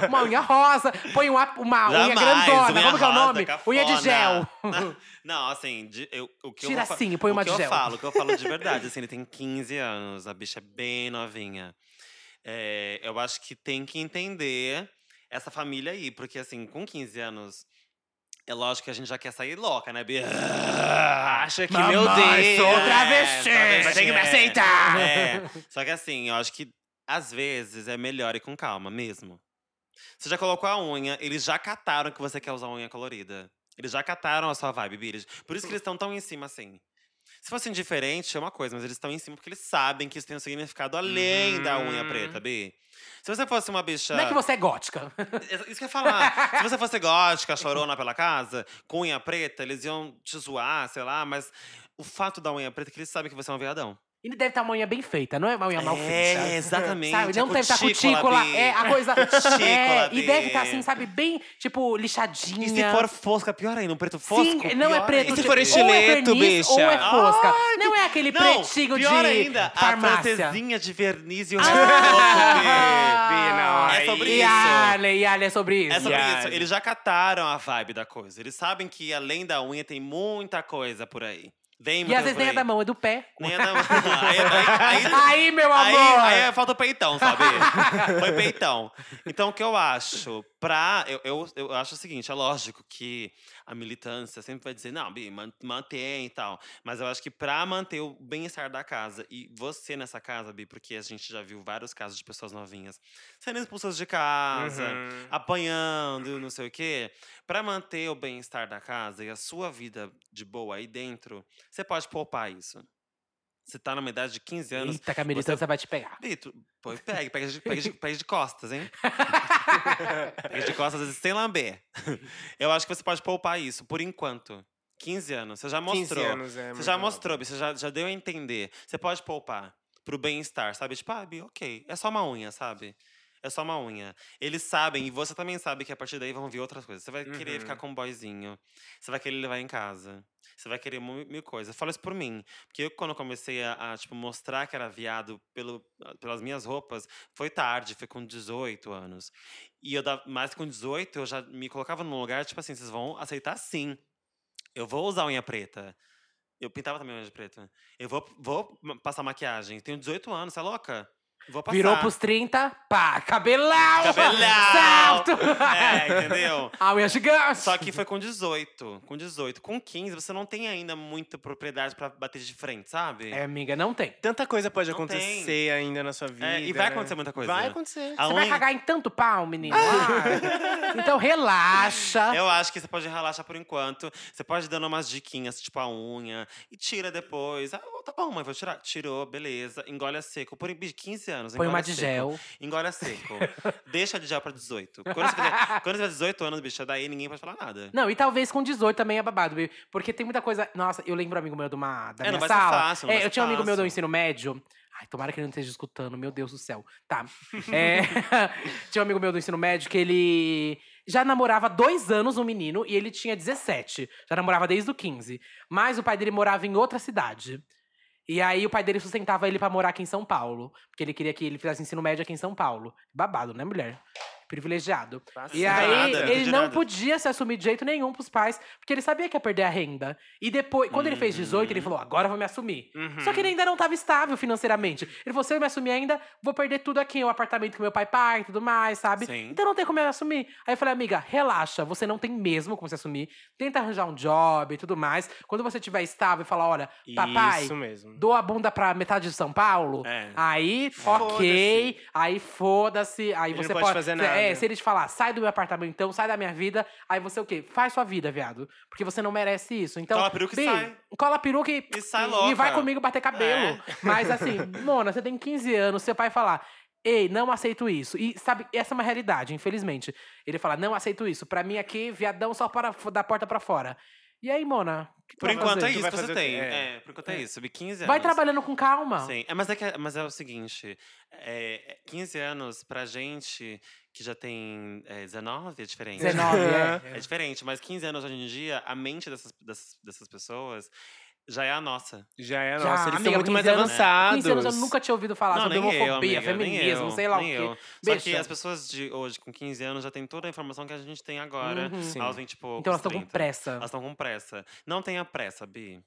C: uma unha rosa. Põe uma, uma unha grandona.
A: unha
C: Como que é o
A: rosa,
C: nome?
A: cafona.
C: Unha de gel.
A: *laughs* Não, assim, de- eu, o que
C: Tira
A: eu vou fa-
C: assim e põe uma
A: o que
C: de
A: eu
C: gel.
A: falo, o que eu falo
C: *laughs*
A: de verdade, assim, ele tem 15 anos, a bicha é bem novinha. É, eu acho que tem que entender essa família aí, porque assim, com 15 anos, é lógico que a gente já quer sair louca, né, Bia?
B: Acha que,
C: Mamãe,
B: meu Deus.
C: sou
A: É,
C: travesti.
A: travesti,
B: Vai ter que me
A: é.
C: *laughs*
B: aceitar.
A: É. Só que assim, eu acho que às vezes é melhor ir com calma mesmo. Você já colocou a unha, eles já cataram que você quer usar unha colorida. Eles já cataram a sua vibe, Billy. Por isso que eles estão tão em cima assim. Se fosse indiferente, é uma coisa, mas eles estão em cima porque eles sabem que isso tem um significado além da unha preta, Bi. Se você fosse uma bicha.
C: Não Uhum. é que você é gótica.
A: Isso que eu ia falar. Se você fosse gótica, chorona pela casa, com unha preta, eles iam te zoar, sei lá, mas o fato da unha preta é que eles sabem que você é um viadão.
C: Ele deve estar uma unha bem feita, não é uma unha mal feita.
A: É, exatamente.
C: Sabe, não
A: a
C: deve estar cutícula,
A: Bi.
C: é
A: *laughs*
C: a coisa.
A: Cutícula,
C: é, e
A: Bi.
C: deve estar assim, sabe, bem, tipo, lixadinha.
A: E se for fosca, pior ainda, um preto fosco.
C: Sim, não é
A: pior
C: preto.
A: ainda.
B: se
C: tipo,
B: for estileto,
C: ou é verniz,
B: bicha?
C: Ou é fosca.
A: Ai,
C: não é aquele
A: Não,
C: pretinho
A: pior
C: de
A: ainda, a
C: farmácia.
A: francesinha de verniz e o resto fosco, Bi.
C: Ah,
B: Bi, não,
A: É sobre
C: e
A: isso.
C: Ale, e Ale, é sobre isso.
A: É sobre
B: Yeah.
A: isso. Eles já cataram a vibe da coisa. Eles sabem que além da unha tem muita coisa por aí. Vem
C: E
A: muita
C: às vezes
A: coisa
C: nem é
A: por
C: da
A: aí.
C: mão, é do pé.
A: Nem é da mão. Aí, aí- aí-
C: Aí, meu
A: Aí,
C: amor!
A: aí é- falta o peitão, sabe? *laughs* Foi peitão. Então, o que eu acho? Pra. Eu, eu, eu acho o seguinte: é lógico que a militância sempre vai dizer, não, Bi, man- mantém e tal. Mas eu acho que pra manter o bem-estar da casa, e você nessa casa, Bi, porque a gente já viu vários casos de pessoas novinhas sendo expulsas de casa,
B: Uhum.
A: apanhando, não sei o quê. Pra manter o bem-estar da casa e a sua vida de boa aí dentro, você pode poupar isso. Você tá numa idade de 15 anos,
C: Eita, que a militância vai te pegar.
A: Bito, pô, pega, pega, de- pega, de- pega de costas, hein? pega de costas, às vezes, sem lamber. Eu acho que você pode poupar isso, por enquanto. 15 anos, você já
B: 15
A: mostrou.
B: anos, é
A: você
B: muito
A: já
B: novo.
A: mostrou, Bi, você já, já deu a entender. Você pode poupar pro bem-estar, sabe? Tipo, ah, Bi, ok, é só uma unha, sabe? É só uma unha. Eles sabem, e você também sabe que a partir daí vão vir outras coisas. Você vai querer
B: Uhum.
A: ficar com um boyzinho. Você vai querer levar em casa. Você vai querer mil, mil coisas. Fala isso por mim. Porque eu, quando eu comecei a, a, tipo, mostrar que era viado pelo, pelas minhas roupas, foi tarde, foi com 18 anos. E eu dava, mas com 18, eu já me colocava num lugar, tipo assim, vocês vão aceitar sim. Eu vou usar unha preta. Eu pintava também unha de preta. Eu vou, vou ma- passar maquiagem. Tenho 18 anos, você é louca? Vou passar.
C: Virou pros 30, pá, cabelão!
A: Cabelão!
C: Salto!
A: É,
C: *laughs*
A: entendeu?
C: A unha gigante!
A: Só que foi com 18. Com 18. Com 15, você não tem ainda muita propriedade pra bater de frente, sabe?
C: É, amiga, não tem.
B: Tanta coisa pode
A: Não
B: acontecer
A: tem.
B: ainda na sua vida.
A: É, e vai
B: né?
A: acontecer muita coisa.
B: Vai acontecer.
A: A
C: Você vai
A: unha-
C: cagar em tanto
A: *laughs*
C: pau, menino? Ah, então relaxa.
A: Eu acho que você pode relaxar por enquanto. Você pode dando umas diquinhas, tipo a unha. E tira depois. Ah, tá bom, mãe, vou tirar. Tirou, beleza. Engole a seco. Por 15 anos,
C: Põe
A: engole
C: uma
A: a
C: de
A: seco.
C: gel.
A: Engole a
C: *laughs*
A: seco. Deixa de gel pra 18. Quando você, fizer, quando você fizer 18 anos, bicha, daí ninguém pode falar nada.
C: Não, e talvez com 18 também é babado, baby. porque tem muita coisa. Nossa, eu lembro um amigo meu de uma da
A: É, não
C: minha
A: vai ser
C: sala.
A: fácil, não
C: é,
A: vai
C: eu
A: ser
C: tinha um amigo meu do
A: fácil.
C: ensino médio. Ai, tomara que ele não esteja escutando, meu Deus do céu.
A: *laughs*
C: Tá. É, *laughs* tinha um amigo meu do ensino médio que ele já namorava há dois anos um menino e ele tinha 17. Já namorava desde o 15. Mas o pai dele morava em outra cidade. E aí o pai dele sustentava ele pra morar aqui em São Paulo. Porque ele queria que ele fizesse ensino médio aqui em São Paulo. Babado, né, mulher? Privilegiado. E aí,
A: Nada,
C: ele
A: de
C: não
A: nada.
C: podia se assumir de jeito nenhum pros pais, porque ele sabia que ia perder a renda. E depois, quando ele fez 18,
A: Uhum.
C: ele falou: agora eu vou me assumir. Só que ele ainda não estava estável financeiramente. Ele falou: se eu me assumir ainda, vou perder tudo aqui, o apartamento que meu pai paga e tudo mais, sabe?
A: Sim.
C: Então não tem como eu assumir. Aí eu falei, amiga, relaxa, você não tem mesmo como se assumir. Tenta arranjar um job e tudo mais. Quando você estiver estável e falar: olha, papai,
B: Isso mesmo.
C: dou a bunda pra metade de São Paulo,
A: É.
C: aí
A: Foda-se.
C: ok, aí foda-se, aí
B: Ele
C: você
B: não pode fazer nada.
C: É, se ele te falar, sai do meu apartamento então, sai da minha vida, aí você o quê? Faz sua vida, viado. Porque você não merece isso. Então,
A: Cola a peruca e
C: Bi,
A: sai.
C: Cola a peruca e,
A: E sai É.
C: E
A: louca.
C: vai comigo bater cabelo.
A: *laughs*
C: Mas assim, Mona, você tem 15 anos, seu pai falar. Ei, não aceito isso. E sabe, essa é uma realidade, infelizmente. Ele fala, não aceito isso. Pra mim aqui, viadão só para da porta pra fora. E aí, Mona? o que tu
A: Por
C: vai
A: enquanto é
C: fazer?
B: Tu
A: isso
B: vai
A: que
B: fazer
A: você
B: o quê?
A: tem.
B: É.
A: É, por enquanto é, isso. Sobre 15 anos.
C: Vai trabalhando com calma.
A: Sim, é, mas, é que- mas é o seguinte: é, 15 anos pra gente que já tem é, 19 é diferente.
C: 19, é.
A: *laughs* É diferente, mas 15 anos hoje em dia, a mente dessas, dessas, dessas pessoas já é a nossa.
B: Já é,
C: Já,
B: nossa. Eles são
C: amiga,
B: muito mais
C: 15 anos-
B: avançados.
C: 15 anos eu nunca tinha ouvido falar sobre homofobia, feminismo, sei lá
A: nem
C: o
A: eu.
C: quê.
A: Só que
C: Bicha.
A: as pessoas de hoje, com 15 anos, já têm toda a informação que a gente tem agora, né?
C: Uhum.
B: Sim.
A: aos 20 e poucos,
C: Então elas estão com
A: 30.
C: pressa.
A: Elas estão com pressa. Não tenha pressa, Bi.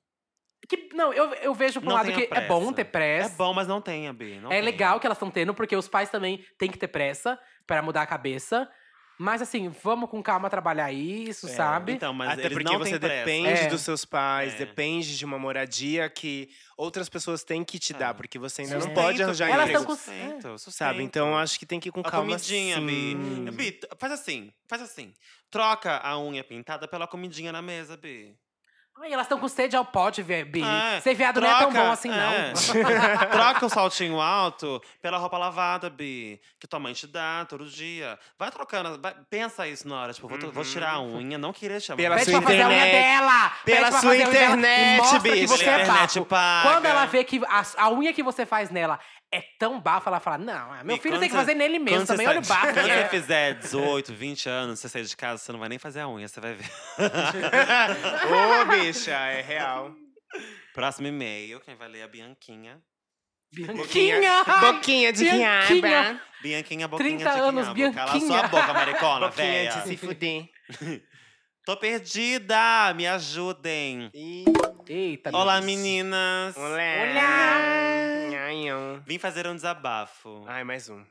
C: Que- não, eu, eu vejo por um
A: Não
C: lado
A: tenha
C: que é
A: pressa.
C: bom ter
A: É
C: pressa.
A: bom, mas não tenha, Bi. não
C: É
A: tenha.
C: legal que elas estão tendo, porque os pais também têm que ter pressa pra mudar a cabeça. Mas assim, vamos com calma trabalhar isso,
B: É,
C: sabe?
A: Então, mas
B: Até
A: eles
B: porque
A: não
B: você
A: têm pressa.
B: depende
C: É.
B: dos seus pais,
A: É.
B: depende de uma moradia que outras pessoas têm que te dar,
A: É.
B: porque você ainda né? não
C: Sustento,
B: pode arranjar
C: Elas
B: emprego.
C: tão com- É.
A: Sustento, sustento.
B: Sabe? Então acho que tem que ir com
A: a
B: calma.
A: comidinha, Bi.
B: sim.
A: Bi, t- faz assim, faz assim. Troca a unha pintada pela comidinha na mesa, Bi.
C: Ai, elas estão com sede ao pote, Bi.
A: É,
C: Ser viado não é tão bom assim, não.
A: é. *laughs* troca o saltinho alto pela roupa lavada, Bi. Que tua mãe te dá todo dia. Vai trocando, vai- pensa isso na hora. Tipo, vou, to- vou tirar a unha, não queria chamar.
B: Pela
C: Pede
B: sua
C: pra fazer a unha
B: internet.
C: dela! Pede
B: Pela
C: pra fazer a
B: sua
C: unha dela e
B: internet,
C: mostra que
B: bicho.
C: você é
A: Internet
C: bafo.
A: paga.
C: Quando ela vê que a, a unha que você faz nela é tão bafo, ela fala, não, ah, meu
A: E
C: filho
A: quando
C: tem que
A: você-
C: fazer nele mesmo
A: quando você
C: também, olha o
A: sai-
C: bafo. que
A: Quando você
C: é.
A: fizer 18, 20 anos, você sair de casa, você não vai nem fazer a unha, você vai ver. *laughs*
B: Ô, bicha, é real.
A: Próximo e-mail, quem vai ler é a Bianquinha.
C: Bianquinha!
B: Boquinha de
C: Bianquinha.
B: quiaba.
A: Bianquinha, boquinha
C: 30
A: de
C: anos,
A: quiabo. Cala
C: Bianquinha.
A: sua boca,
C: *laughs*
A: maricona,
B: Boquinha de
A: velha.
B: se fuder.
A: Tô perdida, me ajudem.
B: Ih,
C: Eita,
A: Olá,
C: bicho.
A: meninas.
B: Olá. Ai, ó.
A: Vim fazer um
C: *laughs*
A: desabafo.
B: Ai, mais um.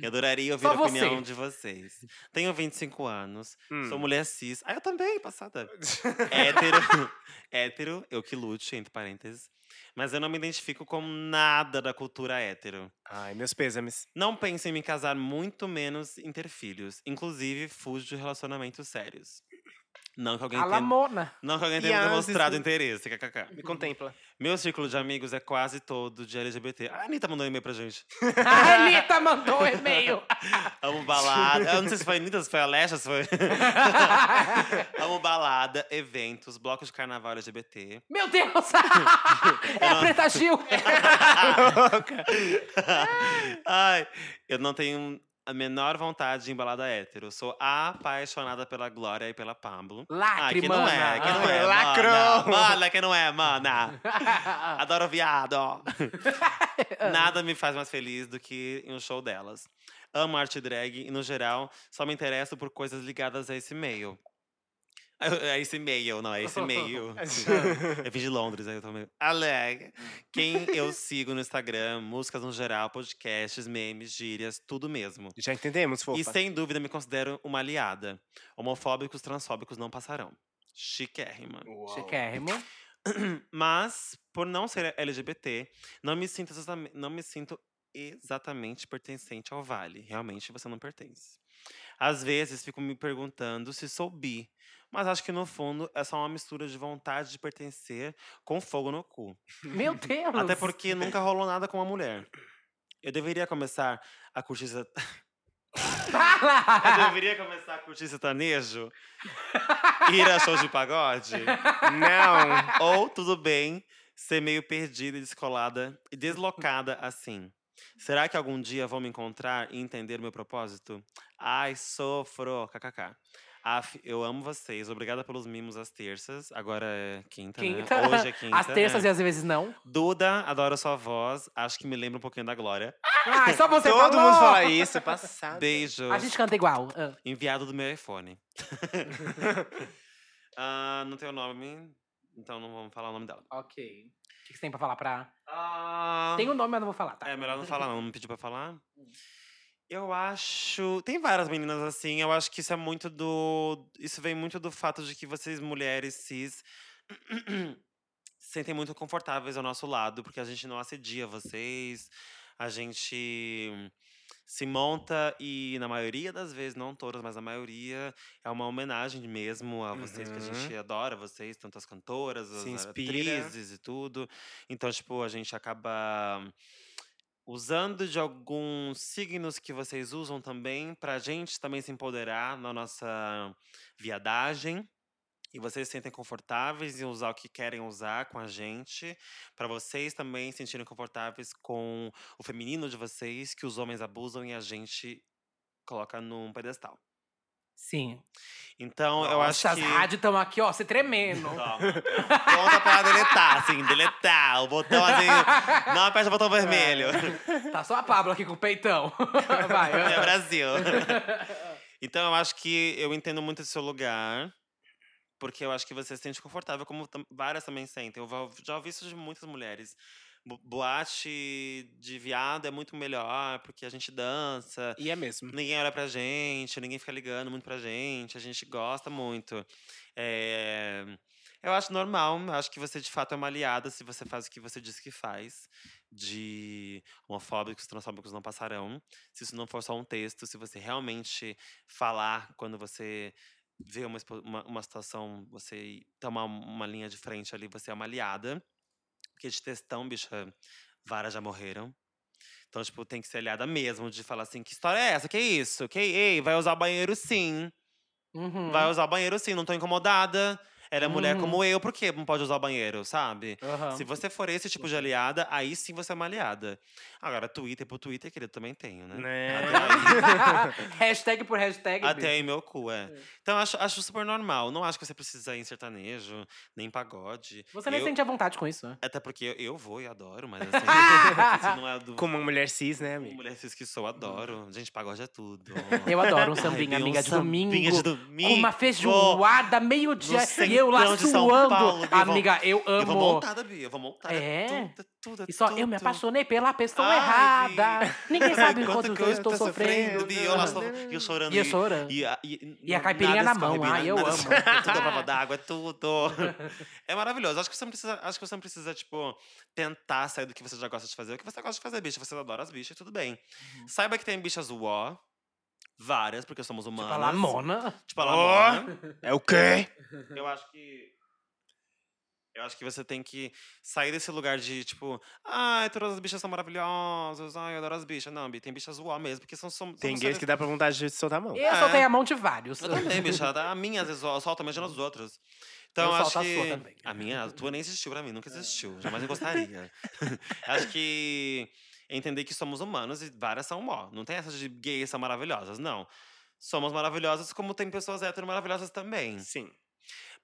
A: Eu adoraria ouvir
C: Só
A: a opinião
C: você.
A: de vocês. Tenho 25 anos,
B: Hum.
A: sou mulher cis. Ah, eu também,
C: *laughs*
A: passada. hétero, *laughs* hétero, eu que lute, entre parênteses. Mas eu não me identifico com nada da cultura hétero.
B: Ai, meus pêsames.
A: Não penso em me casar, muito menos em ter filhos. Inclusive, fujo de relacionamentos sérios. Não que alguém
C: A
A: tenha, *laughs*
C: Lamona.
A: não que alguém
B: E
A: tenha
B: as-
A: demonstrado interesse, kkk.
B: Me contempla.
A: Meu círculo de amigos é quase todo de LGBT. A Anitta mandou um e-mail pra gente.
C: A Anitta mandou um e-mail. *laughs*
A: Amo balada. Eu não sei se foi a Anitta, se foi a Alexa, se foi. Amo balada, eventos, blocos de carnaval LGBT.
C: Meu Deus! é a
A: *laughs*
C: Preta Gil.
A: Ai, eu não tenho a menor vontade de embalada hétero. Sou apaixonada pela Glória e pela Pablo. Ai,
C: Lacre,
A: que não é,
C: mana.
A: que não é.
B: Lacrou.
A: Mana, mana que não é, mana. Adoro viado. Nada me faz mais feliz do que em um show delas. Amo arte drag e, no geral, só me interesso por coisas ligadas a esse meio. É esse e-mail, não, é esse
B: *laughs*
A: e-mail. eu vim de Londres, aí eu tô meio. Aleg. Quem eu sigo no Instagram, músicas no geral, podcasts, memes, gírias, tudo mesmo.
B: *laughs* Já entendemos, fofa.
A: E sem dúvida me considero uma aliada. Homofóbicos, transfóbicos não passarão. Chiquérrima.
B: Uau.
C: Chiquérrimo.
A: Mas, por não ser LGBT, não me sinto, exatame- não me sinto exatamente pertencente ao Vale. Realmente você não pertence. Às vezes fico me perguntando se sou bi, mas acho que no fundo é só uma mistura de vontade de pertencer com fogo no cu.
C: Meu Deus!
A: Até porque nunca rolou nada com uma mulher. Eu deveria começar a curtir. sa- *laughs* Eu
C: Fala!
A: deveria começar a curtir sertanejo? Ir a shows de pagode?
B: Não.
A: Ou tudo bem ser meio perdida e descolada
C: Uhum.
A: e deslocada assim. Será que algum dia vão me encontrar e entender meu propósito? Ai, sofro, kkk. Aff, eu amo vocês. Obrigada pelos mimos às terças. Agora é quinta,
C: Quinta.
A: né? Hoje é quinta.
C: tá? *laughs* Às terças
A: é.
C: e às vezes não.
A: Duda, adoro sua voz. Acho que me lembra um pouquinho da Glória.
C: Ai, Ah, só você
B: Todo
C: falou!
B: mundo fala isso, é passado.
A: Beijos.
C: A gente canta igual. Ah.
A: Enviado do meu
C: *laughs*
A: iPhone. Ah, não tem o nome, então não vamos falar o nome dela.
C: Ok. O que que você tem pra falar pra.
A: Ah,
C: Tem o nome, mas não vou falar, tá? Hum.
A: É, melhor não falar, não. Não pediu pra falar. Eu acho. Tem várias meninas assim. Eu acho que isso é muito do. Isso vem muito do fato de que vocês, mulheres cis, *clears throat* se sentem muito confortáveis ao nosso lado, porque a gente não assedia vocês, a gente se monta e, na maioria das vezes, não todas, mas na maioria, é uma homenagem mesmo a vocês, que a
B: Uhum.
A: gente adora vocês, tanto as cantoras,
B: Se
A: as
B: inspira.
A: atrizes e tudo. Então, tipo, a gente acaba usando de alguns signos que vocês usam também pra gente também se empoderar na nossa viadagem. E vocês se sentem confortáveis em usar o que querem usar com a gente, Pra vocês também se sentirem confortáveis com o feminino de vocês, que os homens abusam e a gente coloca num pedestal.
C: Sim.
A: Então, eu acho
C: Nossa,
A: que
C: as rádios estão aqui, ó,
A: *laughs*
C: se tremendo.
A: Toma. Conta pra Então, deletar, assim, deletar. O botão assim. Não aperta o botão vermelho.
C: *laughs*
A: *laughs*
C: Tá só a Pablo aqui com o peitão. Vai.
A: É
C: ah.
A: Brasil. Então eu acho que eu entendo muito esse seu lugar. Porque eu acho que você se sente confortável, como tam- várias também sentem. Eu va- já ouvi isso de muitas mulheres. Bo- Boate de viado é muito melhor, porque a gente dança,
B: E é mesmo.
A: Ninguém olha pra gente, ninguém fica ligando muito pra gente, a gente gosta muito. É, Eu acho normal, eu acho que você de fato é uma aliada se você faz o que você diz que faz. De homofóbicos, transfóbicos não passarão. Se isso não for só um texto, se você realmente falar quando você vê uma, expo- uma, uma situação, você tomar um, uma linha de frente ali, você é uma aliada. Porque de textão, bicha, várias já morreram. Então, tipo, tem que ser aliada mesmo, de falar assim, que história é essa? Que isso? Que, ei, vai usar o banheiro sim.
C: Uhum.
A: Vai usar o banheiro sim, não tô incomodada. Ela é mulher
C: Uhum.
A: como eu, por que não pode usar o banheiro, sabe?
C: Aham.
A: Se *laughs* você for esse tipo de aliada, aí sim você é uma aliada. Agora, Twitter por Twitter, querido, também tenho, né?
B: Né?
C: *laughs*
A: Até aí-
C: *laughs* hashtag por hashtag.
A: Até
C: bicho.
A: aí meu cu, é. Então, acho, acho super normal. Não acho que você precisa ir em sertanejo, nem em pagode.
C: Você nem
A: Eu-
C: sente à vontade com isso. né?
A: Até porque eu, eu vou e adoro, mas assim… *laughs*
C: *laughs*
A: se não é do…
B: Como uma mulher cis, né,
A: Como
B: amiga?
A: mulher cis que sou, adoro.
C: Uhum.
A: Gente, pagode é
C: *laughs*
A: tudo.
C: Eu adoro um
A: Ai, bem,
C: sambinha,
A: um
C: amiga, de
A: sambinha
C: domingo.
A: de domingo.
C: Com uma feijoada, meio-dia, e eu lá
A: centrão de São
C: suando.
A: Paulo, Bia,
C: amiga, eu
A: Eu vou
C: amo.
A: montada, Bia. Eu vou montada.
C: É?
A: Tudo, tudo,
C: E só eu me
A: tudo.
C: apaixonei pela pessoa
A: Ai,
C: errada.
A: *laughs*
C: Ninguém sabe
A: Enquanto
C: quanto
A: que
C: eu estou sofrendo.
A: Bia, eu lá só- e eu chorando.
C: E eu chorando.
A: E a, e,
C: E a
A: n-
C: caipirinha
A: nada
C: na mão,
A: escorre,
C: ai, eu
A: nada
C: amo.
A: escorre, É tudo à prova d'água, é
C: *laughs*
A: tudo. É maravilhoso. Acho que você não precisa, acho que você não precisa, tipo, tentar sair do que você já gosta de fazer. O que você gosta de fazer, bicha. Você adora as bichas, tudo bem.
C: Uhum.
A: Saiba que tem bichas uó. Várias, porque somos humanos.
C: Tipo, a Lamona.
A: Tipo, a
B: Ó.
A: Lamona.
B: É o quê?
C: Uhum.
A: Eu acho que. Eu acho que você tem que sair desse lugar de tipo, ai, todas as bichas são maravilhosas, ai, eu adoro as bichas. Não, Bi, tem bichas zoar mesmo, porque são. são
B: Tem
A: somos
B: gays
A: seres-
B: que dá pra vontade de soltar a mão.
C: Eu só
A: É.
C: tenho a mão de vários.
A: Eu também, bicha. A minha às vezes zoa- solta, imagina os outros. Então,
C: Eu
A: eu acho
C: solto a
A: que.
C: sua também. É.
A: A minha, a tua nem existiu pra mim, nunca existiu. Jamais eu gostaria. *laughs* acho que. é Entender que somos humanos e várias são mó. Não tem essa de gays são maravilhosas, não. Somos maravilhosas, como tem pessoas hétero maravilhosas também.
B: Sim.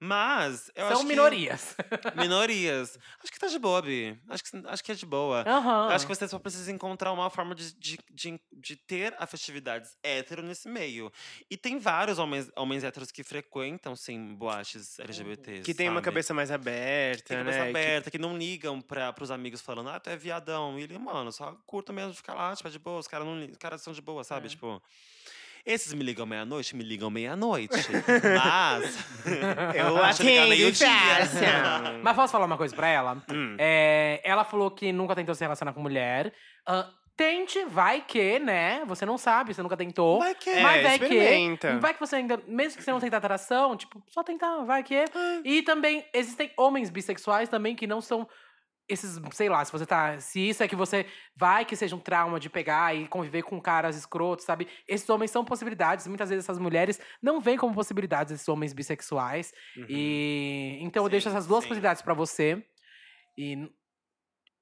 A: Mas eu
C: São
A: acho *laughs*
C: minorias.
A: que minorias. Acho que tá de boa, Bi. Acho que acho que é de boa.
C: Aham.
B: Ah.
A: Acho que você só precisa encontrar uma forma de, de, de, de ter afetividades hétero nesse meio. E tem vários homens, homens héteros que frequentam, sim, boates LGBTs.
B: Uhum. Que tem uma
A: sabe?
B: cabeça mais aberta,
A: que tem
B: né?
A: cabeça
B: que-
A: aberta, que... não ligam pra, pros amigos falando, ah, tu é viadão. E ele, mano, só curta mesmo ficar lá, tipo, é de boa, os caras não li- os caras são de boa, sabe?
C: É.
A: Tipo. Esses me ligam meia-noite, me ligam meia-noite. Mas.
B: *laughs* Eu
A: *laughs* Acho que tá meio
B: atendo,
A: dia. é assim.
B: Fácia.
C: Mas posso falar uma coisa pra ela?
B: Hum.
C: É, ela falou que nunca tentou se relacionar com mulher. Ah, tente, vai que, né? Você não sabe, você nunca tentou.
A: Vai que.
B: É,
C: Mas é que-
B: experimenta.
C: Vai que você ainda. Mesmo que você não tenha atração, tipo, só tentar, vai que. E também existem homens bissexuais também que não são. Esses, sei lá, se você tá. Se isso é que você vai que seja um trauma de pegar e conviver com caras escrotos, sabe? Esses homens são possibilidades. Muitas vezes essas mulheres não veem como possibilidades esses homens bissexuais. E então eu
A: Uhum. Sim,
C: deixo essas duas
A: sim.
C: possibilidades pra você. E n-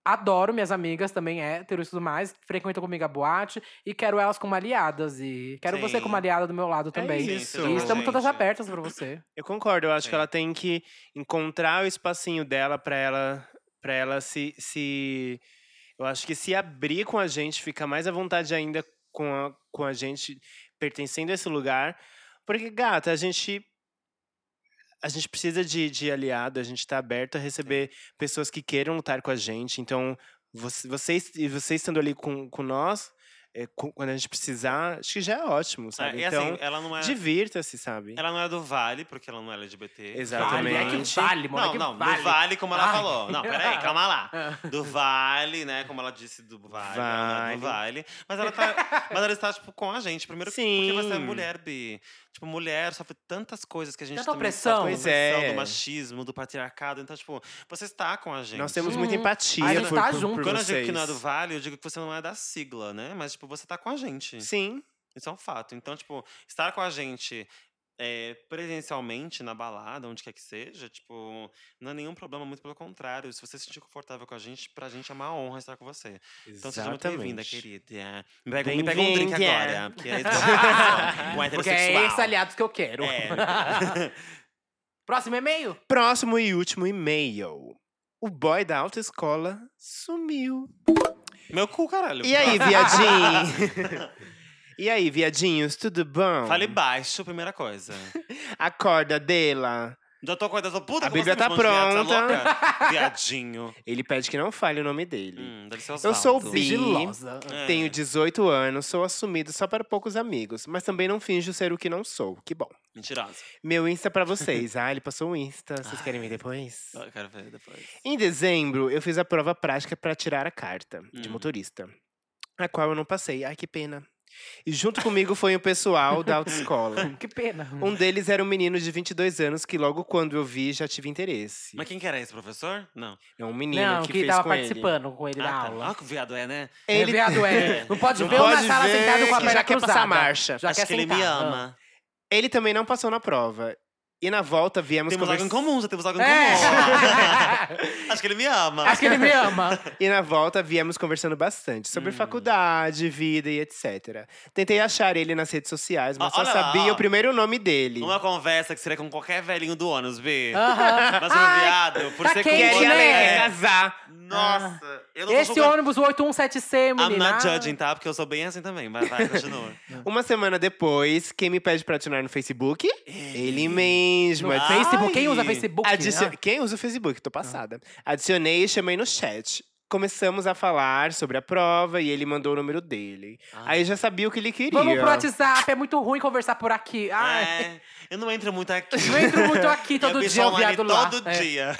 C: adoro minhas amigas também héteros e tudo mais, frequentam comigo a boate e quero elas como aliadas e quero você
A: Sim.
C: como aliada do meu lado também.
B: isso.
A: seja
C: E
A: com a
C: estamos todas
A: gente.
C: abertas pra você.
B: Eu concordo, eu acho que
A: Sim.
B: ela tem que encontrar o espacinho dela pra ela para ela se, se eu acho que se abrir com a gente, ficar mais à vontade ainda com a, com a gente pertencendo a esse lugar, porque gata, a gente a gente precisa de, de aliado, a gente tá aberto a receber pessoas que queiram lutar com a gente. Então, você- vocês e vocês estando ali com, com nós, é, cu- quando a gente precisar, acho que já é ótimo, sabe?
A: É, e assim,
B: então,
A: ela não é.
B: divirta-se, sabe?
A: Ela não é do Vale, porque ela não é LGBT.
B: Exatamente.
C: Vale, é que vale, mano.
A: Não,
C: que
A: não, do
C: vale. *laughs*
A: Vale, como ela
C: Vale.
A: falou. Não, peraí, calma lá. Do Vale, né? Como ela disse, do Vale. ela não é do vale. Mas ela, tá, mas ela está, tipo, com a gente. Primeiro
B: Sim.
A: porque você é mulher, Bi. Tipo, mulher sofre tantas coisas que a gente
C: Tanta
A: também
C: opressão.
A: sofre.
B: Pois
A: da opressão,
B: é.
A: Do machismo, do patriarcado. Então, tipo, você está com a gente.
B: Nós temos muita
C: Uhum.
B: empatia
C: A gente
B: por,
C: tá
B: por,
C: junto.
B: por
A: Quando
B: vocês.
A: eu digo que não é do Vale, eu digo que você não é da sigla, né? Mas, tipo, você tá com a gente.
B: Sim,
A: Isso é um fato. Então, tipo, estar com a gente é, presencialmente na balada, onde quer que seja, tipo, não é nenhum problema, muito pelo contrário. Se você se sentir confortável com a gente, pra gente é uma honra estar com você. Então seja muito bem-vinda, querida. Me pega, me pega um drink
B: Bem-vinda.
A: agora, porque é isso que
B: *laughs*
A: eu faço, um
C: Porque
A: heterossexual. É.
C: é esses aliados que eu quero. *laughs* Próximo e-mail.
B: Próximo e último e-mail. O boy da autoescola sumiu.
A: Meu cu, caralho.
B: E aí, viadinho?
A: *laughs*
B: e aí, viadinhos, tudo bom?
A: Fale baixo, primeira coisa.
B: Acorda, Dela.
A: Já tô acordando, puta,
B: A
A: como
B: Bíblia
A: você
B: tá
A: me manda de
B: pronta.
A: viado, tá louca? Viadinho.
B: Ele pede que não fale o nome dele.
A: Hum, deve ser
B: Eu sou o
A: Osvaldo.
B: Bi.
C: Sigilosa.
A: É.
B: Tenho 18 anos, sou assumido só para poucos amigos, mas também não finjo ser o que não sou. Que bom.
A: Mentirosa.
B: Meu Insta pra
A: *laughs*
B: vocês. ah, ele passou o Insta. Vocês querem ver depois?
A: Eu quero ver depois.
B: Em dezembro, eu fiz a prova prática para tirar a carta de
A: Hum.
B: motorista, a qual eu não passei. Ai, que pena. E junto comigo foi o pessoal
C: *laughs*
B: da autoescola.
C: Hum, Que pena.
B: Um deles era um menino de 22 anos que logo quando eu vi já tive interesse.
A: Mas quem que era esse professor? Não.
B: É um menino
C: Não,
B: que,
C: que,
B: fez
C: tava
B: com
C: participando com ele
A: Ah,
C: da
A: tá.
C: aula.
A: Olha que viado é, né?
B: Ele-
C: É viado, é. Não pode
B: Ele.
C: ver eu na
B: Pode
C: sala
B: ver
C: sentado com a
B: que
C: perna
B: já quer passar
C: cruzada.
B: a marcha.
C: Já
A: Acho
C: quer
A: que ele me
C: sentar. Ah.
A: ama.
B: Ele também não passou na prova. E na volta viemos
A: Temos algo
B: conversar.
A: em comum, já temos algo em
C: *laughs*
A: comum.
C: É.
A: Acho que ele me ama.
C: *laughs* Acho que ele me ama.
B: E na volta viemos conversando bastante
A: Hum.
B: sobre faculdade, vida e etc. Tentei achar ele nas redes sociais, mas
A: Ó,
B: só
A: Ah, olha lá,
B: sabia
A: ó.
B: o primeiro nome dele.
A: Uma conversa que seria com qualquer velhinho do ônus, B.
C: Aham.
A: Mas um
C: Ai,
A: viado, por
C: tá
A: ser é.
C: quente,
B: Quer
A: com
B: ir
C: né?
B: além,
A: mulher.
B: quer casar.
A: Nossa, eu não tô
C: Esse
A: julgando.
C: ônibus, o 817C,
A: I'm
C: menina.
A: not judging, tá? Porque eu sou bem assim também. Mas vai,
C: *laughs*
A: continua.
B: Uma semana depois, quem me pede pra adicionar no Facebook? Ele mesmo.
C: No
A: Ah.
B: Adi-
C: Facebook, quem
A: Ai.
C: usa Facebook?
B: adicio-
C: né?
B: Quem usa o Facebook? Tô passada.
A: Ah.
B: Adicionei e chamei no chat. Começamos a falar sobre a prova e ele mandou o número dele.
A: Ah.
B: Aí já sabia o que ele queria.
C: Vamos pro WhatsApp, é muito ruim conversar por aqui. Ai,
A: É, eu não entro muito aqui. *laughs*
C: eu entro muito aqui
A: Eu
C: todo
A: bicho
C: dia, o
A: online
C: viado lá.
A: Todo
C: É.
A: dia.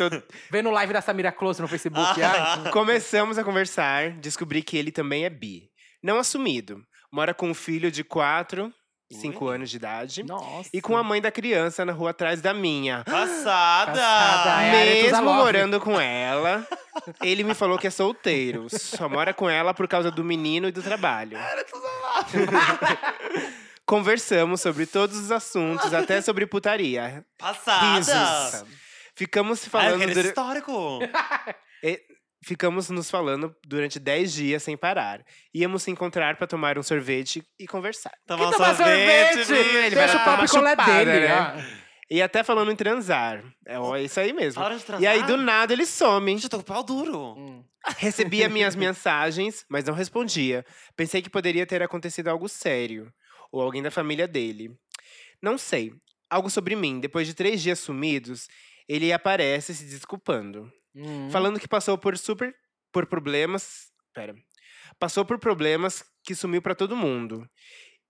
C: Vendo live da Samira Close no Facebook. ai.
B: Começamos a conversar, descobri que ele também é bi. Não assumido. Mora com um filho de 4, 5 anos de idade.
C: Nossa.
B: E com a mãe da criança na rua atrás da minha.
A: Passada.
C: Passada, é. Yara
B: Mesmo
C: Tuzalov.
B: morando com ela, ele me falou que é solteiro. Só mora com ela por causa do menino e do trabalho.
C: é.
B: Conversamos sobre todos os assuntos, até sobre putaria.
A: Passada.
B: Risos. Ficamos se
A: Ai, eu
B: falando.
A: quero esse
B: dura-
A: histórico.
B: Ficamos nos falando durante 10 dias sem parar. Íamos se encontrar pra tomar um sorvete e conversar.
A: Tomar
C: Quem
A: um
C: toma sorvete?
A: sorvete, Bi.
B: Ele vai
C: Deixa
B: dar
C: o papo
B: uma
C: picolé
B: chupada,
C: dele,
B: né?
C: né?
B: E até falando em transar. É ó, é isso aí mesmo.
A: Hora de transar.
B: E aí, do nada, eles
A: *laughs*
B: somem.
A: Gente, eu tô com o pau duro.
C: Hum.
B: Recebia minhas mensagens, mas não respondia. Pensei que poderia ter acontecido algo sério. Ou alguém da família dele. Não sei. Algo sobre mim. Depois de três dias sumidos, ele aparece se desculpando.
C: Hum.
B: Falando que passou por super. por problemas. Pera. Passou por problemas que sumiu pra todo mundo.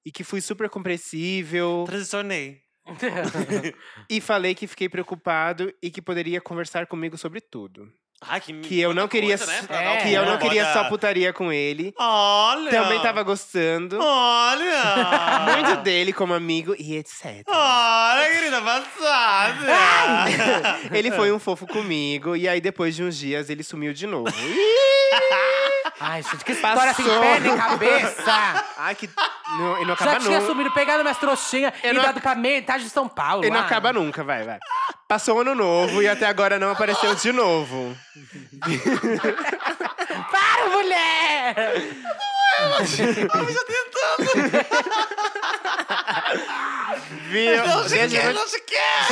B: E que fui super compreensível.
A: Transicionei.
C: *laughs*
B: E falei que fiquei preocupado e que poderia conversar comigo sobre tudo.
A: Ai, que
B: Que eu não
A: quanta
B: queria
A: coisa, né,
B: s-
A: pra dar o
C: é,
B: que eu não
A: cu,
B: queria
A: olha.
B: só putaria com ele.
A: Olha!
B: Também tava gostando
A: Olha!
B: *laughs* muito dele como amigo e etc.
A: Olha, querida, passada! *laughs*
B: Ele foi um fofo comigo e aí depois de uns dias ele sumiu de novo.
C: Ai, gente, que história sem pé nem cabeça!
B: Ai que não, ele não
C: Já
B: acaba
C: tinha
B: nunca.
C: sumido, pegado minhas trouxinhas
B: Eu
C: e
B: não-
C: dado pra metade de São Paulo.
B: Ele não
C: ah.
B: acaba nunca, vai, vai. Passou o ano novo e até agora não apareceu de novo.
C: Para, mulher!
B: *laughs* Viu?
A: Não se
B: Desde-
A: quer, é, não se quer!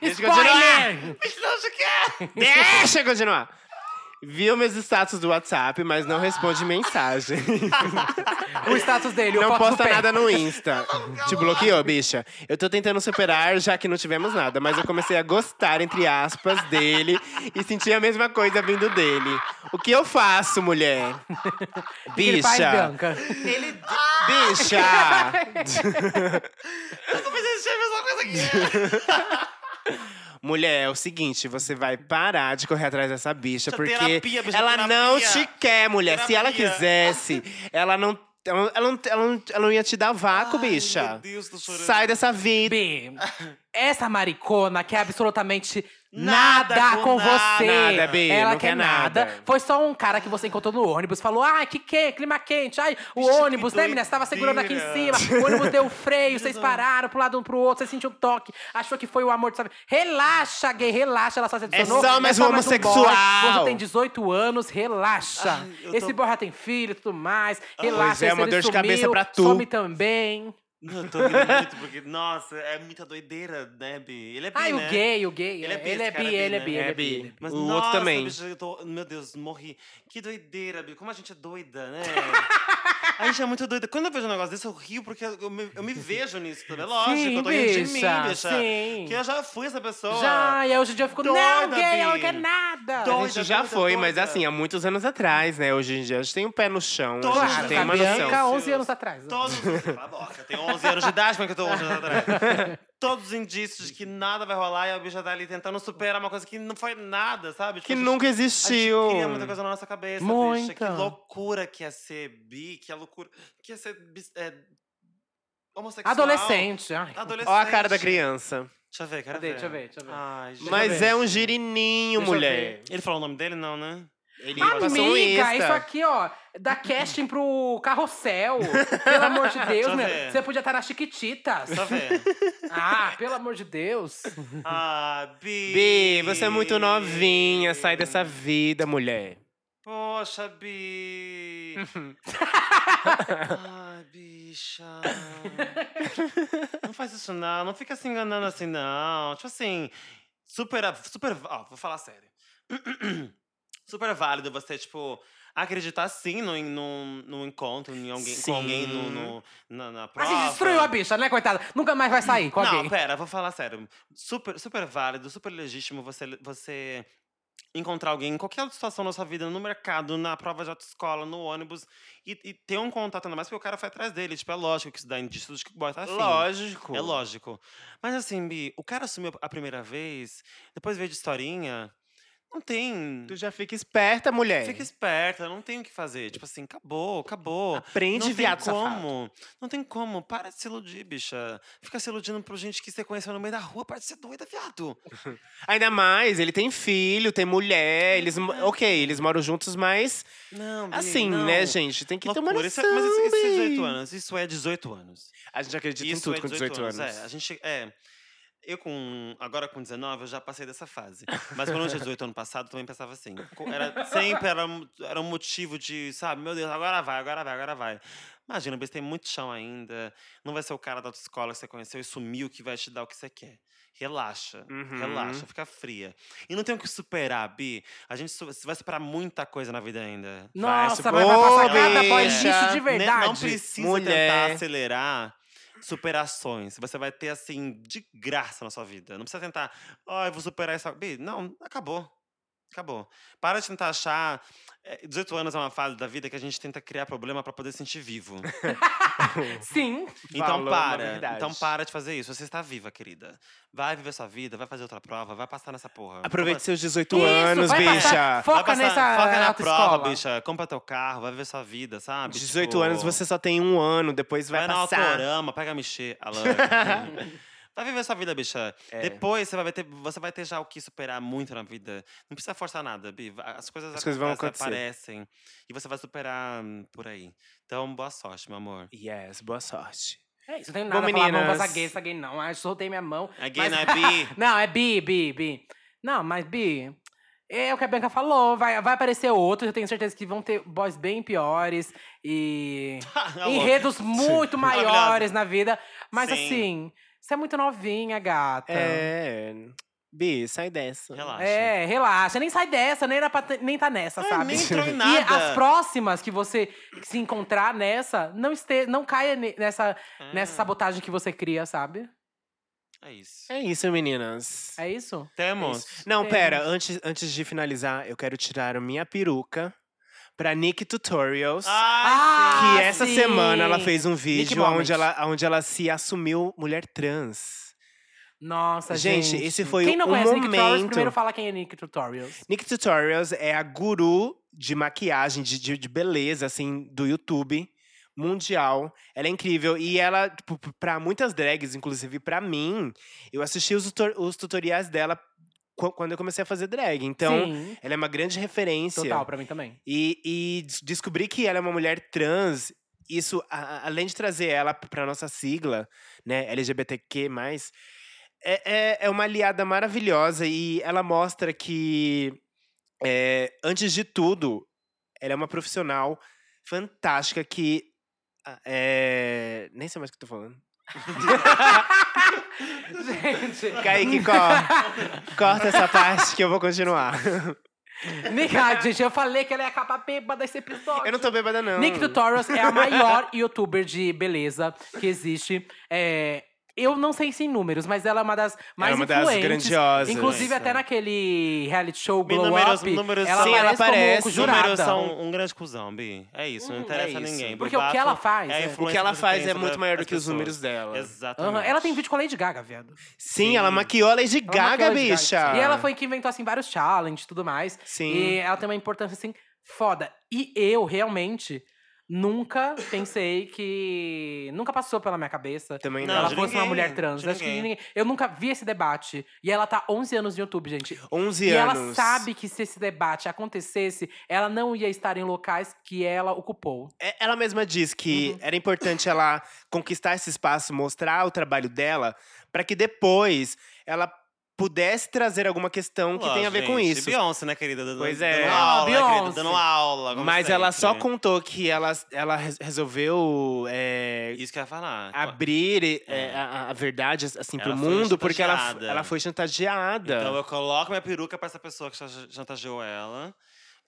B: Deixa eu
C: Spoiler!
A: Não se quer!
B: Deixa eu continuar. Viu meus status do WhatsApp, mas não responde mensagem.
C: O status dele, eu
B: não
C: foto do
B: posta
C: pé.
B: nada no Insta. Te bloqueou, bicha. Eu tô tentando superar, já que não tivemos nada, mas eu comecei a gostar, entre aspas, dele e senti a mesma coisa vindo dele. O que eu faço, mulher?
C: Ele faz
B: Bicha.
C: Bianca.
A: Ah,
B: Bicha!
A: Eu tô pensando em ser a mesma coisa que
B: *laughs*
A: eu.
B: Mulher, é o seguinte, você vai parar de correr atrás dessa bicha,
A: Bicha,
B: porque
A: terapia, bicha,
B: ela não te
A: terapia.
B: quer, mulher. Se ela
A: Terapia.
B: quisesse, ela não, ela, não, ela, não, ela não ia te dar vácuo,
A: Ai,
B: bicha.
A: Meu Deus, tô chorando.
B: Sai dessa vida.
C: Bi, essa maricona quer absolutamente nada,
A: Nada
C: com
A: com
C: você.
B: nada, Bi,
C: Ela
B: não
C: quer
B: quer
C: nada.
B: nada.
C: Foi só um cara que você encontrou no ônibus, falou: ai, que, que clima quente, ai, o
A: Bicho, que
C: ônibus, né, menina? Você tava segurando aqui em
A: doideira.
C: cima, o ônibus
B: *laughs*
C: deu freio, vocês pararam pro lado um pro outro, você sentiu um toque, achou que foi o amor, sabe? Relaxa, gay, relaxa, ela só se adicionou.
B: só mais um homossexual.
C: boy, Você tem 18 anos, relaxa.
A: Ai, eu tô-
C: Esse boy já tem filho e tudo mais, relaxa.
B: Pois é,
C: esse
B: uma
C: ele
B: dor de cabeça
C: sumiu,
B: pra tu.
C: Some também.
A: Eu tô rindo muito, porque, nossa, é muita doideira, né, Bi? Ele é bi,
C: Ai,
A: né?
C: o gay, o gay.
A: Ele é bi,
C: Ele é
A: esse cara
C: bi,
A: é bi,
C: ele é
A: né?
C: bi,
B: É
C: ele é
B: bi.
C: bi. ele é bi.
A: Mas,
B: O outro
A: nossa,
B: também.
A: bicho, eu tô- Meu Deus, morri. Que doideira, Bi. Como a gente é doida,
B: *laughs*
A: né? a gente é muito doida. Quando eu vejo um negócio desse, eu rio, porque eu me, eu me vejo nisso também. Lógico,
C: Sim,
A: eu tô rindo de mim,
C: bicha,
A: bicha.
C: sim.
A: Que eu já fui essa pessoa.
C: Já, e aí hoje em dia eu fico, não,
A: Doida,
C: gay, ela não
A: Bi.
C: quer nada.
B: A
A: Doida,
B: gente já
A: doida,
B: foi, mas
A: doida.
B: assim, há muitos anos atrás, né? Hoje em dia a gente tem o pé no chão,
A: Todo
B: a gente
A: mundo
B: tem
C: a
B: uma
C: Bianca,
B: noção.
C: 11 anos atrás.
A: Todos. Cala a boca, tem 11 anos de idade, como é que eu tô 11 anos atrás?
B: *laughs*
A: Todos os indícios de que nada vai rolar e a bicha tá ali tentando superar uma coisa que não foi nada, sabe? Tipo,
B: Que
A: a gente-
B: nunca
A: A gente
B: existiu.
A: cria muita coisa na nossa cabeça, bicha. Que
C: Muita.
A: loucura que é ser bi, que é loucura que é ser bis- é, homossexual.
C: Adolescente. Ai.
A: Adolescente.
B: Ó a cara da criança.
A: Deixa eu ver, quero
C: Cadê?
A: ver.
C: Deixa eu ver, deixa eu ver.
A: Ai, gente.
B: Mas
C: ver.
B: é um girininho,
C: Deixa eu
B: mulher.
C: ver.
A: Ele falou o nome dele? Não, né?
B: Ele passou um
C: Amiga,
B: Insta.
C: isso aqui, ó, dá casting pro carrossel. Pelo amor de Deus,
A: *laughs* Deixa eu
C: meu.
A: ver.
C: Você podia estar nas Chiquititas.
A: Deixa eu ver.
C: Ah, pelo amor de Deus.
A: ah, bi.
B: Bi, você é muito novinha, sai dessa vida, mulher.
A: Poxa, bi.
C: Uhum.
A: Ai, bicha. Não faz isso, não. Não fica se enganando assim, não. Tipo assim, super. super ó, vou falar sério. Super válido você, tipo, acreditar sim no, no, no encontro, em alguém,
B: Sim.
A: com alguém no, no- na, na
C: Mas
A: prova.
C: se destruiu a bicha, né, coitada? Nunca mais vai sair com
A: Não,
C: alguém.
A: pera, vou falar sério. Super, super válido, super legítimo você, você encontrar alguém em qualquer outra situação da sua vida, no mercado, na prova de autoescola, no ônibus, e, e ter um contato, ainda mais porque o cara foi atrás dele. Tipo, é lógico que isso dá indícios de que o boy tá afim.
B: Lógico.
A: É lógico. Mas assim, Bi, o cara assumiu a primeira vez, depois veio de historinha, não tem...
B: Tu já fica esperta, mulher.
A: Fica esperta, não tem o que fazer. Tipo assim, acabou, acabou.
B: Aprende,
A: não
B: viado
A: tem
B: safado.
A: como. Não tem como. Para de se iludir, bicha. Fica se iludindo por gente que você conheceu no meio da rua. Para de ser doida, viado.
B: Ainda mais, ele tem filho, tem mulher, eles... mo- Ok, eles moram juntos, mas...
A: Não, Bi,
B: Assim,
A: não.
B: né, gente? Tem que ter uma
A: Loucura. Isso
B: noção,
A: é- mas isso, isso é
B: Bi.
A: 18 anos. Isso é 18 anos.
B: A gente acredita em
A: Isso
B: tudo
A: é
B: com 18 anos.
A: É, a gente... É... Eu, com, agora com 19, eu já passei dessa fase. Mas quando eu tinha 18 ano passado, eu também pensava assim. Co- Era, sempre era, um- era um motivo de, sabe, meu Deus, agora vai, agora vai, agora vai. Imagina, você tem muito chão ainda. Não vai ser o cara da autoescola que você conheceu e sumiu que vai te dar o que você quer. Relaxa,
B: Uhum.
A: relaxa, fica fria. E não tem o que superar, Bi. A gente su- vai superar muita coisa na vida ainda.
C: Nossa,
B: se
C: mas vai passar cada
B: bobear.
C: boy lixo
A: *laughs* Né,
C: de verdade.
A: Não precisa
B: Mulher.
A: tentar acelerar superações. Você vai ter, assim, de graça na sua vida. Não precisa tentar, ó, eu vou superar essa. Bi, não, acabou. Acabou. Para de tentar achar. é, 18 anos é uma fase da vida que a gente tenta criar problema pra poder sentir vivo.
B: *laughs*
C: Sim.
A: Então
B: Falou uma
A: para.
B: verdade.
A: Então para de fazer isso. Você está viva, querida. Vai viver sua vida, vai fazer outra prova, vai passar nessa porra.
B: Aproveite
A: Como
B: seus 18
C: Isso,
B: anos,
C: vai
B: bicha.
C: passar-
A: assim?
C: Foca
A: Vai
C: nessa
A: Foca na
C: autoescola.
A: prova, bicha. Compra teu carro, vai viver sua vida, sabe?
B: 18
A: Tipo,
B: anos, você só tem um ano, depois vai,
A: Vai, na
B: passar.
A: autorama, pega a mexer, Alan.
C: *laughs*
A: Vai viver sua vida, bicha.
B: É.
A: Depois você vai, ter, você vai ter já o que superar muito na vida. Não precisa forçar nada, Bi. Va- As coisas,
B: As coisas vão
A: acontecem,
B: acontecer.
A: aparecem. E você vai superar hum, por aí. Então, boa sorte, meu amor.
B: Yes, boa sorte.
C: É isso, não tem
B: Bom,
C: nada a falar, não,
B: meninas.
C: mas a gay, essa gay não. Ah, soltei minha mão.
A: Again,
C: *laughs* Mas-
A: I be.
C: Não, é bi, bi, bi. Não, mas bi, é o que a Bianca falou, vai, vai aparecer outros, eu tenho certeza que vão ter boys bem piores e
A: Tá *laughs*
C: enredos muito maiores na vida. Mas
A: Sim.
C: assim, você é muito novinha, gata.
B: É. Bi, sai dessa.
A: Relaxa.
C: É, relaxa, nem sai dessa, nem, era pra ter- nem tá nessa,
A: Ai,
C: sabe?
A: nem
C: *laughs*
A: entrou em
C: E
A: nada.
C: as próximas que você se encontrar nessa, não, este, não caia ne- nessa,
A: É,
C: nessa sabotagem que você cria, sabe?
A: É isso.
B: É isso, meninas.
C: É isso?
A: Temos.
B: Não,
C: Sim.
B: pera, antes, antes de finalizar, eu quero tirar a minha peruca pra Nick Tutorials.
A: Ai,
C: Ah,
B: que essa
C: sim.
B: semana ela fez um vídeo
C: Moment.
B: onde ela, onde ela se assumiu mulher trans.
C: Nossa, gente.
B: Gente, esse foi
C: Quem não
B: um
C: conhece Nick Tutorials,
B: momento-
C: primeiro fala quem é Nick Tutorials.
B: Nick Tutorials é a guru de maquiagem, de, de, de beleza, assim, do YouTube mundial. Ela é incrível. E ela, tipo, p- pra muitas drags, inclusive pra mim, eu assisti os, tutor- os tutoriais dela qu- quando eu comecei a fazer drag. Então, é.
C: Sim,
B: ela é uma grande referência.
C: total, pra mim
B: *laughs*
C: também.
B: E, e des- descobrir que ela é uma mulher trans, isso, a- a- além de trazer ela para nossa sigla, né, LGBTQ+, é, é, é uma aliada maravilhosa e ela mostra que, é, antes de tudo, ela é uma profissional fantástica que… a- é, nem sei mais o que eu tô falando.
C: gente,
B: Kaique, co-
C: *laughs*
B: corta essa parte que eu vou continuar.
C: Nick, ah, gente, eu falei que ela ia acabar bêbada desse episódio.
B: Eu não tô bêbada, não.
C: Nick Tutorials é a maior *laughs* youtuber de beleza que existe. É, eu não sei se em números, mas ela é uma das mais
B: é uma das
C: influentes.
B: grandiosas.
C: Inclusive,
A: Isso.
C: até naquele reality show
A: Bi,
C: Glow
A: números-
C: Up,
A: números
C: ela,
B: são- Sim, ela
C: aparece
B: aparece.
C: como um
A: Os números
C: jurada.
A: são um grande cuzão, Bi. É isso,
C: Hum,
A: não
B: é
A: interessa a
B: isso.
A: ninguém.
C: Porque o que
A: bafo
C: ela faz,
A: É a
C: é.
A: influência
B: O que ela
A: você
B: faz
A: tem
B: é
A: sobre
B: muito maior do
A: as
B: que os
A: pessoas.
B: números dela.
A: Exatamente.
C: Aham, Ela tem vídeo com a Lady Gaga, viado.
B: Sim,
A: Sim.
B: ela maquiou a Lady
C: Ela
B: Gaga,
C: maquiou a Lady
B: bicha.
C: E ela foi que inventou, assim, vários challenges e tudo mais.
B: Sim.
C: E ela tem uma importância, assim, foda. E eu, realmente, nunca pensei que. Nunca passou pela minha cabeça.
B: Também
C: que
B: não.
C: ela
B: De
C: fosse uma
A: ninguém,
C: mulher trans.
A: de
C: Acho que
A: ninguém.
C: ninguém- Eu nunca vi esse debate. E ela tá 11 anos no YouTube, gente.
B: 11
C: E
B: anos.
C: ela sabe que se esse debate acontecesse, ela não ia estar em locais que ela ocupou.
B: É, Ela mesma diz que
C: Uhum.
B: era importante ela conquistar esse espaço, mostrar o trabalho dela, pra que depois ela pudesse trazer alguma questão que
A: Ó,
B: tenha a ver com
A: gente,
B: isso.
A: Beyoncé, né, querida? Dando,
B: Pois é.
A: Dando
B: Ah,
A: aula, né, querida?
C: Beyoncé.
A: Dando aula. como
B: Mas ela só
A: sempre.
B: contou que ela, ela res- resolveu é,
A: Isso que eu ia falar.
B: abrir é,
A: É.
B: a, a- a verdade assim pro
A: Ela foi
B: mundo porque ela, f-
A: chantageada.
B: ela foi chantageada.
A: Então eu coloco minha peruca pra essa pessoa que chanta- chantageou ela.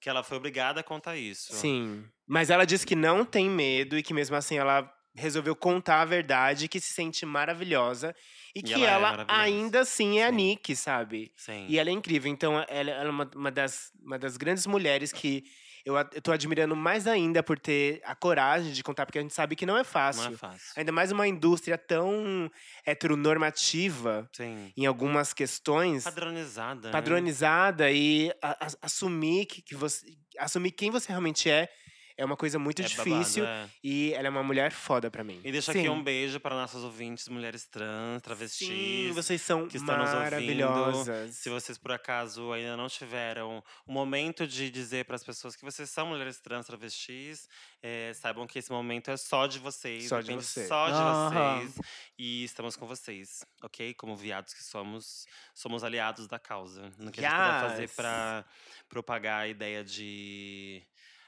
A: Que ela foi obrigada a contar isso.
B: Sim. Mas ela diz que não tem medo e que mesmo assim ela resolveu contar a verdade, que se sente maravilhosa e,
A: E
B: que
A: ela é
B: ela,
A: maravilhosa.
B: ainda assim é a
A: Sim.
B: Nick, sabe?
A: Sim.
B: E ela é incrível. Então ela, ela é uma, uma das, uma das grandes mulheres que eu, a- eu tô admirando mais ainda por ter a coragem de contar, porque a gente sabe que não é fácil.
A: Não é fácil.
B: Ainda mais uma indústria tão heteronormativa
A: Sim.
B: em algumas questões
A: Padronizada. né?
B: padronizada e a- a- assumir que, que você assumir quem você realmente é É uma coisa muito
A: É
B: difícil
A: babado, é.
B: e ela é uma mulher foda pra mim.
A: E deixa
C: Sim.
A: aqui um beijo para nossas ouvintes, mulheres trans, travestis.
B: Sim, vocês são
A: que estão nos ouvindo,
B: maravilhosas.
A: Se vocês, por acaso, ainda não tiveram o momento de dizer para as pessoas que vocês são mulheres trans, travestis, eh, saibam que esse momento é só de vocês.
B: Só de
A: depende
B: vocês.
A: Só de
C: Aham.
A: vocês. E estamos com vocês, ok? Como viados que somos, somos aliados da causa. No que a gente puder fazer
B: Yes.
A: para propagar a ideia de.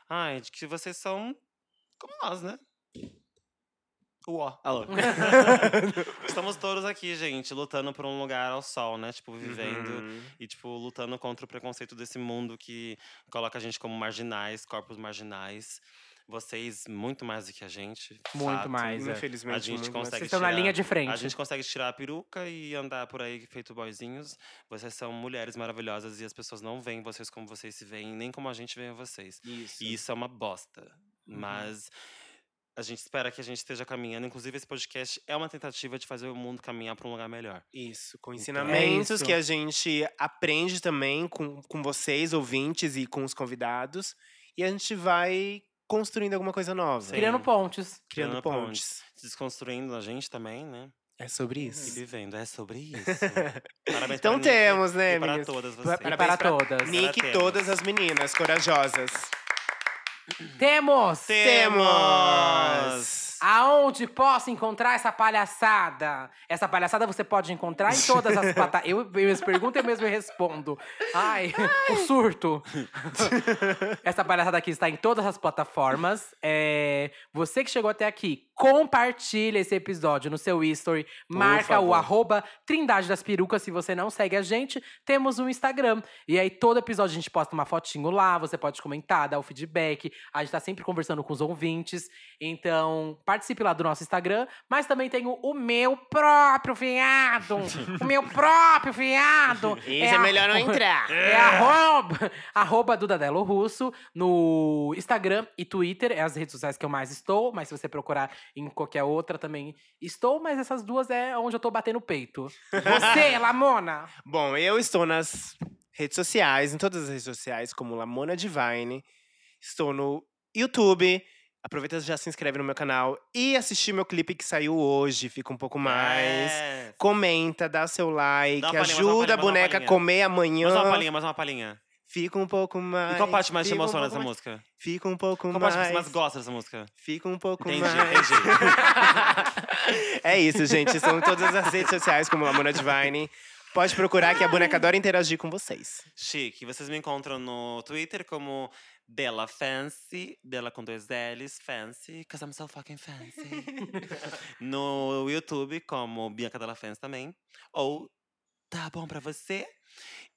A: Ai, de que vocês são como nós, né? Uó, alô.
B: *laughs*
A: Estamos todos aqui, gente, lutando por um lugar ao sol, né? Tipo, vivendo
B: Uhum.
A: e, tipo, lutando contra o preconceito desse mundo que coloca a gente como marginais, corpos marginais. Vocês, muito mais do que a gente.
C: Muito
A: fato.
C: mais, é.
B: Infelizmente,
A: A gente
B: muito
A: consegue
C: Vocês
B: mais-
C: estão na
A: tirar-
C: linha de frente.
A: A gente consegue tirar a peruca e andar por aí feito boyzinhos. Vocês são mulheres maravilhosas e as pessoas não veem vocês como vocês se veem, nem como a gente vê vocês.
B: Isso.
A: E *laughs* isso é uma bosta.
C: Uhum.
A: Mas a gente espera que a gente esteja caminhando. Inclusive, esse podcast é uma tentativa de fazer o mundo caminhar para um lugar melhor.
B: Isso,
A: Então,
B: com ensinamentos que a gente aprende também com, com vocês, ouvintes, e com os convidados. E a gente vai construindo alguma coisa nova.
A: Sim.
C: Criando pontes.
B: Criando
A: Criando
B: pontes.
A: Se Desconstruindo a gente também, né?
B: É sobre
A: E
B: isso.
A: vivendo. É
B: *laughs*
A: sobre isso. Parabéns
B: Então
A: pra Nick
B: temos,
A: e
B: né,
A: para
B: meninas?
A: todas
B: Pra-
A: vocês.
C: E
B: Parabéns
C: para
B: pra
C: todas.
A: Ni-
B: Nick e
A: temos.
B: todas as meninas corajosas.
C: Temos!
B: Temos!
C: Aonde posso encontrar essa palhaçada? Essa palhaçada você pode encontrar em todas as plataformas. Eu, eu mesmo pergunto, eu mesmo respondo. Ai, o surto. essa palhaçada aqui está em todas as plataformas. É, você que chegou até aqui, compartilha esse episódio no seu history. Marca o
B: favor.
C: arroba Trindade das Perucas, se você não segue a gente. Temos um Instagram. E aí, todo episódio a gente posta uma fotinho lá. Você pode comentar, dar o feedback. A gente tá sempre conversando com os ouvintes. Então, participe lá do nosso Instagram. Mas também tem o, o meu próprio fiado. o meu próprio fiado.
B: Isso é
C: a-
B: melhor não entrar.
C: é arroba, arroba Dudadelo Russo no Instagram e Twitter. É as redes sociais que eu mais estou, mas se você procurar em qualquer outra também estou, mas essas duas é onde eu tô batendo o peito. Você, Lamona!
B: Bom, eu estou nas redes sociais, em todas as redes sociais, como Lamona Divine. Estou no YouTube. Aproveita e já se inscreve no meu canal e assistir meu clipe que saiu hoje. Fica um pouco mais.
A: É.
B: Comenta, dá seu like,
A: Dá uma palhinha, mais uma
B: ajuda
A: palhinha,
B: a
A: mais uma
B: boneca a
A: palhinha.
B: comer amanhã.
A: Mais uma palhinha, mais uma palhinha.
B: Fica um pouco mais.
A: E qual parte mais te
B: fica um
A: emociona
B: pouco
A: dessa
B: mais-
A: música?
B: Fica um pouco
A: Qual
B: mais.
A: parte que você mais gosta dessa música?
B: Fica um pouco
A: Entendi,
B: mais.
A: entendi.
B: É isso, gente. São todas as redes sociais como Lamona Divine. Pode procurar que a boneca adora interagir
C: *laughs*
B: com vocês.
A: Chique. Vocês me encontram no Twitter como Della Fancy, Della com dois L's, Fancy, cause I'm so fucking fancy. no YouTube como Bianca Della Fancy também. Ou Tá Bom Pra Você.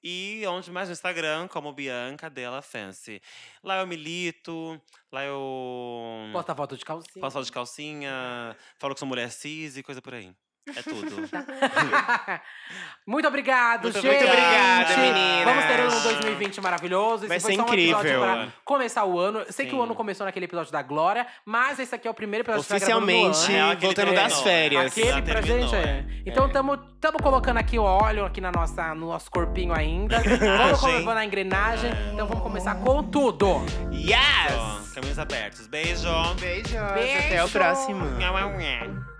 A: E onde mais no Instagram, como Bianca Della Fancy. Lá eu milito, lá eu
C: Posta foto de calcinha.
A: passo aula de calcinha, falo que sou mulher cis e coisa por aí. É tudo.
C: Muito obrigado,
A: Muito
C: gente!
B: obrigado, meninas.
C: Vamos ter um 2020 maravilhoso.
B: Vai
C: esse foi
B: ser
C: só um episódio
B: incrível.
C: pra começar o ano. Eu sei que
A: Sim.
C: o ano começou naquele episódio da Glória, mas esse aqui é o primeiro episódio que tá gravando no ano.
B: Oficialmente,
A: É, aquele
B: voltando
A: terminou,
B: das
A: né?
B: férias.
C: Aquele
A: Já
C: pra
A: terminou,
C: gente é.
A: é.
C: Então estamos colocando aqui o óleo aqui na nossa, no nosso
A: *laughs*
C: corpinho ainda. vamos
A: Engrenagem.
C: colocar na engrenagem. Então vamos começar com tudo.
B: Yes!
A: Ó, caminhos abertos. Beijo!
B: Beijos,
C: Beijo.
B: até o próximo.
A: Nha, nha, nha.